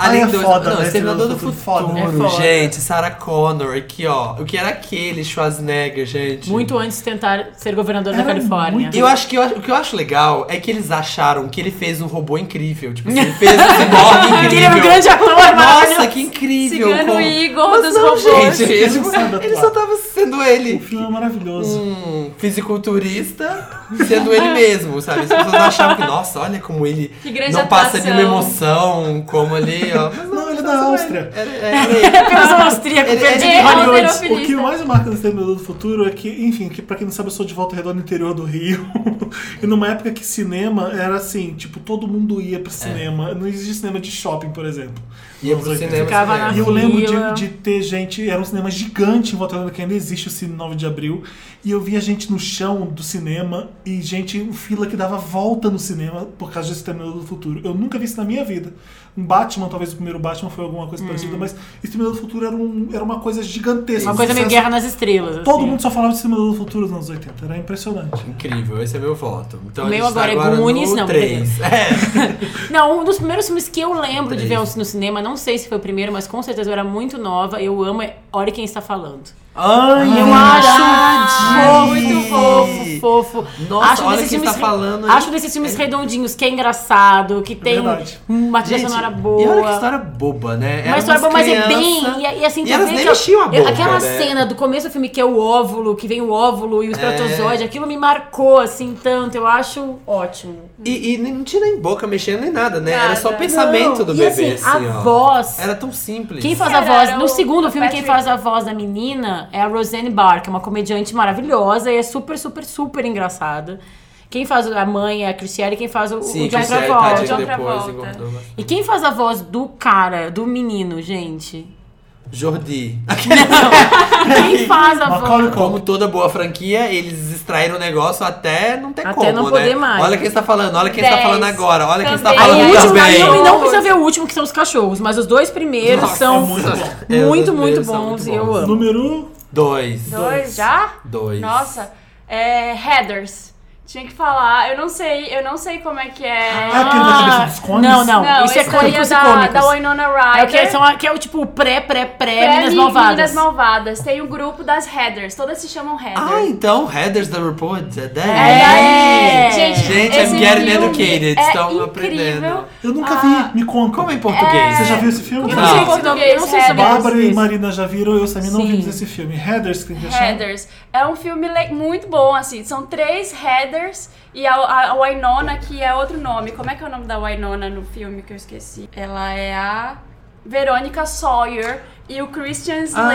[SPEAKER 2] Ai, é
[SPEAKER 3] do-
[SPEAKER 2] foda,
[SPEAKER 3] não,
[SPEAKER 2] né?
[SPEAKER 3] Exterminador do Futuro,
[SPEAKER 2] Exterminador do Futuro,
[SPEAKER 5] é foda.
[SPEAKER 3] gente, Sarah Connor aqui, ó. O que era aquele Schwarzenegger, gente?
[SPEAKER 5] Muito antes de tentar ser governador da
[SPEAKER 2] Era
[SPEAKER 5] Califórnia.
[SPEAKER 2] é muito-
[SPEAKER 3] Eu acho que eu- o que eu acho legal é que eles acharam que ele fez um robô incrível. Tipo, assim, ele fez um cyborg incrível.
[SPEAKER 5] [laughs] Que ele é um grande ator,
[SPEAKER 3] Nossa,
[SPEAKER 5] maravilhoso.
[SPEAKER 3] que incrível!
[SPEAKER 4] Cigano
[SPEAKER 3] como-
[SPEAKER 4] Igor
[SPEAKER 3] Mas
[SPEAKER 4] dos
[SPEAKER 3] não,
[SPEAKER 4] robôs.
[SPEAKER 3] Gente,
[SPEAKER 2] Ele
[SPEAKER 3] ele,
[SPEAKER 2] não sabe
[SPEAKER 5] [laughs]
[SPEAKER 3] ele
[SPEAKER 2] atuar.
[SPEAKER 3] só tava sendo ele.
[SPEAKER 2] O filme é maravilhoso.
[SPEAKER 3] um fisiculturista sendo ele mesmo, sabe? As pessoas achavam que, nossa, olha como ele
[SPEAKER 4] Que grande
[SPEAKER 3] não passa de
[SPEAKER 4] atuação.
[SPEAKER 3] uma emoção, como ali, ó. Mas
[SPEAKER 2] Não, ele é da Áustria.
[SPEAKER 3] era- era ele.
[SPEAKER 5] Apenas um austríaco
[SPEAKER 3] Ele- é
[SPEAKER 5] perdido
[SPEAKER 3] ele-
[SPEAKER 5] em Hollywood.
[SPEAKER 4] ele-
[SPEAKER 2] O que mais marca do Exterminador do Futuro é que, enfim, que, pra quem não sabe, eu sou de volta redonda no interior do Rio. [laughs] e numa época que cinema era assim, tipo, todo mundo ia pro cinema. Não existia cinema de shopping, por exemplo.
[SPEAKER 3] É. Ia
[SPEAKER 2] Nos
[SPEAKER 3] pro
[SPEAKER 2] 80.
[SPEAKER 3] cinema.
[SPEAKER 5] Ficava na
[SPEAKER 2] E eu lembro de,
[SPEAKER 5] Vila.
[SPEAKER 2] de ter gente, era um cinema gigante em Volta Redonda, que ainda existe o Cine 9 de Abril, e eu via gente no chão do cinema e gente em fila que dava volta no cinema por causa desse Terminador do Futuro. Eu nunca vi isso na minha vida. Um Batman, talvez o primeiro Batman foi alguma coisa parecida, mas esse Terminador do Futuro era, um- era uma coisa gigantesca.
[SPEAKER 5] Hum. Uma coisa meio
[SPEAKER 2] Sucesso.
[SPEAKER 5] Guerra nas Estrelas.
[SPEAKER 2] Todo
[SPEAKER 5] assim.
[SPEAKER 2] mundo só falava de Terminador do Futuro nos anos 80, era impressionante.
[SPEAKER 3] Incrível, esse é meu voto. Então,
[SPEAKER 5] O
[SPEAKER 3] a gente
[SPEAKER 5] meu
[SPEAKER 3] tá
[SPEAKER 5] agora é
[SPEAKER 3] agora
[SPEAKER 5] Goonies,
[SPEAKER 3] no
[SPEAKER 5] não,
[SPEAKER 3] três. É.
[SPEAKER 5] [laughs] Não, um dos primeiros filmes que eu lembro de ver
[SPEAKER 3] Três.
[SPEAKER 5] no cinema, não sei se foi o primeiro, mas com certeza eu era muito nova. Eu amo é Olha Quem Está Falando.
[SPEAKER 3] Ai,
[SPEAKER 5] Eu acho
[SPEAKER 3] verdade!
[SPEAKER 5] muito fofo, fofo.
[SPEAKER 3] Nossa,
[SPEAKER 5] acho
[SPEAKER 3] olha
[SPEAKER 5] desses
[SPEAKER 3] quem
[SPEAKER 5] filmes
[SPEAKER 3] está falando, hein?
[SPEAKER 5] Acho desses filmes redondinhos que é engraçado, que tem
[SPEAKER 2] verdade.
[SPEAKER 5] uma trilha
[SPEAKER 3] Gente,
[SPEAKER 5] sonora
[SPEAKER 3] E olha que
[SPEAKER 5] boa.
[SPEAKER 3] história boba, né?
[SPEAKER 5] Uma
[SPEAKER 3] Eram
[SPEAKER 5] história boa,
[SPEAKER 3] umas
[SPEAKER 5] mas é bem.
[SPEAKER 3] crianças-
[SPEAKER 5] E, e assim,
[SPEAKER 3] e
[SPEAKER 5] tu
[SPEAKER 3] elas
[SPEAKER 5] vê
[SPEAKER 3] nem
[SPEAKER 5] que-
[SPEAKER 3] mexiam a boca, né?
[SPEAKER 5] Aquela cena do começo do filme que é o óvulo, que vem o óvulo e o
[SPEAKER 3] É.
[SPEAKER 5] espermatozoide, aquilo me marcou assim tanto. Eu acho ótimo.
[SPEAKER 3] E, e nem- não tinha nem boca mexendo nem nada, né? Era só o
[SPEAKER 4] Nada.
[SPEAKER 3] pensamento do
[SPEAKER 5] e
[SPEAKER 3] bebê,
[SPEAKER 5] assim,
[SPEAKER 3] assim,
[SPEAKER 5] a
[SPEAKER 3] ó.
[SPEAKER 5] voz.
[SPEAKER 3] Era tão simples.
[SPEAKER 5] Quem faz
[SPEAKER 4] Era,
[SPEAKER 5] a voz.
[SPEAKER 4] era
[SPEAKER 5] No
[SPEAKER 4] o-
[SPEAKER 5] segundo
[SPEAKER 4] o
[SPEAKER 5] filme, quem faz
[SPEAKER 4] Patrick.
[SPEAKER 5] a voz da menina é a Roseanne Barr, que é uma comediante maravilhosa e é super, super, super engraçada. Quem faz a mãe é a Cristiane, quem faz o,
[SPEAKER 3] Sim,
[SPEAKER 5] o John
[SPEAKER 3] que sério,
[SPEAKER 5] Travolta.
[SPEAKER 3] tadinho,
[SPEAKER 4] John
[SPEAKER 3] depois
[SPEAKER 4] Travolta.
[SPEAKER 3] engordou. bastante.
[SPEAKER 5] E quem faz a voz do cara, do menino,
[SPEAKER 3] [laughs]
[SPEAKER 5] gente?
[SPEAKER 3] Jordi. [laughs]
[SPEAKER 5] Quem faz a
[SPEAKER 2] Macaulay
[SPEAKER 5] voz?
[SPEAKER 2] Culkin.
[SPEAKER 3] Como toda boa franquia, eles extraíram o negócio até não ter
[SPEAKER 5] Até
[SPEAKER 3] como,
[SPEAKER 5] não
[SPEAKER 3] né?
[SPEAKER 5] poder mais.
[SPEAKER 3] Olha quem está falando, olha quem está
[SPEAKER 4] Dez.
[SPEAKER 3] falando agora, olha quem está
[SPEAKER 4] Também.
[SPEAKER 5] Aí o
[SPEAKER 3] falando
[SPEAKER 4] Ai,
[SPEAKER 5] último,
[SPEAKER 4] ai,
[SPEAKER 3] também.
[SPEAKER 5] aí não,
[SPEAKER 4] ai.
[SPEAKER 5] e não precisa ver o último, que são os cachorros, mas os dois primeiros
[SPEAKER 3] Nossa,
[SPEAKER 5] são
[SPEAKER 2] é muito bom.
[SPEAKER 3] É, os
[SPEAKER 5] [laughs] muito,
[SPEAKER 3] dois
[SPEAKER 5] muito
[SPEAKER 3] primeiros são
[SPEAKER 5] bons e
[SPEAKER 3] muito
[SPEAKER 5] eu
[SPEAKER 3] bons.
[SPEAKER 5] amo.
[SPEAKER 2] Número um,
[SPEAKER 3] Dois.
[SPEAKER 4] Dois já?
[SPEAKER 3] Dois.
[SPEAKER 4] Nossa, é, headers. Tinha que falar, eu não sei, eu não sei como é que é.
[SPEAKER 2] é aquele da cabeça dos cones?
[SPEAKER 5] não, Ah, não, isso é
[SPEAKER 4] esse daí
[SPEAKER 5] cômicos e
[SPEAKER 4] da,
[SPEAKER 5] cômicos.
[SPEAKER 4] da Winona Ryder.
[SPEAKER 5] É o que, são, a- que é o tipo pré, pré, pré,
[SPEAKER 4] Pré-
[SPEAKER 5] Minas Malvadas.
[SPEAKER 4] Meninas Malvadas. Tem o grupo das headers, todas se chamam headers.
[SPEAKER 3] Ah, então, Headers da Report é 10.
[SPEAKER 5] É.
[SPEAKER 4] Gente,
[SPEAKER 3] Gente,
[SPEAKER 4] esse
[SPEAKER 3] I'm getting
[SPEAKER 4] filme
[SPEAKER 3] educated,
[SPEAKER 4] é
[SPEAKER 3] estão
[SPEAKER 4] incrível.
[SPEAKER 3] aprendendo.
[SPEAKER 2] Eu nunca
[SPEAKER 4] Ah.
[SPEAKER 2] vi, me conta.
[SPEAKER 3] Como é em português?
[SPEAKER 2] Você já viu esse filme?
[SPEAKER 5] Eu
[SPEAKER 3] Não.
[SPEAKER 5] não sei se nome, eu não sei se nome
[SPEAKER 2] Bárbara
[SPEAKER 5] é
[SPEAKER 2] e
[SPEAKER 5] esse.
[SPEAKER 2] Marina já viram, eu e Samir não
[SPEAKER 5] Sim.
[SPEAKER 2] vimos esse filme. Headers, que tem que achar.
[SPEAKER 4] Headers. É um filme le- muito bom, assim. São três Headers e a, a, a Winona, que é outro nome. Como é que é o nome da Winona no filme que eu esqueci? Ela é a Verônica Sawyer e o Christian
[SPEAKER 5] Ah,
[SPEAKER 4] Slater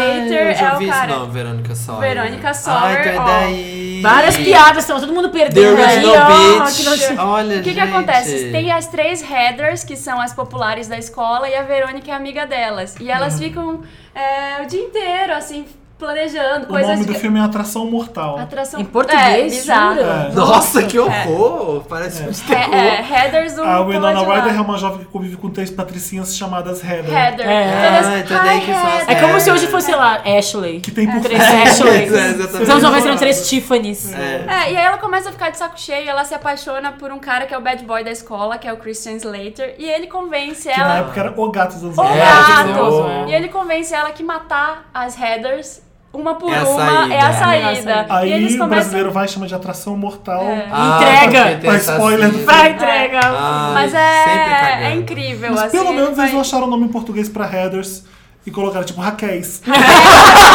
[SPEAKER 3] Ai, eu já
[SPEAKER 4] é
[SPEAKER 3] ouvi
[SPEAKER 4] o
[SPEAKER 3] esse
[SPEAKER 4] cara.
[SPEAKER 3] nome, Verônica Sawyer.
[SPEAKER 4] Verônica Sawyer,
[SPEAKER 3] Ai, então é
[SPEAKER 4] ó.
[SPEAKER 3] daí.
[SPEAKER 5] Várias piadas estão, todo mundo
[SPEAKER 3] The
[SPEAKER 5] perdendo aí,
[SPEAKER 3] Original
[SPEAKER 5] ó, que não
[SPEAKER 3] Bitch. Olha,
[SPEAKER 4] O que, que
[SPEAKER 3] gente.
[SPEAKER 4] acontece? Tem as três headers, que são as populares da escola, e a Verônica é amiga delas. E elas ficam é, o dia inteiro, assim, planejando
[SPEAKER 2] O nome
[SPEAKER 4] coisas.
[SPEAKER 2] do
[SPEAKER 4] que-
[SPEAKER 2] filme é Atração Mortal.
[SPEAKER 4] Atração
[SPEAKER 5] Em português,
[SPEAKER 4] É, bizarro.
[SPEAKER 5] jura?
[SPEAKER 2] É.
[SPEAKER 3] Nossa, que horror! Parece um
[SPEAKER 4] É,
[SPEAKER 3] terror.
[SPEAKER 4] é, headers do
[SPEAKER 2] A Winona
[SPEAKER 4] pode lá.
[SPEAKER 2] Ryder um é uma jovem que convive com três patricinhas chamadas Heather.
[SPEAKER 4] Heather.
[SPEAKER 5] É.
[SPEAKER 4] Todas-
[SPEAKER 3] Ah, então daí que
[SPEAKER 4] Hi,
[SPEAKER 3] faz-
[SPEAKER 4] Heather.
[SPEAKER 5] É como se hoje fosse, sei lá, Ashley.
[SPEAKER 2] Que tem por
[SPEAKER 5] Três
[SPEAKER 3] É,
[SPEAKER 5] Ashleys.
[SPEAKER 3] exatamente.
[SPEAKER 5] Os anos 90 eram três Tiffany's.
[SPEAKER 3] É.
[SPEAKER 4] É, e aí ela começa a ficar de saco cheio, ela se apaixona por um cara que é o bad boy da escola, que é o Christian Slater, e ele convence
[SPEAKER 2] Que na
[SPEAKER 4] ela.
[SPEAKER 2] época era o gato dos anos
[SPEAKER 4] O
[SPEAKER 2] 90.
[SPEAKER 4] gato!
[SPEAKER 3] É, horror.
[SPEAKER 5] é.
[SPEAKER 4] É, E ele convence ela que matar as headers, uma por
[SPEAKER 3] É a
[SPEAKER 4] uma, é
[SPEAKER 5] saída.
[SPEAKER 4] a saída.
[SPEAKER 5] É a saída.
[SPEAKER 4] E eles
[SPEAKER 2] Aí o
[SPEAKER 4] começam.
[SPEAKER 2] brasileiro vai e chama de Atração Mortal.
[SPEAKER 4] É.
[SPEAKER 3] Ah,
[SPEAKER 5] Entrega.
[SPEAKER 3] porque tem
[SPEAKER 2] Pra
[SPEAKER 3] essa-
[SPEAKER 2] spoiler do
[SPEAKER 5] Pra entrega.
[SPEAKER 3] Ai,
[SPEAKER 4] Mas
[SPEAKER 3] sempre
[SPEAKER 4] é,
[SPEAKER 3] cagando.
[SPEAKER 4] é incrível,
[SPEAKER 2] Mas
[SPEAKER 4] assim.
[SPEAKER 2] pelo menos
[SPEAKER 4] vai-
[SPEAKER 2] eles não acharam o nome em português pra Headers e colocaram tipo
[SPEAKER 4] [laughs]
[SPEAKER 2] Raquéis. [laughs]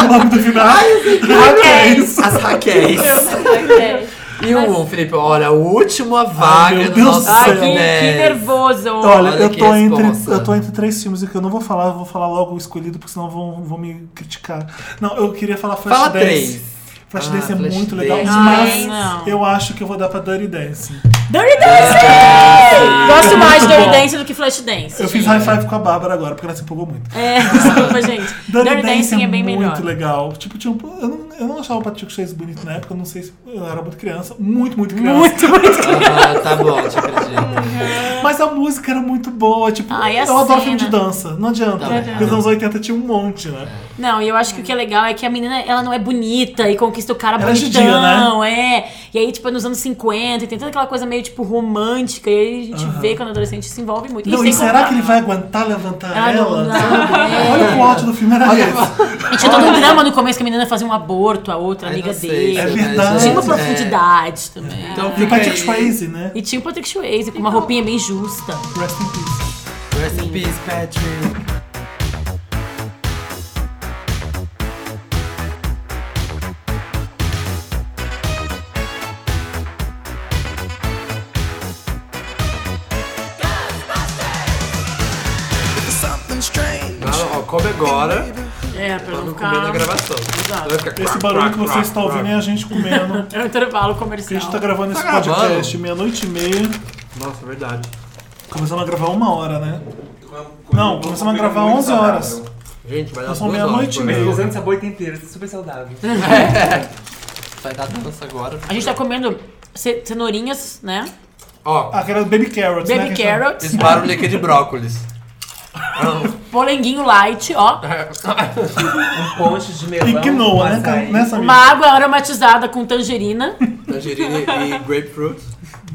[SPEAKER 2] o nome do filme é Raquéis.
[SPEAKER 3] As raquéis.
[SPEAKER 4] um Ok.
[SPEAKER 3] E o Felipe, olha, a última vaga
[SPEAKER 2] meu
[SPEAKER 3] do
[SPEAKER 2] Deus
[SPEAKER 3] nosso
[SPEAKER 2] do céu.
[SPEAKER 5] Ai, que,
[SPEAKER 3] Cine
[SPEAKER 5] que
[SPEAKER 3] 10.
[SPEAKER 5] nervoso.
[SPEAKER 2] né? Olha,
[SPEAKER 3] Olha
[SPEAKER 2] eu
[SPEAKER 3] que
[SPEAKER 2] tô, entre,
[SPEAKER 3] responsa.
[SPEAKER 2] eu tô entre três filmes e o que eu não vou falar, eu vou falar logo o escolhido, porque senão vão, vão me criticar. Não, eu queria falar Flash
[SPEAKER 3] Fala
[SPEAKER 2] Dance.
[SPEAKER 3] três.
[SPEAKER 2] Flashdance
[SPEAKER 3] Ah,
[SPEAKER 2] é muito
[SPEAKER 3] Flashdance.
[SPEAKER 2] legal, mas
[SPEAKER 5] Ai, não.
[SPEAKER 2] eu acho que eu vou dar pra Dirty Dance.
[SPEAKER 5] Dirty Dance! Gosto mais de Dirty
[SPEAKER 2] bom.
[SPEAKER 5] Dance do que Flash Dance.
[SPEAKER 2] Eu fiz high five com a Bárbara agora, porque ela se empolgou muito.
[SPEAKER 5] É, [laughs] desculpa, gente.
[SPEAKER 2] Dirty,
[SPEAKER 5] Dirty Dancing é bem
[SPEAKER 2] muito
[SPEAKER 5] melhor.
[SPEAKER 2] legal. Tipo, tinha um- eu, não, eu não achava o Patrick Chase bonito na época, eu não sei se eu era muito criança. Muito, muito criança. [laughs]
[SPEAKER 5] Muito, muito.
[SPEAKER 3] Ah, tá bom, te acredito.
[SPEAKER 2] Mas a música era muito boa. Tipo,
[SPEAKER 5] Ai, Ah, a
[SPEAKER 2] eu adoro filme de
[SPEAKER 5] cena.
[SPEAKER 2] dança. Não adianta.
[SPEAKER 3] Não
[SPEAKER 2] Porque os anos 80 tinha um monte, né?
[SPEAKER 5] Não, e eu acho que o que é legal é que a menina, ela não é bonita e conquista o cara
[SPEAKER 2] Ela é
[SPEAKER 5] bonitão,
[SPEAKER 2] judia,
[SPEAKER 5] é. E aí, tipo, nos anos 50, e tem toda aquela coisa meio, tipo, romântica. E aí a gente vê quando adolescente se envolve muito. um
[SPEAKER 2] Não,
[SPEAKER 5] sem
[SPEAKER 2] e será
[SPEAKER 5] contar-
[SPEAKER 2] que ele vai aguentar levantar
[SPEAKER 5] Ah, não,
[SPEAKER 2] ela?
[SPEAKER 5] não. É.
[SPEAKER 2] sabe? Olha o plot do filme, né, era esse.
[SPEAKER 5] E tinha todo um drama no começo que a menina fazia um aborto, a outra
[SPEAKER 3] Ai,
[SPEAKER 5] amiga
[SPEAKER 3] não sei,
[SPEAKER 5] dele.
[SPEAKER 2] É
[SPEAKER 3] né,
[SPEAKER 2] verdade.
[SPEAKER 5] Tinha uma
[SPEAKER 3] gente?
[SPEAKER 5] profundidade também.
[SPEAKER 3] É. Então
[SPEAKER 2] E o
[SPEAKER 3] fica
[SPEAKER 2] Patrick
[SPEAKER 3] aí.
[SPEAKER 2] Swayze, né?
[SPEAKER 5] E tinha o Patrick Swayze com uma roupinha bem justa.
[SPEAKER 2] Rest in Peace.
[SPEAKER 3] Rest in peace, Patrick.
[SPEAKER 6] something strange.
[SPEAKER 3] Não, ó, come agora
[SPEAKER 5] É, pra
[SPEAKER 3] pra
[SPEAKER 5] não
[SPEAKER 3] não comer na
[SPEAKER 5] ficar...
[SPEAKER 3] gravação.
[SPEAKER 5] Exato.
[SPEAKER 3] Vai ficar
[SPEAKER 2] Esse
[SPEAKER 3] crac,
[SPEAKER 2] barulho
[SPEAKER 3] crac,
[SPEAKER 2] que você
[SPEAKER 3] crac,
[SPEAKER 2] está ouvindo é a gente comendo.
[SPEAKER 5] É um intervalo
[SPEAKER 2] Porque a
[SPEAKER 5] comercial.
[SPEAKER 2] gente tá gravando esse
[SPEAKER 3] Tá gravando?
[SPEAKER 2] podcast meia-noite e meia.
[SPEAKER 3] crac. Nossa, é verdade.
[SPEAKER 2] Começamos a gravar uma hora, né? Não, começamos a gravar 11 horas.
[SPEAKER 3] Gente, vai dar
[SPEAKER 2] Nós somos
[SPEAKER 3] duas horas
[SPEAKER 2] meia-noite
[SPEAKER 3] por
[SPEAKER 2] e meia.
[SPEAKER 3] aí.
[SPEAKER 7] Usando sabor e tempero, isso é super
[SPEAKER 3] [laughs]
[SPEAKER 7] saudável.
[SPEAKER 3] É. Vai dar dança agora.
[SPEAKER 5] A gente tá comendo ce- cenourinhas, né?
[SPEAKER 3] Ó,
[SPEAKER 2] Aquela do Baby Carrots, né?
[SPEAKER 5] Baby
[SPEAKER 2] que chama?
[SPEAKER 5] carrots,
[SPEAKER 3] esse barulho aqui é de brócolis.
[SPEAKER 5] polenguinho light, ó.
[SPEAKER 2] Tá
[SPEAKER 7] Um ponche de melão.
[SPEAKER 2] E quinoa, né?
[SPEAKER 7] açaí.
[SPEAKER 2] Nessa
[SPEAKER 5] Uma água aromatizada com
[SPEAKER 2] [laughs]
[SPEAKER 5] tangerina.
[SPEAKER 3] Tangerine e grapefruit.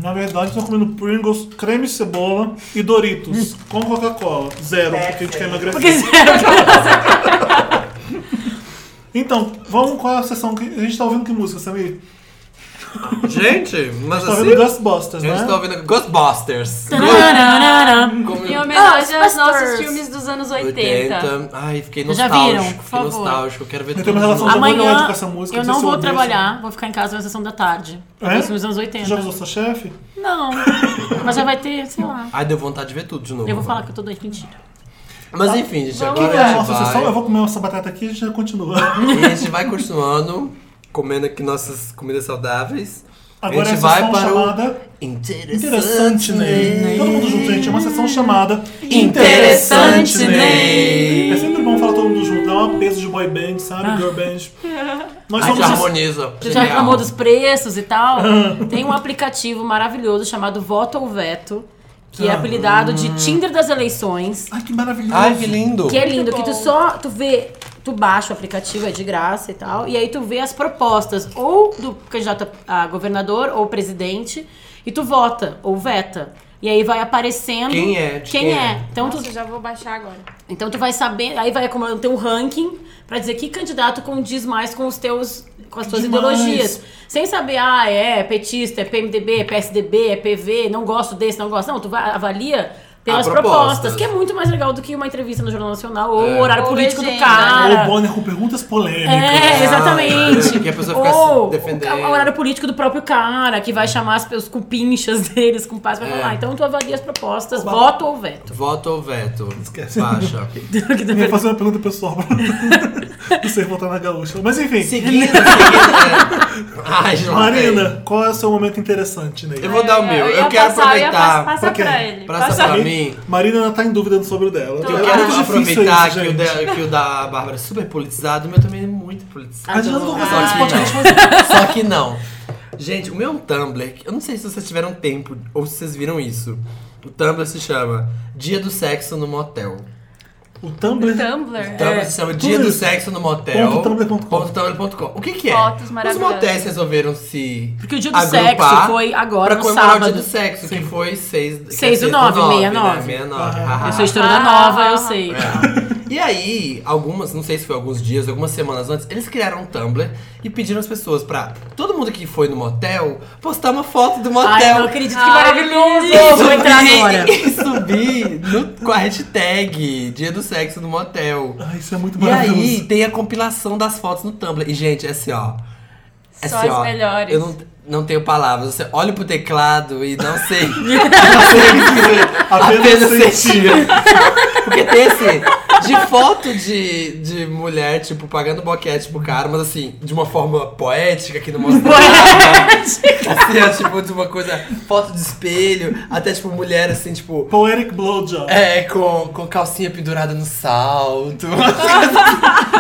[SPEAKER 2] Na verdade, estão comendo Pringles, creme de cebola e
[SPEAKER 5] [laughs]
[SPEAKER 2] Doritos com Coca-Cola. Zero, porque a gente quer
[SPEAKER 5] Porque é
[SPEAKER 2] emagrecer.
[SPEAKER 5] zero.
[SPEAKER 2] Então, vamos qual é a sessão que. A gente tá ouvindo que música, Samir?
[SPEAKER 3] Gente, mas
[SPEAKER 2] Tá
[SPEAKER 3] assim...
[SPEAKER 2] ouvindo Ghostbusters,
[SPEAKER 3] A gente
[SPEAKER 2] né?
[SPEAKER 3] tá ouvindo Ghostbusters.
[SPEAKER 5] Tá, Tararara.
[SPEAKER 3] Como-
[SPEAKER 4] Em homenagem aos nossos
[SPEAKER 5] Ghostbusters.
[SPEAKER 4] filmes dos anos 80.
[SPEAKER 3] 80. Ai, fiquei
[SPEAKER 5] Já
[SPEAKER 3] nostálgico.
[SPEAKER 5] viram?
[SPEAKER 3] fiquei
[SPEAKER 5] Por favor.
[SPEAKER 3] nostálgico. Quero ver
[SPEAKER 2] Eu
[SPEAKER 3] tudo.
[SPEAKER 2] tenho uma relação
[SPEAKER 3] junto.
[SPEAKER 2] ódio
[SPEAKER 5] Amanhã
[SPEAKER 2] com essa música,
[SPEAKER 5] eu
[SPEAKER 2] não sei
[SPEAKER 5] não
[SPEAKER 2] se eu
[SPEAKER 5] vou
[SPEAKER 2] odeio
[SPEAKER 5] trabalhar, vou ficar em casa na sessão da tarde.
[SPEAKER 2] É?
[SPEAKER 5] Isso nos anos 80.
[SPEAKER 2] Já usou sua chefe?
[SPEAKER 5] Não, mas já vai ter, sei lá.
[SPEAKER 3] Ai, deu vontade de ver tudo de novo.
[SPEAKER 5] Eu vou falar que eu tô doente, mentira.
[SPEAKER 3] Mas enfim, gente,
[SPEAKER 2] O que
[SPEAKER 3] agora
[SPEAKER 2] que é a
[SPEAKER 3] a gente
[SPEAKER 2] nossa
[SPEAKER 3] vai...
[SPEAKER 2] sessão? Eu vou comer essa batata aqui e a gente já continua.
[SPEAKER 3] E a gente vai continuando, comendo aqui nossas comidas saudáveis.
[SPEAKER 2] Agora
[SPEAKER 3] a
[SPEAKER 2] é a
[SPEAKER 3] gente vai
[SPEAKER 2] sessão
[SPEAKER 3] para
[SPEAKER 2] chamada.
[SPEAKER 3] o... Interessante,
[SPEAKER 2] Interessante, né? Todo mundo junto, gente. É uma sessão chamada.
[SPEAKER 3] Interessante,
[SPEAKER 2] É
[SPEAKER 3] né?
[SPEAKER 2] sempre bom falar todo mundo junto, dá um peso de boy band,
[SPEAKER 3] Ah.
[SPEAKER 2] sabe?
[SPEAKER 3] [laughs]
[SPEAKER 2] Girl band. Nós
[SPEAKER 3] A gente
[SPEAKER 2] somos.
[SPEAKER 3] harmoniza.
[SPEAKER 5] Você já reclamou dos preços e tal?
[SPEAKER 2] Ah.
[SPEAKER 5] Tem um aplicativo maravilhoso chamado Voto ou Veto, que
[SPEAKER 2] Ah.
[SPEAKER 5] é apelidado de Tinder das eleições.
[SPEAKER 2] Ai, que maravilhoso.
[SPEAKER 3] Ai, que lindo.
[SPEAKER 5] Que é lindo, que tu só, tu vê, tu baixa o aplicativo, é de graça e tal, e aí tu vê as propostas ou do candidato a governador ou presidente, e tu vota ou veta. E aí vai aparecendo
[SPEAKER 3] Quem é, de
[SPEAKER 5] quem,
[SPEAKER 3] quem
[SPEAKER 5] é.
[SPEAKER 3] é.
[SPEAKER 5] Então,
[SPEAKER 4] Nossa,
[SPEAKER 5] tu,
[SPEAKER 4] já vou baixar agora.
[SPEAKER 5] então tu vai saber, aí vai acumulando teu um ranking pra dizer que candidato condiz mais com os teus com as tuas
[SPEAKER 2] Demais.
[SPEAKER 5] ideologias. Sem saber, ah, é petista, é PMDB, é PSDB, é PV, não gosto desse, não gosto. Não, tu vai, avalia pelas
[SPEAKER 3] A
[SPEAKER 5] propostas,
[SPEAKER 3] proposta.
[SPEAKER 5] que é muito mais legal do que uma entrevista no Jornal Nacional ou o
[SPEAKER 3] É.
[SPEAKER 5] horário
[SPEAKER 4] Ou
[SPEAKER 5] político do
[SPEAKER 4] legenda, né?
[SPEAKER 2] Ou
[SPEAKER 5] cara.
[SPEAKER 2] o Bonner com perguntas polêmicas.
[SPEAKER 5] É, exatamente.
[SPEAKER 3] Ah, que a pessoa fica
[SPEAKER 5] Ou
[SPEAKER 3] se defendendo. É.
[SPEAKER 5] o horário político do próprio cara, que vai chamar as, os cupinchas [laughs] deles, com paz, vai falar. Então tu avalia as propostas, voto ou veto.
[SPEAKER 3] Voto ou veto?
[SPEAKER 2] Esquece. [laughs]
[SPEAKER 3] Baixa.
[SPEAKER 2] Eu ia fazer uma pergunta pessoal pra [laughs] não sei voltar na gaúcha. Mas enfim,
[SPEAKER 3] Seguindo, seguindo. é. Ai, gente, não tem.
[SPEAKER 2] Marina, qual é o seu momento interessante, Ney?
[SPEAKER 3] Eu vou dar o meu.
[SPEAKER 4] Eu
[SPEAKER 3] Eu,
[SPEAKER 4] ia
[SPEAKER 3] quero
[SPEAKER 4] passar, eu ia
[SPEAKER 3] aproveitar.
[SPEAKER 4] passar
[SPEAKER 2] Pra quê?
[SPEAKER 4] pra ele.
[SPEAKER 3] Passa
[SPEAKER 4] Passar
[SPEAKER 3] pra mim. mim.
[SPEAKER 2] Marina ainda tá em dúvida sobre o dela.
[SPEAKER 3] Eu
[SPEAKER 2] É
[SPEAKER 3] quero
[SPEAKER 2] muito difícil
[SPEAKER 3] aproveitar
[SPEAKER 2] isso,
[SPEAKER 3] que, o
[SPEAKER 2] gente.
[SPEAKER 3] da, que o da Bárbara é super politizado, o meu também é muito politizado.
[SPEAKER 2] Adianta eu
[SPEAKER 3] Só
[SPEAKER 2] conversar nesse
[SPEAKER 3] que
[SPEAKER 2] podcast,
[SPEAKER 3] não. Só que não. Gente, o meu Tumblr, eu não sei se vocês tiveram tempo ou se vocês viram isso. O Tumblr se chama Dia do Sexo no Motel.
[SPEAKER 2] O Tumblr.
[SPEAKER 3] O
[SPEAKER 4] Tumblr.
[SPEAKER 3] Tumblr se chama Dia
[SPEAKER 2] É. Tudo
[SPEAKER 3] do
[SPEAKER 2] isso.
[SPEAKER 3] Sexo no Motel.
[SPEAKER 2] Ponto tumblr.com.
[SPEAKER 3] Ponto tumblr.com. O que que é?
[SPEAKER 4] Fotos
[SPEAKER 3] Os
[SPEAKER 4] maravilhosas.
[SPEAKER 3] motéis resolveram se
[SPEAKER 5] Porque o dia do
[SPEAKER 3] agrupar
[SPEAKER 5] sexo foi agora,
[SPEAKER 3] pra
[SPEAKER 5] no
[SPEAKER 3] comemorar o
[SPEAKER 5] sábado.
[SPEAKER 3] Dia do Sexo, que foi 6...
[SPEAKER 5] Seis do nove, meia
[SPEAKER 3] né?
[SPEAKER 5] nove.
[SPEAKER 3] 69.
[SPEAKER 2] Ah.
[SPEAKER 5] Eu sou historiadora nova, eu sei.
[SPEAKER 3] Ah. E aí, algumas, não sei se foi alguns dias, algumas semanas antes, eles criaram um Tumblr e pediram as pessoas pra todo mundo que foi no motel postar uma foto do motel.
[SPEAKER 5] Ai, não acredito que
[SPEAKER 4] Ai,
[SPEAKER 5] maravilhoso!
[SPEAKER 4] que lindo.
[SPEAKER 5] Vou entrar agora.
[SPEAKER 3] [laughs] E subir no- com a hashtag Dia do Sexo no Motel.
[SPEAKER 2] Ah, isso é muito
[SPEAKER 3] E
[SPEAKER 2] maravilhoso.
[SPEAKER 3] aí tem a compilação das fotos no Tumblr. E, gente, é assim, ó. É
[SPEAKER 4] Só
[SPEAKER 3] assim,
[SPEAKER 4] as
[SPEAKER 3] ó,
[SPEAKER 4] melhores.
[SPEAKER 3] Eu não, não tenho palavras. Você olha pro teclado e não
[SPEAKER 4] [laughs]
[SPEAKER 3] sei. não sei escrever.
[SPEAKER 2] Apenas
[SPEAKER 3] Apenas
[SPEAKER 2] sentir.
[SPEAKER 3] sentia. Porque tem assim, de foto de, de mulher, tipo, pagando boquete pro cara, mas assim, de uma forma poética que não mostra nada. Assim, ó, tipo, de uma coisa, foto de espelho, até tipo, mulher assim, tipo,
[SPEAKER 2] Poetic Blowjob.
[SPEAKER 3] é, com, com calcinha pendurada no salto.
[SPEAKER 5] [laughs]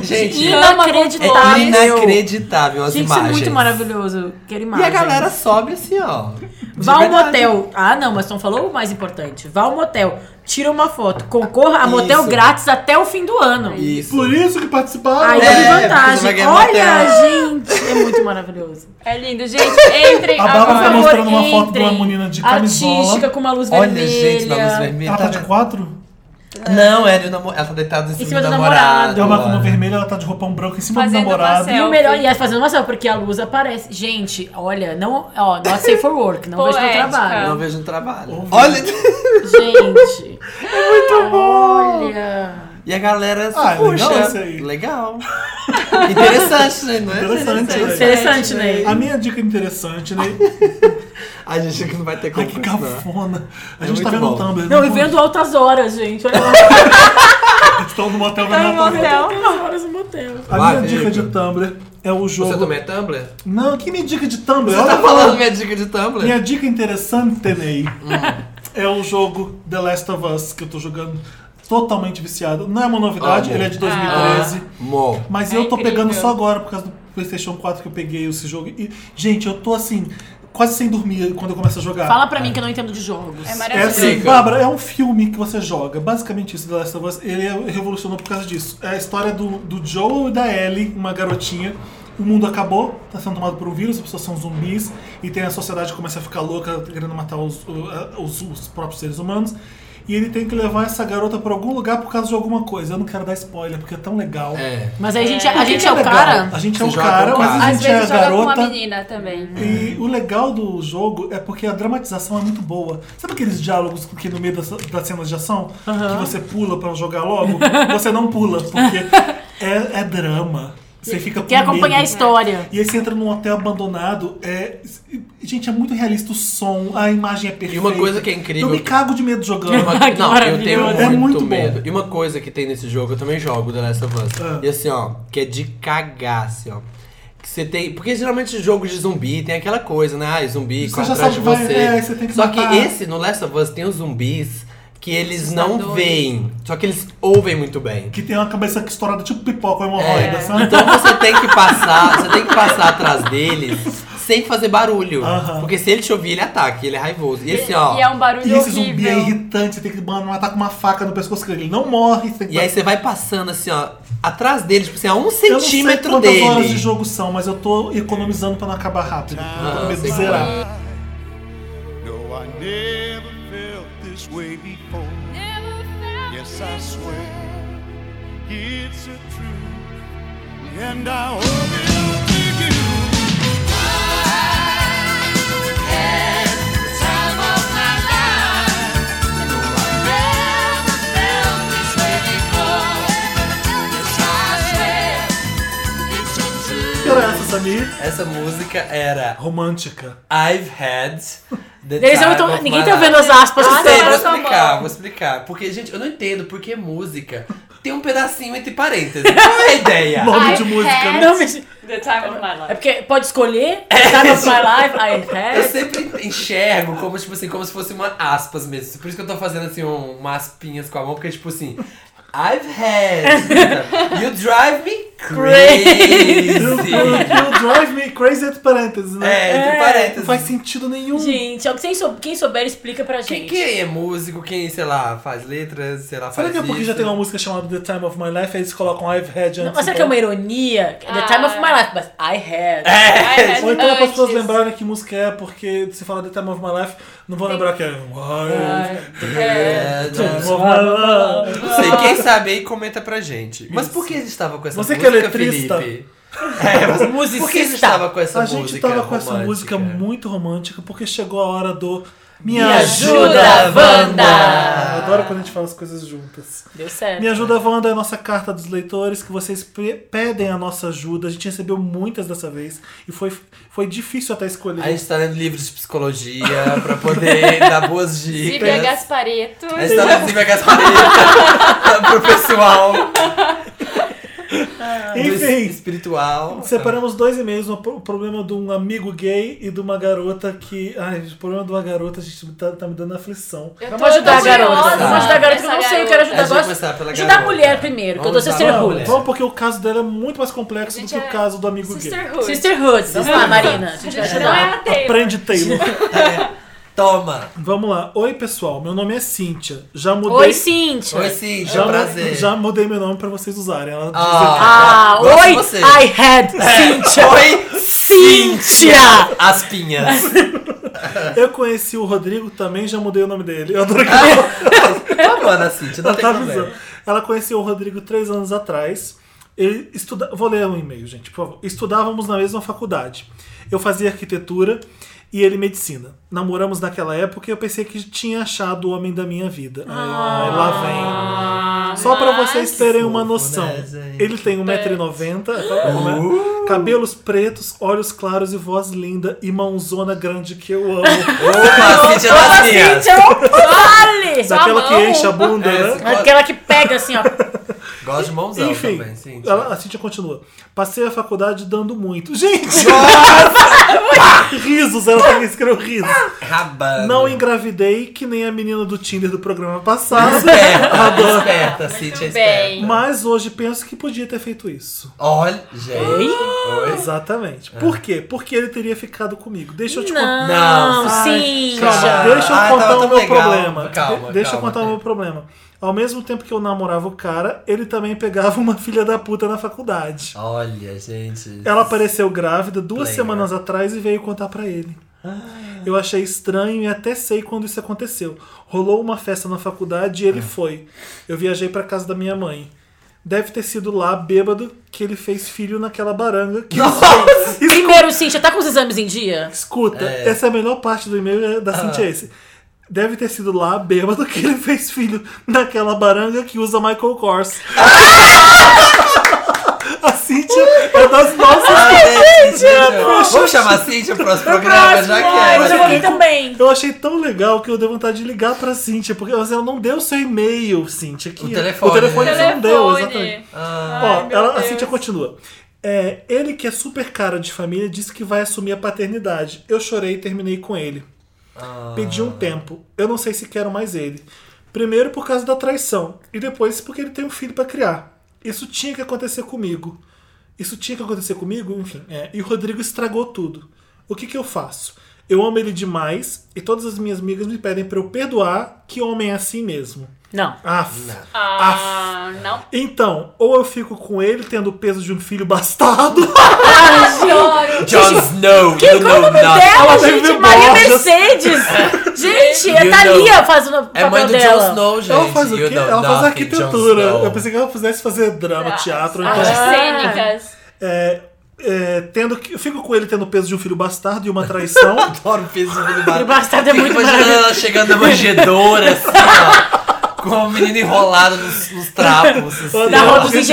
[SPEAKER 3] Gente, é
[SPEAKER 5] Inacreditável.
[SPEAKER 3] inacreditável as
[SPEAKER 5] tá, Gente, isso é
[SPEAKER 3] imagens.
[SPEAKER 5] muito maravilhoso. Quero
[SPEAKER 3] E
[SPEAKER 5] imagens.
[SPEAKER 3] a galera sobe assim, ó. de
[SPEAKER 5] Vá ao
[SPEAKER 3] verdade.
[SPEAKER 5] motel. Ah, não, mas não falou o mais importante. Vá ao motel, tira uma foto, concorra a
[SPEAKER 3] Isso.
[SPEAKER 5] motel grátis até o fim do ano.
[SPEAKER 3] Isso.
[SPEAKER 2] Por isso que participaram. tá
[SPEAKER 5] Aí
[SPEAKER 3] É,
[SPEAKER 5] é,
[SPEAKER 3] porque você vai
[SPEAKER 5] vantagem.
[SPEAKER 3] ganhar
[SPEAKER 5] Olha, gente, é muito maravilhoso.
[SPEAKER 4] É lindo, gente. Entrem
[SPEAKER 2] A Bárbara tá
[SPEAKER 4] agora.
[SPEAKER 2] mostrando uma
[SPEAKER 5] Entrem.
[SPEAKER 2] foto de uma menina de camisola.
[SPEAKER 5] Artística, com uma luz
[SPEAKER 3] Olha,
[SPEAKER 5] vermelha.
[SPEAKER 3] gente, na luz vermelha.
[SPEAKER 2] Ela tá
[SPEAKER 3] vendo?
[SPEAKER 2] de quatro?
[SPEAKER 3] Não, ela, e o namo- ela tá deitada em cima,
[SPEAKER 5] cima
[SPEAKER 3] do
[SPEAKER 5] do
[SPEAKER 3] namorado.
[SPEAKER 5] namorado.
[SPEAKER 2] Deu uma cama
[SPEAKER 3] olha.
[SPEAKER 2] vermelha, ela tá de roupão branco em cima
[SPEAKER 4] Fazendo
[SPEAKER 2] do
[SPEAKER 4] uma
[SPEAKER 2] namorado.
[SPEAKER 5] E
[SPEAKER 4] selfie.
[SPEAKER 5] o melhor, e ela fazendo uma selfie, porque a luz aparece. Gente, olha, não, ó, not safe for work, não vejo meu
[SPEAKER 4] Poética. [laughs]
[SPEAKER 5] trabalho.
[SPEAKER 3] Não vejo no trabalho.
[SPEAKER 2] Ouvi.
[SPEAKER 3] Olha! [laughs]
[SPEAKER 5] Gente. É muito bom. Olha.
[SPEAKER 3] E a galera.
[SPEAKER 2] Ah,
[SPEAKER 3] puxa,
[SPEAKER 2] legal isso aí.
[SPEAKER 3] Legal. Interessante, né? Não é
[SPEAKER 2] Interessante, né?
[SPEAKER 5] Interessante, né?
[SPEAKER 2] A minha dica interessante, né?
[SPEAKER 3] A gente aqui não vai ter como.
[SPEAKER 2] Ai, que
[SPEAKER 3] continuar.
[SPEAKER 2] cafona. A
[SPEAKER 3] né? É
[SPEAKER 2] gente tá
[SPEAKER 3] muito
[SPEAKER 2] vendo o
[SPEAKER 3] bom.
[SPEAKER 2] Tumblr.
[SPEAKER 5] Não, e
[SPEAKER 2] vamos-
[SPEAKER 5] vendo altas horas, gente. Olha lá,
[SPEAKER 2] Estão no motel
[SPEAKER 4] Tá no
[SPEAKER 2] vendo altas
[SPEAKER 4] motel.
[SPEAKER 5] altas horas no motel.
[SPEAKER 2] A
[SPEAKER 3] Vai,
[SPEAKER 2] minha dica
[SPEAKER 3] Felipe.
[SPEAKER 2] de Tumblr é o
[SPEAKER 3] Você
[SPEAKER 2] jogo.
[SPEAKER 3] também é Tumblr?
[SPEAKER 2] Não, que minha dica de Tumblr?
[SPEAKER 3] Você
[SPEAKER 2] Olha
[SPEAKER 3] tá falando minha dica de Tumblr?
[SPEAKER 2] Minha dica interessante, Tenei,
[SPEAKER 4] Hum.
[SPEAKER 2] é o jogo The Last of Us, que eu tô jogando totalmente viciado. Não é uma novidade,
[SPEAKER 3] Amo.
[SPEAKER 2] ele é de 2013.
[SPEAKER 3] Ah, Mo.
[SPEAKER 2] Mas
[SPEAKER 4] É
[SPEAKER 2] eu tô
[SPEAKER 4] incrível.
[SPEAKER 2] pegando só agora por causa do PlayStation 4 que eu peguei esse jogo. E, gente, eu tô assim, quase sem dormir quando eu começo a jogar.
[SPEAKER 5] Fala pra mim que eu não entendo de jogos.
[SPEAKER 4] É
[SPEAKER 2] É
[SPEAKER 4] maravilhoso.
[SPEAKER 2] assim,
[SPEAKER 3] Explica.
[SPEAKER 2] Bárbara, é um filme que você joga. Basicamente isso, The Last of Us, ele é- revolucionou por causa disso. É a história do, do Joel e da Ellie, uma garotinha. O mundo acabou, tá sendo tomado por um vírus, as pessoas são zumbis, e tem a sociedade que começa a ficar louca, querendo matar os, o- a- os- os próprios seres humanos. E ele tem que levar essa garota pra algum lugar por causa de alguma coisa. Eu não quero dar spoiler, porque é tão legal.
[SPEAKER 3] É.
[SPEAKER 5] Mas aí a gente, a
[SPEAKER 2] Por que
[SPEAKER 5] gente
[SPEAKER 2] que
[SPEAKER 5] é o
[SPEAKER 2] legal?
[SPEAKER 5] cara.
[SPEAKER 2] A gente é
[SPEAKER 3] Você
[SPEAKER 2] o
[SPEAKER 3] joga
[SPEAKER 2] cara,
[SPEAKER 3] com
[SPEAKER 2] mas
[SPEAKER 3] cara.
[SPEAKER 2] a
[SPEAKER 4] Às
[SPEAKER 2] gente é a
[SPEAKER 4] vezes joga com uma
[SPEAKER 2] garota.
[SPEAKER 4] menina também.
[SPEAKER 2] E o legal do jogo é porque a dramatização é muito boa. Sabe aqueles diálogos que no meio das, das cenas de ação? Que você pula pra jogar logo? você não pula, porque é, é drama. Você fica com
[SPEAKER 5] Quer acompanhar a
[SPEAKER 2] medo.
[SPEAKER 5] história.
[SPEAKER 2] E aí você entra num hotel abandonado. É... Gente, é muito realista o som, a imagem é perfeita.
[SPEAKER 3] E uma coisa que é incrível-
[SPEAKER 2] Eu me cago de medo jogando.
[SPEAKER 3] Uma-
[SPEAKER 5] Que
[SPEAKER 3] não, eu tenho
[SPEAKER 5] maravilhoso.
[SPEAKER 3] muito,
[SPEAKER 2] É muito bom.
[SPEAKER 3] medo. E uma coisa que tem nesse jogo, eu também jogo The Last of Us.
[SPEAKER 2] Ah.
[SPEAKER 3] E assim, ó, que é de cagar, assim, ó. Que você tem. Porque geralmente jogos de zumbi tem aquela coisa, né? Ah, zumbi,
[SPEAKER 2] Você
[SPEAKER 3] corre
[SPEAKER 2] já
[SPEAKER 3] atrás de
[SPEAKER 2] sabe, vai-
[SPEAKER 3] você.
[SPEAKER 2] é, você tem que
[SPEAKER 3] Só
[SPEAKER 2] matar.
[SPEAKER 3] que esse, no Last of Us, tem os zumbis que eles não
[SPEAKER 4] Assustadores.
[SPEAKER 3] veem. Só que eles ouvem muito bem.
[SPEAKER 2] Que tem uma cabeça que estourada tipo pipoca, uma hemorroida, sabe?
[SPEAKER 3] Então você tem que passar, você tem que passar atrás deles sem fazer barulho.
[SPEAKER 2] Aham.
[SPEAKER 3] Porque se ele te ouvir, ele ataca, ele é raivoso. E assim, ó.
[SPEAKER 4] E é um barulho
[SPEAKER 2] E esse zumbi é
[SPEAKER 4] horrível.
[SPEAKER 2] irritante, você tem que mano, matar com uma faca no pescoço, que ele não morre. Você tem que
[SPEAKER 3] E aí você vai passando assim, ó, atrás dele, tipo assim, a um
[SPEAKER 2] Eu não sei
[SPEAKER 3] centímetro
[SPEAKER 2] quantas
[SPEAKER 3] dele.
[SPEAKER 2] horas de jogo são, mas eu tô economizando pra não acabar rápido.
[SPEAKER 3] Ah,
[SPEAKER 2] eu tô com medo de
[SPEAKER 3] sei
[SPEAKER 2] zerar.
[SPEAKER 6] No, I never felt this way before. Yes, I swear it's a truth, and I owe it to you.
[SPEAKER 2] Que hora é essa, Samir?
[SPEAKER 3] Essa música era
[SPEAKER 2] Romântica.
[SPEAKER 3] I've Had the
[SPEAKER 5] Eles não
[SPEAKER 3] time
[SPEAKER 5] tão-
[SPEAKER 3] of
[SPEAKER 5] ninguém
[SPEAKER 3] my
[SPEAKER 5] tá
[SPEAKER 3] life.
[SPEAKER 5] vendo as tá aspas.
[SPEAKER 3] Eu
[SPEAKER 5] que
[SPEAKER 3] sei,
[SPEAKER 5] você-
[SPEAKER 3] vou explicar, vou explicar. Porque, gente, eu não entendo por que música tem um pedacinho entre parênteses. Qual é a ideia?
[SPEAKER 2] Nome
[SPEAKER 4] I've
[SPEAKER 2] de música,
[SPEAKER 5] [laughs]
[SPEAKER 4] had
[SPEAKER 2] né?
[SPEAKER 5] Não, mas-
[SPEAKER 8] The time of my
[SPEAKER 5] É
[SPEAKER 8] life.
[SPEAKER 5] porque pode escolher, time of my life, I
[SPEAKER 3] Eu
[SPEAKER 5] have.
[SPEAKER 3] sempre enxergo como, tipo assim, como se fosse uma aspas mesmo. Por isso que eu tô fazendo assim, um, umas aspinhas com a mão, porque tipo assim. I've had. You drive me
[SPEAKER 2] You,
[SPEAKER 5] [laughs]
[SPEAKER 3] crazy.
[SPEAKER 2] you drive me crazy at parênteses, né?
[SPEAKER 3] É, entre
[SPEAKER 2] Não
[SPEAKER 3] parênteses.
[SPEAKER 2] faz sentido nenhum.
[SPEAKER 5] Gente, ó, quem sou- quem souber explica pra
[SPEAKER 3] Quem,
[SPEAKER 5] gente.
[SPEAKER 3] quem é músico, quem, sei lá, faz letras, sei lá,
[SPEAKER 2] Será
[SPEAKER 3] faz
[SPEAKER 2] que é porque
[SPEAKER 3] isso.
[SPEAKER 2] já tem
[SPEAKER 3] [laughs]
[SPEAKER 2] uma música chamada The Time of My Life? Eles colocam I've had
[SPEAKER 5] Não,
[SPEAKER 2] antes.
[SPEAKER 5] mas será que é uma ironia? The time of my life, but I
[SPEAKER 3] É,
[SPEAKER 5] had.
[SPEAKER 8] I
[SPEAKER 3] tipo,
[SPEAKER 8] had
[SPEAKER 2] Ou então é pra pessoas
[SPEAKER 8] urges.
[SPEAKER 2] lembrarem que música é, porque se falar The Time of My Life, não vão lembrar que é. I've
[SPEAKER 3] É,
[SPEAKER 2] Time
[SPEAKER 3] não
[SPEAKER 2] of My Life.
[SPEAKER 3] não sei, quem sabe aí comenta pra gente. Mas por que a gente tava com essa
[SPEAKER 2] Você que é
[SPEAKER 3] música,
[SPEAKER 2] letrista.
[SPEAKER 3] Felipe? É, mas por que a gente
[SPEAKER 5] Musicista.
[SPEAKER 3] tava com essa
[SPEAKER 2] A
[SPEAKER 3] música
[SPEAKER 2] gente tava com essa
[SPEAKER 3] romântica?
[SPEAKER 2] música muito romântica porque chegou a hora do Me,
[SPEAKER 5] ajuda, Wanda!
[SPEAKER 2] Eu Adoro quando a gente fala as coisas juntas.
[SPEAKER 5] Deu certo.
[SPEAKER 2] Me ajuda, Wanda, é a nossa carta dos leitores que vocês pre- pedem a nossa ajuda. A gente recebeu muitas dessa vez e foi, foi difícil até escolher.
[SPEAKER 3] A gente tá lendo livros de psicologia pra poder [laughs] dar boas
[SPEAKER 5] é-
[SPEAKER 4] Silvia
[SPEAKER 3] dicas.
[SPEAKER 4] Gaspareto.
[SPEAKER 3] A gente tá lendo Silvia Gasparita [laughs] pro pessoal do es-
[SPEAKER 2] Enfim,
[SPEAKER 3] espiritual.
[SPEAKER 2] separamos dois e-mails: um pro- o problema de um amigo gay e de uma garota que. Ai, o problema de uma garota, a gente tá, tá me dando aflição.
[SPEAKER 4] Eu tô
[SPEAKER 5] Vamos ajudar a garota.
[SPEAKER 4] ansiosa
[SPEAKER 5] Vamos ajudar a garota, que eu não
[SPEAKER 4] nessa
[SPEAKER 5] sei, eu quero
[SPEAKER 4] garota.
[SPEAKER 3] A gente
[SPEAKER 5] ajudar.
[SPEAKER 4] É
[SPEAKER 3] vai
[SPEAKER 5] Eu gosto
[SPEAKER 3] começar pela
[SPEAKER 5] ajudar a
[SPEAKER 3] garota.
[SPEAKER 5] mulher primeiro, que eu dou
[SPEAKER 3] Vamos ajudar a
[SPEAKER 5] sisterhood.
[SPEAKER 3] mulher.
[SPEAKER 2] Vamos, porque o caso dela é muito mais complexo do
[SPEAKER 4] Gente,
[SPEAKER 2] que o
[SPEAKER 4] é
[SPEAKER 2] caso do amigo gay.
[SPEAKER 4] Sisterhood.
[SPEAKER 5] Sisterhood, vamos lá, Marina. A gente vai
[SPEAKER 4] Sisterhood. Não é
[SPEAKER 5] ajudar.
[SPEAKER 4] ateu.
[SPEAKER 2] Aprende, Taylor.
[SPEAKER 3] É, Toma!
[SPEAKER 2] Vamos lá. Oi, pessoal. Meu nome é Cíntia. Já mudei.
[SPEAKER 5] Oi, Cíntia.
[SPEAKER 3] Oi, sim,
[SPEAKER 2] já,
[SPEAKER 3] já, É um prazer.
[SPEAKER 2] já mudei meu nome pra vocês usarem. Ela assim,
[SPEAKER 5] Ah,
[SPEAKER 3] gosto de
[SPEAKER 5] oi,
[SPEAKER 3] você.
[SPEAKER 5] I had Cíntia.
[SPEAKER 3] Oi,
[SPEAKER 5] Cíntia!
[SPEAKER 3] Aspinhas. tá.
[SPEAKER 5] [laughs]
[SPEAKER 2] disse, Eu conheci o Rodrigo também, já mudei o nome dele. Eu adoro que
[SPEAKER 3] Vamos, Ana Cíntia, não
[SPEAKER 2] ela
[SPEAKER 3] Ah, tem
[SPEAKER 2] tá avisando.
[SPEAKER 3] problema.
[SPEAKER 2] Ela conheceu o Rodrigo três anos atrás. Ele estuda... Vou ler um e-mail, gente, por favor. Estudávamos na mesma faculdade. Eu fazia arquitetura e ele medicina. Namoramos naquela época e eu pensei que tinha achado o homem da minha vida. Ai, lá vem. Só pra vocês terem uma
[SPEAKER 3] fofo,
[SPEAKER 2] noção.
[SPEAKER 3] né, gente? Uh!
[SPEAKER 2] ele tem 1,90m, então, né? cabelos pretos, olhos claros e voz linda e mãozona grande que
[SPEAKER 3] [laughs]
[SPEAKER 2] eu amo.
[SPEAKER 3] Opa, é Cíntia
[SPEAKER 5] Opa,
[SPEAKER 3] Lasminhas.
[SPEAKER 5] Cíntia, opa, fale!
[SPEAKER 2] Daquela que
[SPEAKER 4] mão.
[SPEAKER 2] enche a bunda,
[SPEAKER 3] É,
[SPEAKER 2] né?
[SPEAKER 3] sim.
[SPEAKER 5] Aquela que pega assim, ó.
[SPEAKER 3] Gosto de mãozão
[SPEAKER 2] Enfim,
[SPEAKER 3] também, Cíntia.
[SPEAKER 2] ela- a Cintia continua. Passei a faculdade dando
[SPEAKER 3] [laughs]
[SPEAKER 2] muito. Gente! [laughs] risos, ela também escreveu risos.
[SPEAKER 3] Rabando.
[SPEAKER 2] Não engravidei, que nem a menina do Tinder do
[SPEAKER 3] [laughs]
[SPEAKER 2] programa passado.
[SPEAKER 3] Esperta, esperta, Cíntia, esperta.
[SPEAKER 4] bem.
[SPEAKER 2] Mas hoje penso que podia ter feito isso.
[SPEAKER 3] Olha, gente. Oi.
[SPEAKER 2] Exatamente.
[SPEAKER 3] É.
[SPEAKER 2] Por quê? Porque ele teria ficado comigo. Deixa eu te contar.
[SPEAKER 5] Não,
[SPEAKER 3] Não,
[SPEAKER 5] Cíntia.
[SPEAKER 2] Calma,
[SPEAKER 3] Ah,
[SPEAKER 2] deixa eu
[SPEAKER 3] ah,
[SPEAKER 2] contar
[SPEAKER 3] tava
[SPEAKER 2] o
[SPEAKER 3] tão
[SPEAKER 2] meu
[SPEAKER 3] legal.
[SPEAKER 2] problema.
[SPEAKER 3] Calma,
[SPEAKER 2] De- deixa
[SPEAKER 3] calma.
[SPEAKER 2] eu contar o meu problema. Ao mesmo tempo que eu namorava o cara, ele também pegava uma [laughs] filha da puta na faculdade.
[SPEAKER 3] Olha, gente.
[SPEAKER 2] Ela apareceu grávida duas
[SPEAKER 3] Playboy.
[SPEAKER 2] semanas atrás e veio contar pra ele.
[SPEAKER 3] Ah.
[SPEAKER 2] Eu achei estranho e até sei quando isso aconteceu. Rolou uma festa na faculdade e
[SPEAKER 3] Ah.
[SPEAKER 2] ele foi. Eu viajei pra casa da minha mãe. Deve ter sido lá, bêbado, que ele fez filho naquela baranga. Que
[SPEAKER 5] Primeiro, Cíntia, tá com os exames em dia?
[SPEAKER 2] Escuta, essa é a melhor parte do e-mail é
[SPEAKER 3] Ah.
[SPEAKER 2] da Cintia esse. Deve ter sido lá, bêbado, que ele fez filho naquela baranga que usa Michael Kors. [laughs] a Cintia é das nossas.
[SPEAKER 3] Ah, é, Cíntia.
[SPEAKER 2] Cíntia. tá-
[SPEAKER 3] Vamos chamar a Cíntia pro próximo programa, já que é.
[SPEAKER 5] eu já
[SPEAKER 3] ela.
[SPEAKER 5] vou também.
[SPEAKER 2] Eu achei tão legal que eu dei vontade de ligar pra Cintia, porque mas ela não deu seu e-mail, Cintia. Que
[SPEAKER 3] O telefone,
[SPEAKER 2] O telefone
[SPEAKER 3] né?
[SPEAKER 2] você não deu,
[SPEAKER 4] Telefone.
[SPEAKER 2] exatamente.
[SPEAKER 3] Ah,
[SPEAKER 2] Ó, ela, a Cintia continua. É, ele que é super cara de família disse que vai assumir a paternidade. Eu chorei e terminei com ele. Pedi um tempo. Eu não sei se quero mais ele. Primeiro por causa da traição e depois porque ele tem um filho pra criar. Isso tinha que acontecer comigo. Isso tinha que acontecer comigo, enfim. é, E o Rodrigo estragou tudo. O que que eu faço? Eu amo ele demais e todas as minhas amigas me pedem pra eu perdoar que homem é assim mesmo.
[SPEAKER 5] Não.
[SPEAKER 2] Aff.
[SPEAKER 4] Ah, não.
[SPEAKER 2] Então, ou eu fico com ele tendo o peso de um
[SPEAKER 3] [laughs]
[SPEAKER 2] filho bastardo.
[SPEAKER 4] Adoro.
[SPEAKER 3] Jon Snow, you
[SPEAKER 5] Qual é o
[SPEAKER 3] know
[SPEAKER 5] nome
[SPEAKER 3] not.
[SPEAKER 5] dela,
[SPEAKER 2] Ela
[SPEAKER 5] gente?
[SPEAKER 2] teve
[SPEAKER 5] Maria
[SPEAKER 2] bordas.
[SPEAKER 5] Mercedes. gente, é
[SPEAKER 3] You
[SPEAKER 5] Thalia
[SPEAKER 3] know.
[SPEAKER 5] faz o
[SPEAKER 3] É
[SPEAKER 5] papel
[SPEAKER 3] mãe do Jon
[SPEAKER 5] dela.
[SPEAKER 3] Snow, gente.
[SPEAKER 2] ela faz o
[SPEAKER 3] You
[SPEAKER 2] quê?
[SPEAKER 3] know
[SPEAKER 2] Ela faz
[SPEAKER 3] nothing, Jon
[SPEAKER 2] arquitetura.
[SPEAKER 3] Snow.
[SPEAKER 2] Eu pensei que ela fizesse fazer drama, teatro. Então,
[SPEAKER 4] Artes
[SPEAKER 5] Ah.
[SPEAKER 4] cênicas.
[SPEAKER 2] é, é, tendo que, eu fico com ele tendo o peso de um filho bastardo e
[SPEAKER 3] [laughs]
[SPEAKER 2] uma traição.
[SPEAKER 3] Adoro o peso do
[SPEAKER 5] O
[SPEAKER 3] barulho.
[SPEAKER 5] bastardo é
[SPEAKER 3] Fico
[SPEAKER 5] muito
[SPEAKER 3] imaginando
[SPEAKER 5] maravilhoso.
[SPEAKER 3] ela chegando na manjedoura, assim, ó. Com a menina enrolada nos, nos trapos, assim.
[SPEAKER 5] Da
[SPEAKER 2] Eu
[SPEAKER 5] roda
[SPEAKER 2] acho
[SPEAKER 5] dos
[SPEAKER 2] que esse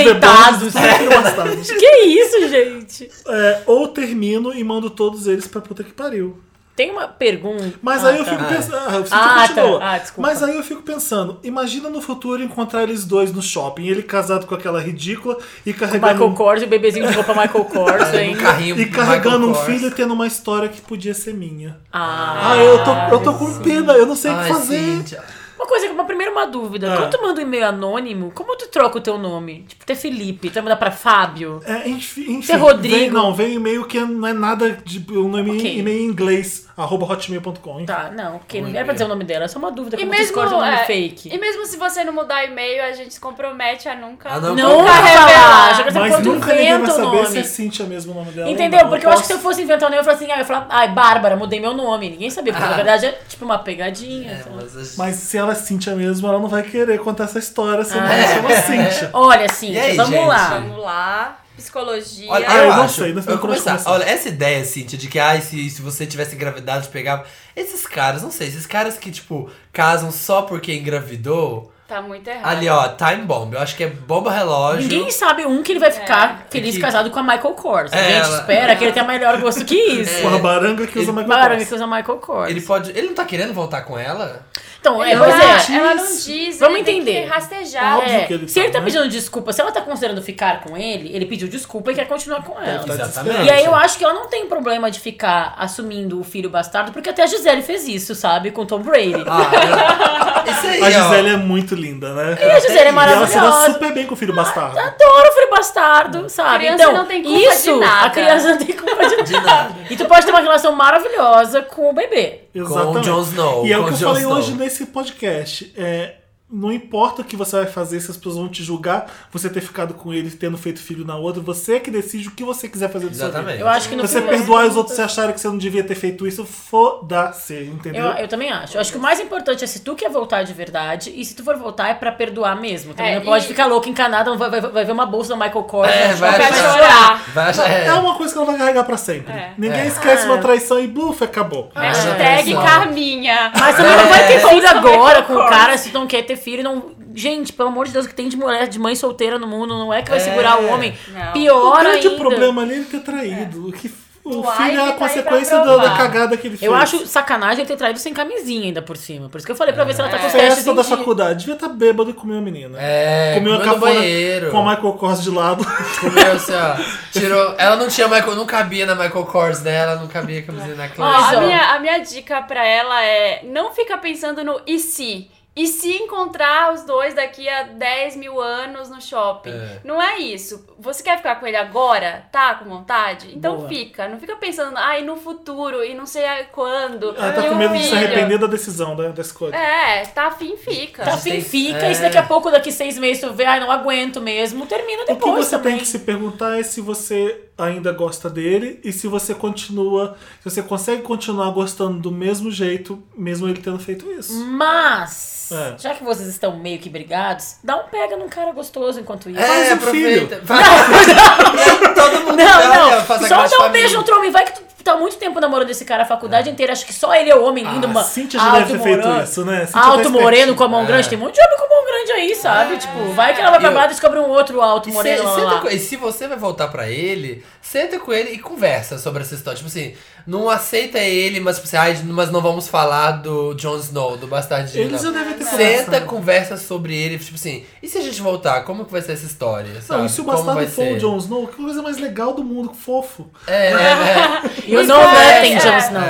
[SPEAKER 2] demônio
[SPEAKER 5] enjeitados.
[SPEAKER 2] é um
[SPEAKER 5] [laughs]
[SPEAKER 2] filho bastardo.
[SPEAKER 5] Que isso, gente?
[SPEAKER 2] É, ou termino e mando todos eles pra puta que pariu.
[SPEAKER 5] Tem uma pergunta.
[SPEAKER 2] Mas aí eu fico pensando. Ah, você
[SPEAKER 5] tá. Ah, tá.
[SPEAKER 2] continua.
[SPEAKER 5] Ah, desculpa.
[SPEAKER 2] Mas aí eu fico pensando, imagina no futuro encontrar eles dois no shopping, ele casado com aquela ridícula e carregando, um
[SPEAKER 5] Michael Kors, o bebezinho de roupa Michael Kors, hein?
[SPEAKER 3] Um carrinho
[SPEAKER 2] e carregando um
[SPEAKER 3] Michael Kors.
[SPEAKER 2] filho e tendo uma história que podia ser minha.
[SPEAKER 5] Ah,
[SPEAKER 2] Ah, eu tô, eu tô com pena, eu não sei o que
[SPEAKER 3] Ai,
[SPEAKER 2] fazer.
[SPEAKER 3] gente.
[SPEAKER 5] uma coisa, uma, primeiro uma dúvida.
[SPEAKER 2] Ah.
[SPEAKER 5] Quando tu manda um e-mail anônimo, como tu troca o teu nome? Tipo, ter Felipe, tu vai mandar pra Fábio?
[SPEAKER 2] É, enfim, enfim
[SPEAKER 5] Ser Rodrigo.
[SPEAKER 2] Vem, não, vem um e-mail que não é nada de um nome
[SPEAKER 5] Ok.
[SPEAKER 2] e-mail em inglês, arroba hotmail.com.
[SPEAKER 5] Tá, não, ok. Não era pra dizer o nome dela, é só uma dúvida.
[SPEAKER 4] E
[SPEAKER 5] Como tu
[SPEAKER 4] mesmo,
[SPEAKER 5] escolhe o nome
[SPEAKER 4] é,
[SPEAKER 5] fake?
[SPEAKER 4] e mesmo se você não mudar e-mail, a gente se compromete a nunca.
[SPEAKER 3] Ah, não,
[SPEAKER 5] Não
[SPEAKER 3] como-
[SPEAKER 5] vai revelar. Já quer dizer,
[SPEAKER 2] Mas
[SPEAKER 5] quando
[SPEAKER 2] nunca ninguém vai
[SPEAKER 5] inventa o
[SPEAKER 2] saber se é
[SPEAKER 5] nome.
[SPEAKER 2] Cintia mesmo o nome dela. ou
[SPEAKER 5] Entendeu?
[SPEAKER 2] não.
[SPEAKER 5] Porque eu acho que se
[SPEAKER 2] posso-
[SPEAKER 5] eu fosse inventar um nome, eu ia falar assim, ah, eu ia falar, ai, Bárbara, mudei meu nome. Ninguém sabia, porque na verdade é tipo uma pegadinha.
[SPEAKER 3] É,
[SPEAKER 5] então.
[SPEAKER 3] mas a gente-
[SPEAKER 2] Mas se ela é Cintia mesmo, ela não vai querer contar essa
[SPEAKER 5] Ah,
[SPEAKER 2] história se ela é uma Cintia.
[SPEAKER 5] Olha, assim,
[SPEAKER 3] E aí,
[SPEAKER 5] vamos
[SPEAKER 3] gente?
[SPEAKER 5] lá.
[SPEAKER 4] Vamos lá. Psicologia.
[SPEAKER 3] Olha,
[SPEAKER 2] Ah,
[SPEAKER 3] eu,
[SPEAKER 2] eu não
[SPEAKER 3] acho.
[SPEAKER 2] sei, não sei
[SPEAKER 3] eu vou
[SPEAKER 2] como
[SPEAKER 3] começar.
[SPEAKER 2] começar.
[SPEAKER 3] Olha, essa ideia, Cintia, de que ai, se, se você tivesse engravidado, te pegava. Esses caras, não sei, esses caras que, tipo, casam só porque engravidou.
[SPEAKER 4] Tá muito errado.
[SPEAKER 3] Ali, ó, time bomb. Eu acho que é bomba relógio.
[SPEAKER 5] É. Ninguém sabe um que ele vai
[SPEAKER 4] É.
[SPEAKER 5] ficar feliz
[SPEAKER 3] Que-
[SPEAKER 5] casado com a Michael Kors.
[SPEAKER 3] É,
[SPEAKER 5] a gente
[SPEAKER 3] ela-
[SPEAKER 5] espera que ele tenha melhor gosto que isso.
[SPEAKER 2] Porra, baranga que usa
[SPEAKER 3] Ele-
[SPEAKER 2] Michael
[SPEAKER 5] Claro,
[SPEAKER 2] Kors.
[SPEAKER 5] que usa Michael Kors.
[SPEAKER 3] Ele pode. Ele não tá querendo voltar com ela?
[SPEAKER 5] Então, é,
[SPEAKER 4] Ela,
[SPEAKER 5] pois é.
[SPEAKER 2] diz.
[SPEAKER 4] ela não diz.
[SPEAKER 5] Vamos
[SPEAKER 4] ele tem
[SPEAKER 5] entender.
[SPEAKER 4] que rastejar.
[SPEAKER 2] Óbvio
[SPEAKER 5] É,
[SPEAKER 2] que ele
[SPEAKER 5] se ele
[SPEAKER 2] tá,
[SPEAKER 5] tá
[SPEAKER 2] né?
[SPEAKER 5] pedindo desculpa, se ela tá considerando ficar com ele, ele pediu desculpa e quer continuar com ela.
[SPEAKER 2] Tá
[SPEAKER 3] Exatamente.
[SPEAKER 5] E aí eu acho que ela não tem problema de ficar assumindo o filho bastardo, porque até a Gisele fez isso, sabe? Com Tom Brady.
[SPEAKER 3] Ah, eu- isso aí,
[SPEAKER 2] A
[SPEAKER 3] ó.
[SPEAKER 2] Gisele é muito linda, né?
[SPEAKER 5] E a Gisele
[SPEAKER 2] ela
[SPEAKER 5] é
[SPEAKER 2] se dá
[SPEAKER 5] maravilhosa.
[SPEAKER 2] super bem com o filho bastardo.
[SPEAKER 5] Adoro o filho bastardo, sabe?
[SPEAKER 4] Criança
[SPEAKER 5] então,
[SPEAKER 4] não tem culpa de
[SPEAKER 5] isso,
[SPEAKER 4] nada.
[SPEAKER 5] a criança não tem culpa de
[SPEAKER 3] De nada.
[SPEAKER 5] E tu pode ter uma relação maravilhosa com o bebê.
[SPEAKER 2] Exatamente.
[SPEAKER 3] Com o Jon Snow,
[SPEAKER 2] E é
[SPEAKER 3] com
[SPEAKER 2] o que
[SPEAKER 3] o
[SPEAKER 2] eu
[SPEAKER 3] Jon
[SPEAKER 2] falei
[SPEAKER 3] Snow.
[SPEAKER 2] hoje nesse podcast. É, não importa o que você vai fazer, se as pessoas vão te julgar, você ter ficado com ele, tendo feito filho na outra, você é que decide o que você quiser fazer do
[SPEAKER 3] Exatamente.
[SPEAKER 5] Eu acho que
[SPEAKER 2] seu
[SPEAKER 5] no
[SPEAKER 2] vida. Você
[SPEAKER 5] fim das
[SPEAKER 2] perdoar e os outros se acharem que você não devia ter feito isso, foda-se, entendeu?
[SPEAKER 5] Eu, eu também acho. Eu acho que o mais importante é se tu quer voltar de verdade e se tu for voltar é pra perdoar mesmo. Também
[SPEAKER 4] É,
[SPEAKER 5] não pode
[SPEAKER 4] e-
[SPEAKER 5] ficar louco encanada, não vai, vai, vai ver uma bolsa do Michael Kors, né?
[SPEAKER 3] É,
[SPEAKER 5] vai,
[SPEAKER 3] vai
[SPEAKER 5] vai
[SPEAKER 3] achar-
[SPEAKER 5] chorar.
[SPEAKER 3] Vai achar.
[SPEAKER 2] É.
[SPEAKER 3] É,
[SPEAKER 2] uma coisa que ela vai carregar pra sempre.
[SPEAKER 4] É.
[SPEAKER 2] Ninguém
[SPEAKER 3] É.
[SPEAKER 2] esquece uma traição e bluff, acabou.
[SPEAKER 4] Hashtag
[SPEAKER 3] É.
[SPEAKER 4] Carminha.
[SPEAKER 5] Mas também não vai ter
[SPEAKER 3] É.
[SPEAKER 5] filho agora com o
[SPEAKER 4] Kors.
[SPEAKER 5] cara se tu não quer ter filho. Não... Gente, pelo amor de Deus, o que tem de mulher, de mãe solteira no mundo, não é que vai
[SPEAKER 3] É.
[SPEAKER 5] segurar o homem.
[SPEAKER 4] Não.
[SPEAKER 5] Pior
[SPEAKER 2] o grande
[SPEAKER 5] ainda.
[SPEAKER 2] problema ali é ele ter traído. O, que, o
[SPEAKER 4] O
[SPEAKER 2] filho é
[SPEAKER 4] Ivy
[SPEAKER 2] a
[SPEAKER 4] tá
[SPEAKER 2] consequência
[SPEAKER 4] aí pra
[SPEAKER 2] da, da
[SPEAKER 4] provar.
[SPEAKER 2] cagada que ele fez.
[SPEAKER 5] Eu acho sacanagem ele ter traído sem camisinha ainda por cima. Por isso que eu falei pra ver se ela tá com os testes
[SPEAKER 2] festa
[SPEAKER 5] em
[SPEAKER 2] da
[SPEAKER 5] dia.
[SPEAKER 2] É. faculdade. Devia estar bêbado e comer uma menina.
[SPEAKER 3] é
[SPEAKER 2] comeu a
[SPEAKER 3] comeu no
[SPEAKER 2] cafona
[SPEAKER 3] banheiro.
[SPEAKER 2] com a Michael Kors de
[SPEAKER 5] [laughs]
[SPEAKER 2] lado.
[SPEAKER 3] Comeu assim, ó. Tirou. Ela não tinha Michael, não cabia na Michael Kors dela, não cabia a camisinha na
[SPEAKER 4] Ó,
[SPEAKER 3] Clash.
[SPEAKER 5] Mas,
[SPEAKER 4] a,
[SPEAKER 5] ó.
[SPEAKER 2] é.
[SPEAKER 4] minha, a minha dica pra ela é não fica pensando no e se. E se encontrar os dois daqui a 10 mil anos no shopping?
[SPEAKER 3] É.
[SPEAKER 4] Não é isso. Você quer ficar com ele agora? Tá com vontade? Então
[SPEAKER 5] Boa.
[SPEAKER 4] fica. Não fica pensando, ai, no futuro e não sei a- quando.
[SPEAKER 2] Ela tá
[SPEAKER 4] e
[SPEAKER 2] com
[SPEAKER 4] um
[SPEAKER 2] medo de se
[SPEAKER 4] filho."
[SPEAKER 2] arrepender da decisão, né? Da escolha.
[SPEAKER 4] É, tá afim, fica.
[SPEAKER 5] Tá
[SPEAKER 3] Vocês
[SPEAKER 5] fim
[SPEAKER 3] têm-
[SPEAKER 5] fica,
[SPEAKER 3] é.
[SPEAKER 5] e se daqui a pouco, daqui seis meses, tu vê, ai, não aguento mesmo, termina
[SPEAKER 2] O que
[SPEAKER 5] depois
[SPEAKER 2] você
[SPEAKER 5] também.
[SPEAKER 2] tem que se perguntar é se você ainda gosta dele e se você continua, se você consegue continuar gostando do mesmo jeito, mesmo ele tendo feito
[SPEAKER 5] Hum.
[SPEAKER 2] isso.
[SPEAKER 5] Mas,
[SPEAKER 2] É.
[SPEAKER 5] já que vocês estão meio que brigados, dá um pega num cara gostoso enquanto isso.
[SPEAKER 3] É,
[SPEAKER 2] um
[SPEAKER 3] aproveita. Vai. [laughs] Todo mundo
[SPEAKER 5] Não,
[SPEAKER 3] vai,
[SPEAKER 5] não,
[SPEAKER 3] faz a
[SPEAKER 5] só
[SPEAKER 3] grande
[SPEAKER 5] dá um
[SPEAKER 3] família.
[SPEAKER 5] beijo no Trump, vai que tu tá há muito tempo namorando esse cara a faculdade inteira, acho que só ele é o homem lindo,
[SPEAKER 3] Ah,
[SPEAKER 5] mano.
[SPEAKER 2] Cíntia já deve ter feito isso, né? Cíntia tá
[SPEAKER 5] alto moreno
[SPEAKER 2] espertinha.
[SPEAKER 5] com a mão
[SPEAKER 3] É.
[SPEAKER 5] grande, tem um monte de homem com mão grande aí,
[SPEAKER 2] É.
[SPEAKER 5] sabe? Tipo, vai que ela vai pra
[SPEAKER 3] Eu- tá
[SPEAKER 5] lá e descobre um outro alto
[SPEAKER 3] E,
[SPEAKER 5] moreno.
[SPEAKER 3] se,
[SPEAKER 5] lá,
[SPEAKER 3] senta
[SPEAKER 5] lá.
[SPEAKER 3] com- e se você vai voltar pra ele, senta com ele e conversa sobre essa história. Tipo assim, não aceita ele, mas tipo assim, ai, mas não vamos falar do Jon Snow, do bastardinho.
[SPEAKER 2] Eles já
[SPEAKER 3] não.
[SPEAKER 2] devem ter
[SPEAKER 3] Senta,
[SPEAKER 2] conversado.
[SPEAKER 3] conversa sobre ele, tipo assim, e se a gente voltar, como que vai ser essa história?
[SPEAKER 2] Não,
[SPEAKER 3] sabe?
[SPEAKER 2] e se o
[SPEAKER 3] Tá, Como vai
[SPEAKER 2] bastardo for
[SPEAKER 3] ser?
[SPEAKER 2] o Jon Snow, que coisa mais legal do mundo, que fofo.
[SPEAKER 3] É, é, é.
[SPEAKER 5] E o
[SPEAKER 4] Isso
[SPEAKER 5] não
[SPEAKER 4] é-
[SPEAKER 5] tem,
[SPEAKER 4] é.
[SPEAKER 5] Jones, não.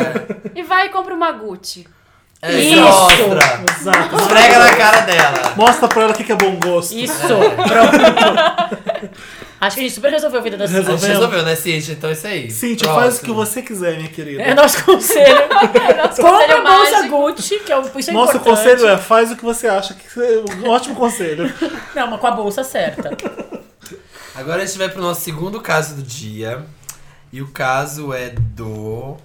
[SPEAKER 4] E vai e compra uma Gucci.
[SPEAKER 2] [laughs]
[SPEAKER 3] É,
[SPEAKER 5] Isso.
[SPEAKER 3] Mostra!
[SPEAKER 2] Exato.
[SPEAKER 3] Esfrega na cara dela.
[SPEAKER 2] Mostra pra ela o que que é bom gosto.
[SPEAKER 5] Isso, pronto. Acho que a gente super resolveu a vida da
[SPEAKER 3] A
[SPEAKER 5] Cintia.
[SPEAKER 3] gente resolveu, né, Cintia? Então é isso aí.
[SPEAKER 2] Cíntia,
[SPEAKER 3] Próximo.
[SPEAKER 2] faz o que você quiser, minha querida.
[SPEAKER 5] É nosso conselho. Compre a
[SPEAKER 4] conselho
[SPEAKER 5] bolsa
[SPEAKER 4] mágico.
[SPEAKER 5] Gucci, que é o isso é
[SPEAKER 2] Nosso
[SPEAKER 5] importante.
[SPEAKER 2] conselho é, faz o que você acha que é um ótimo conselho.
[SPEAKER 5] Não, mas com a
[SPEAKER 3] [laughs]
[SPEAKER 5] bolsa certa.
[SPEAKER 3] Agora a gente vai pro nosso segundo caso do dia. E o caso é do.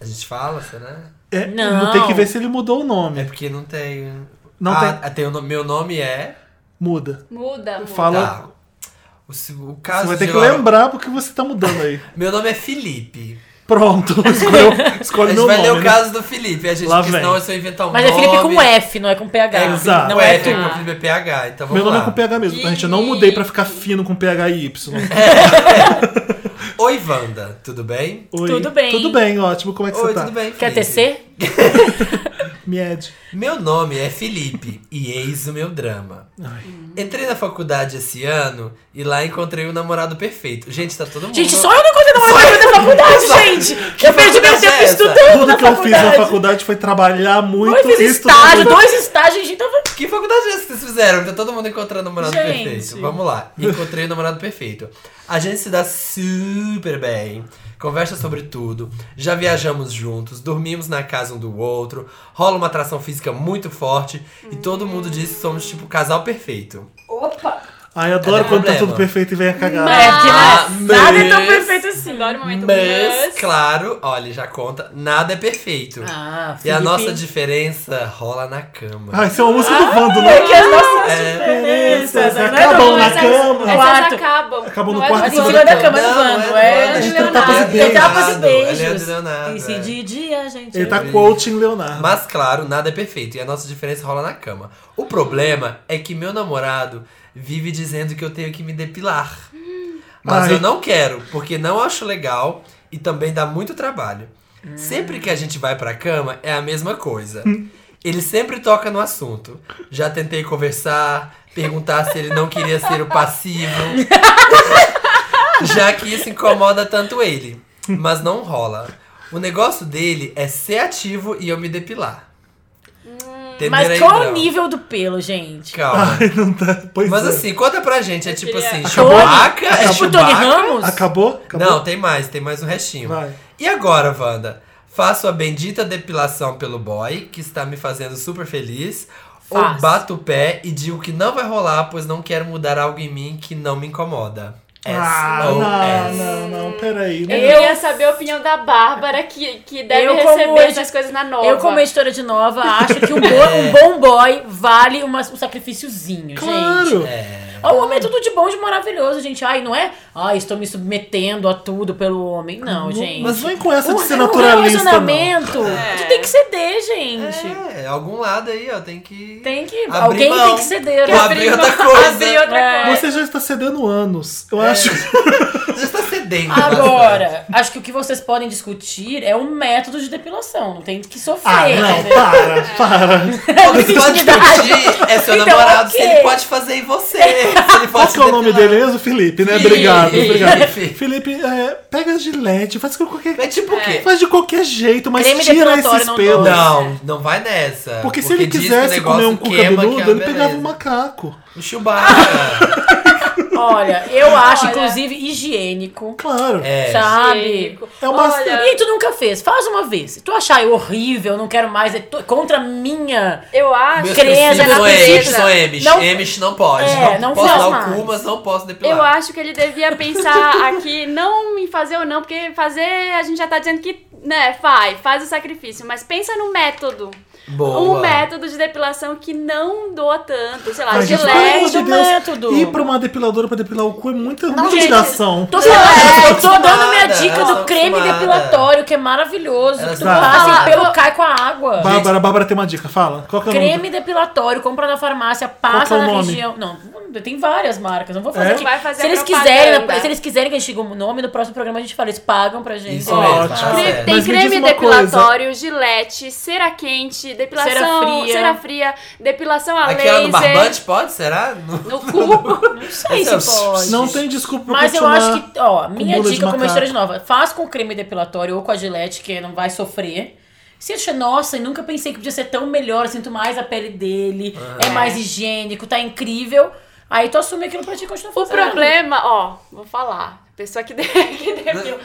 [SPEAKER 3] A gente fala, será?
[SPEAKER 2] É,
[SPEAKER 5] Não.
[SPEAKER 2] Tem que ver se ele mudou o
[SPEAKER 3] É
[SPEAKER 2] nome.
[SPEAKER 3] porque não tem.
[SPEAKER 2] Não
[SPEAKER 3] Ah, tem o nome- meu nome é.
[SPEAKER 2] Muda.
[SPEAKER 4] Muda, muda.
[SPEAKER 2] Fala.
[SPEAKER 3] Tá. O, se- o caso
[SPEAKER 2] Você vai ter
[SPEAKER 3] de
[SPEAKER 2] que
[SPEAKER 3] hora-
[SPEAKER 2] lembrar porque você tá mudando aí.
[SPEAKER 3] Meu nome é Felipe.
[SPEAKER 2] Pronto, [laughs] escolheu, escolhe
[SPEAKER 3] A gente
[SPEAKER 2] meu
[SPEAKER 3] vai
[SPEAKER 2] nome.
[SPEAKER 3] ler o
[SPEAKER 2] né?
[SPEAKER 3] caso do Felipe, a gente,
[SPEAKER 2] Lá
[SPEAKER 3] porque
[SPEAKER 2] vem.
[SPEAKER 3] senão é só inventar um
[SPEAKER 5] Mas é
[SPEAKER 3] nome.
[SPEAKER 5] Felipe com F, não é com PH.
[SPEAKER 3] É,
[SPEAKER 2] Exato.
[SPEAKER 3] Não
[SPEAKER 5] Não é
[SPEAKER 3] é,
[SPEAKER 5] tu.
[SPEAKER 3] com Felipe é PH, então vamos
[SPEAKER 2] Meu nome
[SPEAKER 3] lá.
[SPEAKER 2] é com PH mesmo, tá, gente? Eu não mudei pra ficar fino com PH e Y.
[SPEAKER 3] Oi, Wanda, tudo bem?
[SPEAKER 2] Oi.
[SPEAKER 5] Tudo bem.
[SPEAKER 2] Tudo bem, ótimo. Como é que
[SPEAKER 3] Oi,
[SPEAKER 2] você tá?
[SPEAKER 3] tudo bem,
[SPEAKER 5] Quer
[SPEAKER 3] Felipe?
[SPEAKER 5] tecer?
[SPEAKER 2] Me Ed.
[SPEAKER 3] Meu nome é Felipe e eis o meu drama. Entrei na faculdade esse ano e lá encontrei o namorado perfeito. Gente, tá todo mundo...
[SPEAKER 5] Gente, só eu não contei na faculdade da
[SPEAKER 3] Só-
[SPEAKER 5] faculdade, gente!
[SPEAKER 3] Que
[SPEAKER 5] eu perdi meu
[SPEAKER 3] faculdade é
[SPEAKER 5] tempo
[SPEAKER 3] essa?
[SPEAKER 5] estudando
[SPEAKER 2] Tudo
[SPEAKER 5] na
[SPEAKER 2] que eu fiz na
[SPEAKER 5] faculdade.
[SPEAKER 2] faculdade foi trabalhar muito
[SPEAKER 5] Eu fiz
[SPEAKER 2] e estudar
[SPEAKER 5] estágio,
[SPEAKER 2] muito.
[SPEAKER 5] dois estágios, gente. então Tava...
[SPEAKER 3] Que faculdade é essa que vocês fizeram? Tá todo mundo encontrando o namorado
[SPEAKER 5] Gente.
[SPEAKER 3] perfeito. Vamos lá. Encontrei o namorado perfeito. A gente se dá super bem. Conversa sobre tudo. Já viajamos juntos. Dormimos na casa um do outro. Rola uma atração física muito forte. E todo mundo diz que somos tipo o casal perfeito.
[SPEAKER 4] Opa!
[SPEAKER 2] Ai, adoro
[SPEAKER 3] É
[SPEAKER 2] quando tá
[SPEAKER 3] problema.
[SPEAKER 2] tudo perfeito e vem a cagada.
[SPEAKER 5] É, porque
[SPEAKER 3] Ah,
[SPEAKER 5] não é nada é tão
[SPEAKER 3] mas-
[SPEAKER 5] perfeito assim.
[SPEAKER 4] Agora o momento
[SPEAKER 3] Mas,
[SPEAKER 4] mas...
[SPEAKER 3] claro, olha, já conta, nada é perfeito.
[SPEAKER 5] Ah,
[SPEAKER 3] e a
[SPEAKER 5] Felipe.
[SPEAKER 3] nossa diferença rola na cama.
[SPEAKER 2] Ai, isso é uma música do Vando, né? tá
[SPEAKER 5] Porque as nossas
[SPEAKER 3] É.
[SPEAKER 5] diferenças
[SPEAKER 2] Acabam
[SPEAKER 5] né, não Ah, é
[SPEAKER 2] na
[SPEAKER 5] tão-
[SPEAKER 2] cama.
[SPEAKER 5] É
[SPEAKER 4] Essas
[SPEAKER 5] quarto.
[SPEAKER 4] acabam.
[SPEAKER 2] Acabam no
[SPEAKER 4] Não é
[SPEAKER 2] quarto
[SPEAKER 4] do
[SPEAKER 5] Mas em
[SPEAKER 2] Não,
[SPEAKER 4] Wanda.
[SPEAKER 5] cima da cama do
[SPEAKER 3] não, é
[SPEAKER 5] Vando,
[SPEAKER 3] do
[SPEAKER 5] é.
[SPEAKER 3] Wanda,
[SPEAKER 5] A
[SPEAKER 2] gente
[SPEAKER 5] gente
[SPEAKER 2] tem tapas e
[SPEAKER 5] tem tapas e
[SPEAKER 3] Leonardo, é
[SPEAKER 5] beijos.
[SPEAKER 3] Leandro e Leonardo,
[SPEAKER 5] E se
[SPEAKER 3] é.
[SPEAKER 5] de dia, gente.
[SPEAKER 2] Ele tá
[SPEAKER 3] Sim.
[SPEAKER 2] quoting Leonardo. [laughs]
[SPEAKER 3] Mas claro, nada é perfeito e a nossa diferença rola na cama. O problema é que meu namorado vive dizendo que eu tenho que me depilar. Mas
[SPEAKER 2] Ai.
[SPEAKER 3] eu não quero, porque não acho legal e também dá muito trabalho. Sempre que a gente vai pra cama é a mesma coisa. Ele sempre toca no assunto. Já tentei conversar, perguntar se ele não queria ser o passivo já que isso incomoda tanto ele. Mas não rola. O negócio dele é ser ativo e eu me depilar. Entenderam aí,
[SPEAKER 5] Hum, Mas qual
[SPEAKER 3] Brau?
[SPEAKER 5] o nível do pelo, gente?
[SPEAKER 3] Calma.
[SPEAKER 2] Ai, não tá. Pois
[SPEAKER 3] Mas
[SPEAKER 2] é.
[SPEAKER 3] assim, conta pra gente. É tipo
[SPEAKER 4] queria-
[SPEAKER 3] assim,
[SPEAKER 5] Acabou?
[SPEAKER 3] Chewbacca? É
[SPEAKER 5] Tipo o Tony
[SPEAKER 3] Chewbacca?
[SPEAKER 5] Ramos?
[SPEAKER 2] Acabou? Acabou?
[SPEAKER 3] Não, tem mais. Tem mais um restinho.
[SPEAKER 2] Vai.
[SPEAKER 3] E agora, Wanda? Faço a bendita depilação pelo boy, que está me fazendo super feliz. Ou
[SPEAKER 5] Faz.
[SPEAKER 3] bato o pé e digo que não vai rolar, pois não quero mudar algo em mim que não me incomoda.
[SPEAKER 2] Ah,
[SPEAKER 3] S.O.S..
[SPEAKER 2] não, não, não, peraí.
[SPEAKER 4] Eu,
[SPEAKER 2] Não.
[SPEAKER 4] ia saber a opinião da Bárbara, que, que deve
[SPEAKER 5] Eu como
[SPEAKER 4] receber
[SPEAKER 5] hoje-
[SPEAKER 4] essas coisas na nova.
[SPEAKER 5] Eu, como editora de nova, acho que um, bo- um bom boy vale uma- um sacrifíciozinho, gente.
[SPEAKER 2] Claro!
[SPEAKER 5] Olha o homem é tudo de bom, de maravilhoso, gente. Ai, não é? Ai, estou me submetendo a tudo pelo homem. Não, gente.
[SPEAKER 2] Mas vem com essa de ser
[SPEAKER 5] Um
[SPEAKER 2] naturalista, não.
[SPEAKER 5] relacionamento
[SPEAKER 4] É.
[SPEAKER 5] tu tem que ceder, gente.
[SPEAKER 3] É, algum lado aí, ó, tem que.
[SPEAKER 5] Tem que.
[SPEAKER 3] Abrir
[SPEAKER 5] alguém
[SPEAKER 3] mão.
[SPEAKER 5] tem que ceder. né?
[SPEAKER 3] Vou abrir outra coisa.
[SPEAKER 4] Abrir outra
[SPEAKER 5] É.
[SPEAKER 4] coisa.
[SPEAKER 2] Você já está cedendo anos. Eu acho que
[SPEAKER 3] Você está cedendo. bastante.
[SPEAKER 5] Agora, acho que o que vocês podem discutir é o método de depilação. Não tem que sofrer. né?
[SPEAKER 2] Ah, não,
[SPEAKER 5] entendeu?
[SPEAKER 2] para, para.
[SPEAKER 3] O que você pode pedir [laughs] é seu
[SPEAKER 5] Então,
[SPEAKER 3] namorado,
[SPEAKER 5] ok.
[SPEAKER 3] se ele pode fazer em você. Se ele
[SPEAKER 2] Qual
[SPEAKER 3] pode
[SPEAKER 2] que é o nome dele mesmo? Felipe, né? Obrigado,
[SPEAKER 3] Felipe.
[SPEAKER 2] obrigado. Felipe, é, pega a gilete, faz com qualquer.
[SPEAKER 3] É tipo o quê?
[SPEAKER 2] Faz de qualquer jeito, mas
[SPEAKER 5] Creme
[SPEAKER 2] tira
[SPEAKER 5] depilatório
[SPEAKER 2] esses
[SPEAKER 5] não
[SPEAKER 2] pelos.
[SPEAKER 5] dói.
[SPEAKER 3] Não, não vai nessa.
[SPEAKER 2] Porque, se ele
[SPEAKER 3] diz que o
[SPEAKER 2] quisesse
[SPEAKER 3] negócio
[SPEAKER 2] comer um cu
[SPEAKER 3] queima,
[SPEAKER 2] cabeludo,
[SPEAKER 3] que é
[SPEAKER 2] ele
[SPEAKER 3] uma
[SPEAKER 2] pegava um
[SPEAKER 3] beleza.
[SPEAKER 2] macaco.
[SPEAKER 3] O
[SPEAKER 5] [laughs]
[SPEAKER 3] Chewbacca.
[SPEAKER 5] Olha, eu acho,
[SPEAKER 4] Olha.
[SPEAKER 5] inclusive, higiênico.
[SPEAKER 2] Claro.
[SPEAKER 3] É.
[SPEAKER 5] Sabe?
[SPEAKER 4] Chico.
[SPEAKER 2] É uma-
[SPEAKER 4] Olha,
[SPEAKER 5] E tu nunca fez? Faz uma vez. Se tu achar eu horrível, não quero mais, é tu- contra a minha.
[SPEAKER 4] eu acho.
[SPEAKER 3] Meus
[SPEAKER 5] Creme,
[SPEAKER 3] princípios são M's,
[SPEAKER 5] natureza.
[SPEAKER 3] são M's.
[SPEAKER 5] Não-
[SPEAKER 3] M's não pode.
[SPEAKER 5] É, não
[SPEAKER 3] posso
[SPEAKER 5] faz
[SPEAKER 3] dar o
[SPEAKER 5] mais.
[SPEAKER 3] cu, mas não posso depilar.
[SPEAKER 4] Eu acho que ele devia pensar aqui, não em fazer ou não, porque fazer a gente já tá dizendo que, né, faz, faz o sacrifício, mas pensa no método.
[SPEAKER 3] Boa.
[SPEAKER 4] Um método de depilação que não doa tanto, sei lá,
[SPEAKER 2] Mas, gente, pelo amor
[SPEAKER 4] gilete.
[SPEAKER 2] de
[SPEAKER 5] do
[SPEAKER 2] Deus,
[SPEAKER 5] método.
[SPEAKER 2] ir pra uma depiladora pra depilar o cu é muita, muita
[SPEAKER 5] gente.
[SPEAKER 2] obrigação.
[SPEAKER 5] Tô falando, eu tô
[SPEAKER 3] é, acostumada,
[SPEAKER 5] dando minha dica
[SPEAKER 3] ela tá
[SPEAKER 5] do creme
[SPEAKER 3] acostumada.
[SPEAKER 5] depilatório, que é maravilhoso.
[SPEAKER 3] Ela
[SPEAKER 5] Que tu
[SPEAKER 2] tá-
[SPEAKER 5] passa
[SPEAKER 4] Fala,
[SPEAKER 5] e pelo
[SPEAKER 4] eu-
[SPEAKER 5] cai com a água.
[SPEAKER 3] é
[SPEAKER 2] Bárbara, Bárbara tem uma dica, fala. Qual que é o nome?
[SPEAKER 5] Creme depilatório, compra na farmácia,
[SPEAKER 2] que é
[SPEAKER 5] passa
[SPEAKER 2] o
[SPEAKER 5] na
[SPEAKER 2] nome?
[SPEAKER 5] região. Não, tem várias marcas, não vou fazer
[SPEAKER 2] É?
[SPEAKER 5] aqui.
[SPEAKER 4] Vai fazer
[SPEAKER 5] se, eles
[SPEAKER 4] propaganda.
[SPEAKER 5] quiserem, se eles quiserem que a gente diga o nome, no próximo programa a gente fala, eles pagam pra gente.
[SPEAKER 3] Isso
[SPEAKER 5] Ó,
[SPEAKER 3] mesmo. [laughs]
[SPEAKER 2] Ótimo.
[SPEAKER 3] tá
[SPEAKER 4] Cre-
[SPEAKER 3] certo.
[SPEAKER 4] Tem
[SPEAKER 2] Mas me
[SPEAKER 4] creme
[SPEAKER 2] diz uma coisa.
[SPEAKER 4] depilatório, gilete, cera quente, depilação,
[SPEAKER 5] Cera
[SPEAKER 4] cera
[SPEAKER 5] fria.
[SPEAKER 4] fria, depilação a
[SPEAKER 3] Aquela no
[SPEAKER 4] laser,
[SPEAKER 3] é barbante pode? Será? No-
[SPEAKER 4] no cu.
[SPEAKER 5] Não sei
[SPEAKER 3] Esse é o-
[SPEAKER 5] se pode.
[SPEAKER 2] Não tem desculpa pra
[SPEAKER 5] Mas eu
[SPEAKER 2] continuar.
[SPEAKER 5] acho que, ó, minha
[SPEAKER 2] bolo de
[SPEAKER 5] dica como
[SPEAKER 2] macaco.
[SPEAKER 5] história de nova, faz com creme depilatório ou com a gilete, que não vai sofrer. Se acha, nossa, eu nunca pensei que podia ser tão melhor, eu sinto mais a pele dele, é mais higiênico, tá incrível. Aí tu assume aquilo pra ti e continua
[SPEAKER 4] O
[SPEAKER 5] fazendo.
[SPEAKER 4] [laughs] problema, ó, vou falar. Pessoa que, [laughs] de, que depila.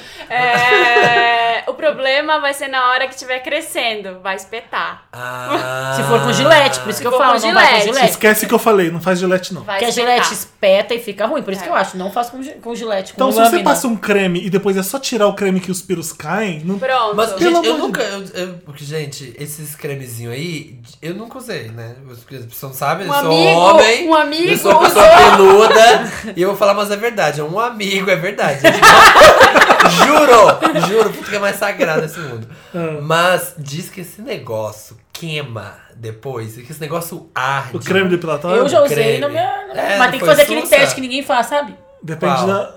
[SPEAKER 4] É, o problema vai ser na hora que estiver crescendo. Vai espetar.
[SPEAKER 3] Ah.
[SPEAKER 5] Se for com gilete, por isso que eu
[SPEAKER 4] for
[SPEAKER 5] falo,
[SPEAKER 4] com
[SPEAKER 5] não vai com
[SPEAKER 4] gilete.
[SPEAKER 5] gilete.
[SPEAKER 2] Esquece que eu falei, não faz gilete não.
[SPEAKER 4] Vai
[SPEAKER 5] Porque a
[SPEAKER 4] espetar.
[SPEAKER 5] gilete espeta e fica ruim, por isso que eu acho, não faz com, gi- com gilete, com
[SPEAKER 2] Então, se
[SPEAKER 5] lâmina.
[SPEAKER 2] você passa um creme e depois é só tirar o creme que os piros caem, não...
[SPEAKER 4] Pronto.
[SPEAKER 3] Mas,
[SPEAKER 2] Pelo
[SPEAKER 3] gente, eu
[SPEAKER 2] amor de
[SPEAKER 3] nunca. Eu, eu- porque, gente, esses cremezinhos aí, eu nunca usei, né? Porque as pessoas não sabem,
[SPEAKER 4] um
[SPEAKER 3] eu sou
[SPEAKER 4] amigo,
[SPEAKER 3] homem.
[SPEAKER 4] um
[SPEAKER 3] Eu
[SPEAKER 4] amigo
[SPEAKER 3] sou uma pessoa peluda. e eu vou falar, mas é verdade, é um amigo, é verdade. gente.
[SPEAKER 8] [laughs] Juro! Juro, porque é mais sagrado esse mundo.
[SPEAKER 2] Ah.
[SPEAKER 8] Mas diz que esse negócio queima depois, que esse negócio arde.
[SPEAKER 2] O creme depilatório?
[SPEAKER 5] Eu já usei
[SPEAKER 8] creme.
[SPEAKER 5] na minha.
[SPEAKER 8] É,
[SPEAKER 5] mas
[SPEAKER 8] não
[SPEAKER 5] tem que
[SPEAKER 8] foi
[SPEAKER 5] fazer aquele
[SPEAKER 8] sussa?
[SPEAKER 5] teste que ninguém faz, sabe?
[SPEAKER 2] Depende
[SPEAKER 8] Qual?
[SPEAKER 2] da.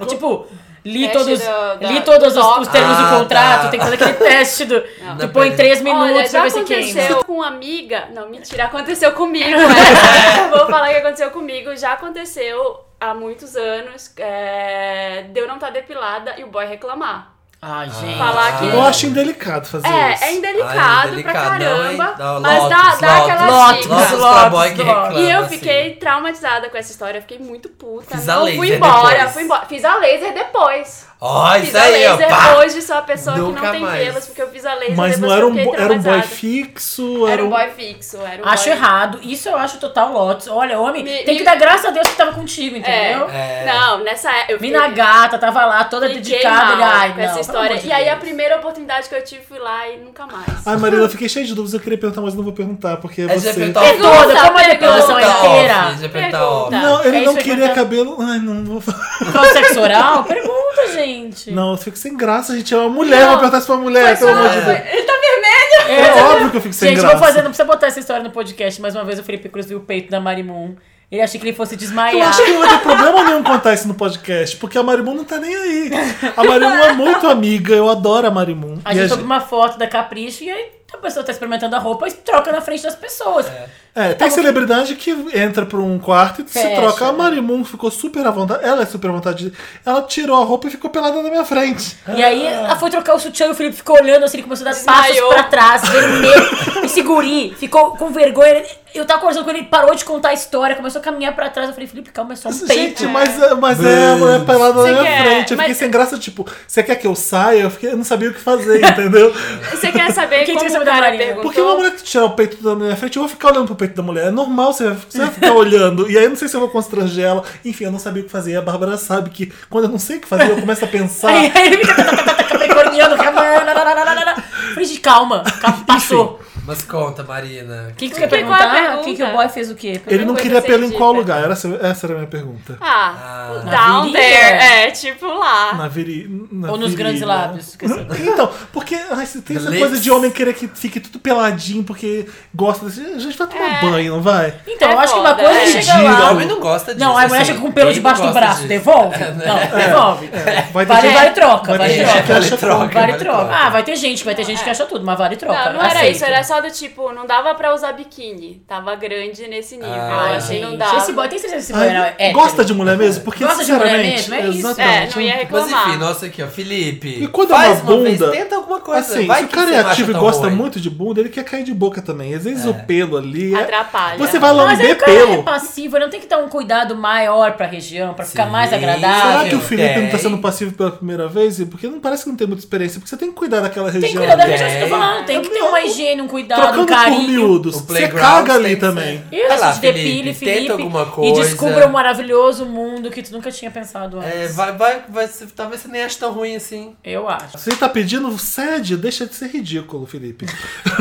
[SPEAKER 5] É Tipo, li
[SPEAKER 4] Teste
[SPEAKER 5] todos,
[SPEAKER 4] do- da-
[SPEAKER 5] li todos os, os termos
[SPEAKER 8] Ah,
[SPEAKER 5] do contrato,
[SPEAKER 8] tá.
[SPEAKER 5] tem que fazer aquele teste
[SPEAKER 4] [laughs]
[SPEAKER 5] do.
[SPEAKER 8] Não,
[SPEAKER 5] Tu põe
[SPEAKER 8] pera-
[SPEAKER 5] três minutos
[SPEAKER 4] Olha, já
[SPEAKER 5] pra ver se queima.
[SPEAKER 4] aconteceu com uma amiga. Não, mentira, aconteceu [laughs] comigo. né? Vou falar que aconteceu comigo. Já aconteceu há muitos anos é, de eu não estar depilada e o boy reclamar.
[SPEAKER 5] Ai, gente.
[SPEAKER 4] Falar que.
[SPEAKER 2] Eu acho indelicado fazer isso.
[SPEAKER 4] É, é
[SPEAKER 8] Ah,
[SPEAKER 4] indelicado pra
[SPEAKER 8] delicado, não, hein?
[SPEAKER 4] caramba.
[SPEAKER 8] Dá-
[SPEAKER 4] mas
[SPEAKER 8] Lotus,
[SPEAKER 4] dá, dá
[SPEAKER 8] Lotus,
[SPEAKER 4] aquela
[SPEAKER 5] Lotus,
[SPEAKER 8] Lotus,
[SPEAKER 4] dica.
[SPEAKER 8] Lotus,
[SPEAKER 5] Lotus,
[SPEAKER 8] pra boy que
[SPEAKER 5] Lotus.
[SPEAKER 8] reclama,
[SPEAKER 4] E eu
[SPEAKER 8] assim.
[SPEAKER 4] fiquei traumatizada com essa história, eu fiquei muito puta.
[SPEAKER 8] Fiz a
[SPEAKER 4] não
[SPEAKER 8] laser
[SPEAKER 4] fui embora,
[SPEAKER 8] depois.
[SPEAKER 4] fui embora. Fiz a laser depois.
[SPEAKER 8] Ó,
[SPEAKER 4] fiz
[SPEAKER 8] isso
[SPEAKER 4] a
[SPEAKER 8] aí, ó.
[SPEAKER 4] laser
[SPEAKER 8] pá!
[SPEAKER 4] hoje, sou a pessoa que
[SPEAKER 8] Nunca
[SPEAKER 4] não tem
[SPEAKER 8] mais.
[SPEAKER 4] pelos, porque eu fiz a laser
[SPEAKER 2] Mas
[SPEAKER 4] depois
[SPEAKER 2] não
[SPEAKER 4] que
[SPEAKER 2] era
[SPEAKER 4] eu
[SPEAKER 2] um,
[SPEAKER 4] fiquei
[SPEAKER 2] era um boy
[SPEAKER 4] traumatizada.
[SPEAKER 2] fixo,
[SPEAKER 4] Era
[SPEAKER 2] era
[SPEAKER 4] um
[SPEAKER 2] um.
[SPEAKER 4] boy fixo, era um
[SPEAKER 5] Acho
[SPEAKER 4] boy...
[SPEAKER 5] errado. Isso eu acho total lotes. Olha, homem,
[SPEAKER 4] Me-
[SPEAKER 5] tem
[SPEAKER 4] me-
[SPEAKER 5] que dar graças a Deus que tava contigo,
[SPEAKER 4] É.
[SPEAKER 5] entendeu?
[SPEAKER 8] É.
[SPEAKER 4] Não, nessa época. Eu
[SPEAKER 5] Vi na gata, tava lá, toda
[SPEAKER 4] fiquei
[SPEAKER 5] dedicada.
[SPEAKER 4] mal
[SPEAKER 5] Ele, ai,
[SPEAKER 4] com
[SPEAKER 5] não,
[SPEAKER 4] essa
[SPEAKER 5] pelo
[SPEAKER 4] história.
[SPEAKER 5] amor de
[SPEAKER 4] E aí a
[SPEAKER 5] Deus.
[SPEAKER 4] primeira oportunidade que eu tive fui lá e nunca mais.
[SPEAKER 2] Ai, Marina, eu fiquei cheia de dúvidas, eu queria perguntar, mas não vou perguntar, porque
[SPEAKER 8] É de
[SPEAKER 2] você.
[SPEAKER 8] apertar o
[SPEAKER 4] Pergunta,
[SPEAKER 5] Toda, como a
[SPEAKER 4] pergunta.
[SPEAKER 5] depilação é
[SPEAKER 8] Apertar off,
[SPEAKER 5] inteira.
[SPEAKER 8] de apertar off.
[SPEAKER 4] Pergunta.
[SPEAKER 2] Não, ele
[SPEAKER 5] É isso
[SPEAKER 2] não
[SPEAKER 5] que eu ia
[SPEAKER 2] queria
[SPEAKER 5] perguntar.
[SPEAKER 2] cabelo. Ai, não vou falar.
[SPEAKER 5] Qual sexo oral? Pergunta, gente.
[SPEAKER 2] Não, eu fico sem graça, gente. É uma mulher, vou perguntar se foi uma mulher,
[SPEAKER 4] Foi
[SPEAKER 2] pelo
[SPEAKER 4] só-
[SPEAKER 2] amor
[SPEAKER 8] é,
[SPEAKER 2] de
[SPEAKER 5] tipo,
[SPEAKER 4] foi-
[SPEAKER 2] Deus.
[SPEAKER 4] Ele tá vermelho!
[SPEAKER 2] É, óbvio que eu fico sem
[SPEAKER 5] Gente,
[SPEAKER 2] graça.
[SPEAKER 5] vou fazer, não precisa botar essa história no podcast. Mais uma vez o Felipe Cruz viu o peito da Marimun. Ele achou que ele fosse
[SPEAKER 2] Eu
[SPEAKER 5] desmaiar.
[SPEAKER 2] acho que não vai ter problema nenhum contar isso no podcast, porque a Marimun não tá nem aí. A Marimun é muito amiga, eu adoro a Marimun.
[SPEAKER 5] A
[SPEAKER 2] E
[SPEAKER 5] gente sobe uma foto da Capricho e aí a pessoa tá experimentando a roupa e troca na frente das pessoas.
[SPEAKER 2] É, tem celebridade que entra pra um quarto e se
[SPEAKER 5] Fecha.
[SPEAKER 2] troca. A Marimun ficou super à vontade. Ela é super à vontade. Ela tirou a roupa e ficou pelada na minha frente.
[SPEAKER 5] E aí ela foi trocar o sutiã e o Felipe ficou olhando assim, ele começou a dar
[SPEAKER 4] Desmaiou.
[SPEAKER 5] passos pra trás, vermelho, [laughs] e segurinho, ficou com vergonha. Ele- Eu tava conversando com ele, ele parou de contar a história, começou a caminhar pra trás. Eu falei, Felipe, calma, é só um peito.
[SPEAKER 2] Gente,
[SPEAKER 5] [laughs]
[SPEAKER 2] mas, é- mas é a mulher pelada na
[SPEAKER 4] Você
[SPEAKER 2] minha
[SPEAKER 4] quer,
[SPEAKER 2] frente. Eu fiquei
[SPEAKER 4] mas-
[SPEAKER 2] sem graça, tipo, você quer que eu saia? Eu, fiquei- eu não sabia o que
[SPEAKER 5] [laughs]
[SPEAKER 2] fazer, entendeu?
[SPEAKER 4] Você quer saber
[SPEAKER 5] Quem
[SPEAKER 4] como
[SPEAKER 5] tinha
[SPEAKER 4] o
[SPEAKER 5] sabido da
[SPEAKER 4] cara
[SPEAKER 5] Marina?
[SPEAKER 4] perguntou?
[SPEAKER 2] Porque uma mulher que tirar o peito da minha frente, eu vou ficar olhando pro peito da mulher. É normal, você vai, você vai ficar olhando. E aí eu não sei se eu vou constranger ela. Enfim, eu não sabia o que fazer. E a Bárbara sabe que quando eu não sei o que fazer, eu começo a pensar.
[SPEAKER 5] Aí, aí ele fica tatatata, capricorniano, camarada. Falei, gente, calma, calma, passou.
[SPEAKER 8] Mas conta, Marina.
[SPEAKER 5] O que, que tu quer
[SPEAKER 4] Que- qual é
[SPEAKER 5] perguntar?
[SPEAKER 4] a
[SPEAKER 5] O que, que
[SPEAKER 4] pergunta?
[SPEAKER 5] o boy fez o quê?
[SPEAKER 2] Ele não
[SPEAKER 4] coisa
[SPEAKER 2] queria
[SPEAKER 4] a ser
[SPEAKER 2] pelo em qual
[SPEAKER 4] dita.
[SPEAKER 2] lugar? Era, essa era a minha pergunta.
[SPEAKER 4] Ah,
[SPEAKER 8] Ah.
[SPEAKER 5] Na
[SPEAKER 4] down
[SPEAKER 5] virilha?
[SPEAKER 4] there. É, tipo lá.
[SPEAKER 2] Na viri... na
[SPEAKER 5] Ou nos
[SPEAKER 2] virilha.
[SPEAKER 5] grandes lábios, que assim.
[SPEAKER 2] [laughs] Então, porque ai, você tem essa
[SPEAKER 8] Lips.
[SPEAKER 2] coisa de homem querer que fique tudo peladinho porque gosta desse. A gente vai tomar
[SPEAKER 5] É.
[SPEAKER 2] banho, não vai?
[SPEAKER 5] Então,
[SPEAKER 4] É
[SPEAKER 5] eu acho que uma
[SPEAKER 4] foda,
[SPEAKER 5] coisa
[SPEAKER 4] é.
[SPEAKER 5] chega
[SPEAKER 8] O
[SPEAKER 5] lá.
[SPEAKER 8] homem não gosta disso.
[SPEAKER 5] Não, a mulher
[SPEAKER 8] assim,
[SPEAKER 5] chega com um pelo
[SPEAKER 8] ele
[SPEAKER 5] debaixo do
[SPEAKER 8] gosta
[SPEAKER 5] braço.
[SPEAKER 8] disso.
[SPEAKER 5] Devolve? Não, devolve.
[SPEAKER 2] Vai
[SPEAKER 5] Vale,
[SPEAKER 2] gente-
[SPEAKER 5] vale e troca,
[SPEAKER 2] vai
[SPEAKER 5] vale
[SPEAKER 2] ter
[SPEAKER 5] e
[SPEAKER 2] gente
[SPEAKER 5] troca.
[SPEAKER 2] que acha
[SPEAKER 8] [laughs] Vale
[SPEAKER 2] pouco.
[SPEAKER 5] Vale
[SPEAKER 8] Vale
[SPEAKER 5] e troca.
[SPEAKER 8] troca.
[SPEAKER 5] Ah, vai ter gente, vai ter gente que acha tudo, mas vale e troca.
[SPEAKER 4] Não, não era
[SPEAKER 5] Aceito.
[SPEAKER 4] isso, era só do tipo, não dava pra usar biquíni. Tava grande nesse nível.
[SPEAKER 8] Ah,
[SPEAKER 4] assim, não
[SPEAKER 5] Gente,
[SPEAKER 4] dava.
[SPEAKER 5] Esse boy tem certeza que esse boy era
[SPEAKER 2] Ai,
[SPEAKER 5] é hétero.
[SPEAKER 2] gosta de mulher mesmo? Porque
[SPEAKER 5] Gosta de mulher
[SPEAKER 2] sinceramente.
[SPEAKER 5] mesmo? É isso.
[SPEAKER 4] É,
[SPEAKER 2] Exatamente.
[SPEAKER 4] não ia
[SPEAKER 8] Mas
[SPEAKER 4] reclamar.
[SPEAKER 8] enfim, nossa aqui, ó, Felipe.
[SPEAKER 2] E quando é
[SPEAKER 8] faz
[SPEAKER 2] uma bunda,
[SPEAKER 8] vez, tenta alguma coisa.
[SPEAKER 2] Assim,
[SPEAKER 8] vai
[SPEAKER 2] se o
[SPEAKER 8] que
[SPEAKER 2] cara
[SPEAKER 8] você
[SPEAKER 2] é
[SPEAKER 8] não acha
[SPEAKER 2] ativo e
[SPEAKER 8] tão
[SPEAKER 2] gosta
[SPEAKER 8] ruim.
[SPEAKER 2] muito de bunda, ele quer cair de boca também. Às vezes o pelo ali. é-
[SPEAKER 4] Atrapalha.
[SPEAKER 2] Você vai
[SPEAKER 5] Mas aí o
[SPEAKER 2] lamber
[SPEAKER 5] cara é
[SPEAKER 2] pelo.
[SPEAKER 5] passivo, ele não tem que dar um cuidado maior pra região, pra ficar
[SPEAKER 8] Sim.
[SPEAKER 5] mais
[SPEAKER 2] Será que
[SPEAKER 5] agradável.
[SPEAKER 2] o Felipe não tá
[SPEAKER 8] Tem.
[SPEAKER 2] sendo passivo pela primeira vez? Porque não parece que não tem muita experiência, porque você tem que cuidar daquela região.
[SPEAKER 5] Tem que cuidar da
[SPEAKER 8] Tem.
[SPEAKER 5] região que você tá falando, tem que ter uma higiene, um
[SPEAKER 2] é?
[SPEAKER 5] cuidado, um
[SPEAKER 2] Trocando por
[SPEAKER 5] carinho.
[SPEAKER 2] miúdos.
[SPEAKER 8] O
[SPEAKER 2] Você
[SPEAKER 8] playground
[SPEAKER 2] caga ali
[SPEAKER 8] tem que
[SPEAKER 2] também.
[SPEAKER 8] ser. Vai
[SPEAKER 5] Isso,
[SPEAKER 8] lá,
[SPEAKER 5] se depile,
[SPEAKER 8] Felipe,
[SPEAKER 5] Felipe,
[SPEAKER 8] tenta alguma
[SPEAKER 5] e
[SPEAKER 8] coisa.
[SPEAKER 5] descubra um maravilhoso mundo que tu nunca tinha pensado antes.
[SPEAKER 8] É, vai, vai, vai, ser- talvez você nem ache tão ruim assim.
[SPEAKER 5] Eu acho.
[SPEAKER 2] Se ele tá pedindo sede, deixa de ser ridículo, Felipe.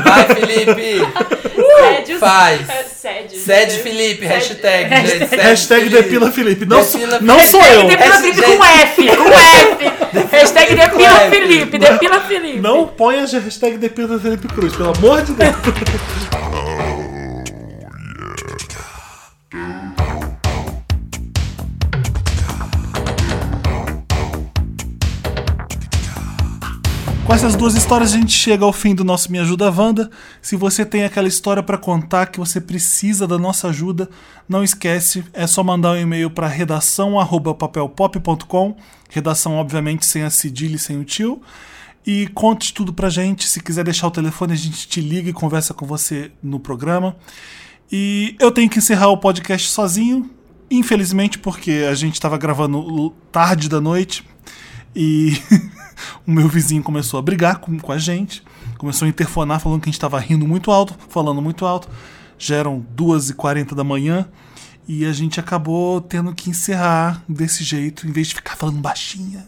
[SPEAKER 8] Vai,
[SPEAKER 5] [laughs]
[SPEAKER 8] Felipe!
[SPEAKER 4] Sede, [laughs]
[SPEAKER 8] Faz.
[SPEAKER 4] é, Sede.
[SPEAKER 8] Sede Felipe, hashtag. gente, sede
[SPEAKER 2] Hashtag
[SPEAKER 8] Felipe.
[SPEAKER 2] depila Felipe. Não, sou-
[SPEAKER 8] Depila
[SPEAKER 2] não
[SPEAKER 8] Felipe.
[SPEAKER 2] sou eu.
[SPEAKER 5] Depila
[SPEAKER 8] Esse
[SPEAKER 5] Felipe
[SPEAKER 8] jeito-
[SPEAKER 5] com F,
[SPEAKER 8] [laughs]
[SPEAKER 5] com F. Hashtag depila
[SPEAKER 8] F.
[SPEAKER 5] Felipe, depila Felipe.
[SPEAKER 2] Não ponha a hashtag depila Felipe Cruz, pelo amor de Deus. Com essas duas histórias a gente chega ao fim do nosso Me Ajuda Wanda. Se você tem aquela história pra contar que você precisa da nossa ajuda, não esquece, é só mandar um e-mail para redação@papelpop.com, redação obviamente sem a cedilha e sem o tio. E conte tudo pra gente, se quiser deixar o telefone a gente te liga e conversa com você no programa. E eu tenho que encerrar o podcast sozinho, infelizmente porque a gente estava gravando tarde da noite e [laughs] o meu vizinho começou a brigar com, com a gente, começou a interfonar falando que a gente estava rindo muito alto, falando muito alto. Já eram 2h40 da manhã e a gente acabou tendo que encerrar desse jeito, em vez de ficar falando baixinha.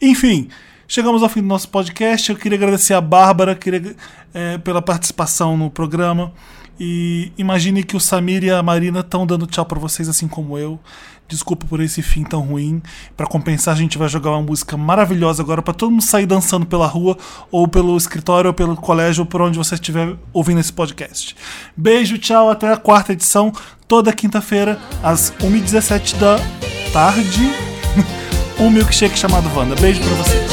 [SPEAKER 2] Enfim, chegamos ao fim do nosso é, podcast. Eu queria agradecer a Bárbara queria, eh, pela participação no programa. E imagine que o Samir e a Marina estão dando tchau pra vocês, assim como eu. Desculpa por esse fim tão ruim. Pra compensar, a gente vai jogar uma música maravilhosa agora pra todo mundo sair dançando pela rua, ou pelo escritório, ou pelo colégio, ou por onde você estiver ouvindo esse podcast. Beijo, tchau, até a quarta edição, toda quinta-feira, às [laughs] 1h17 da tarde. um milkshake chamado Wanda. Beijo pra vocês.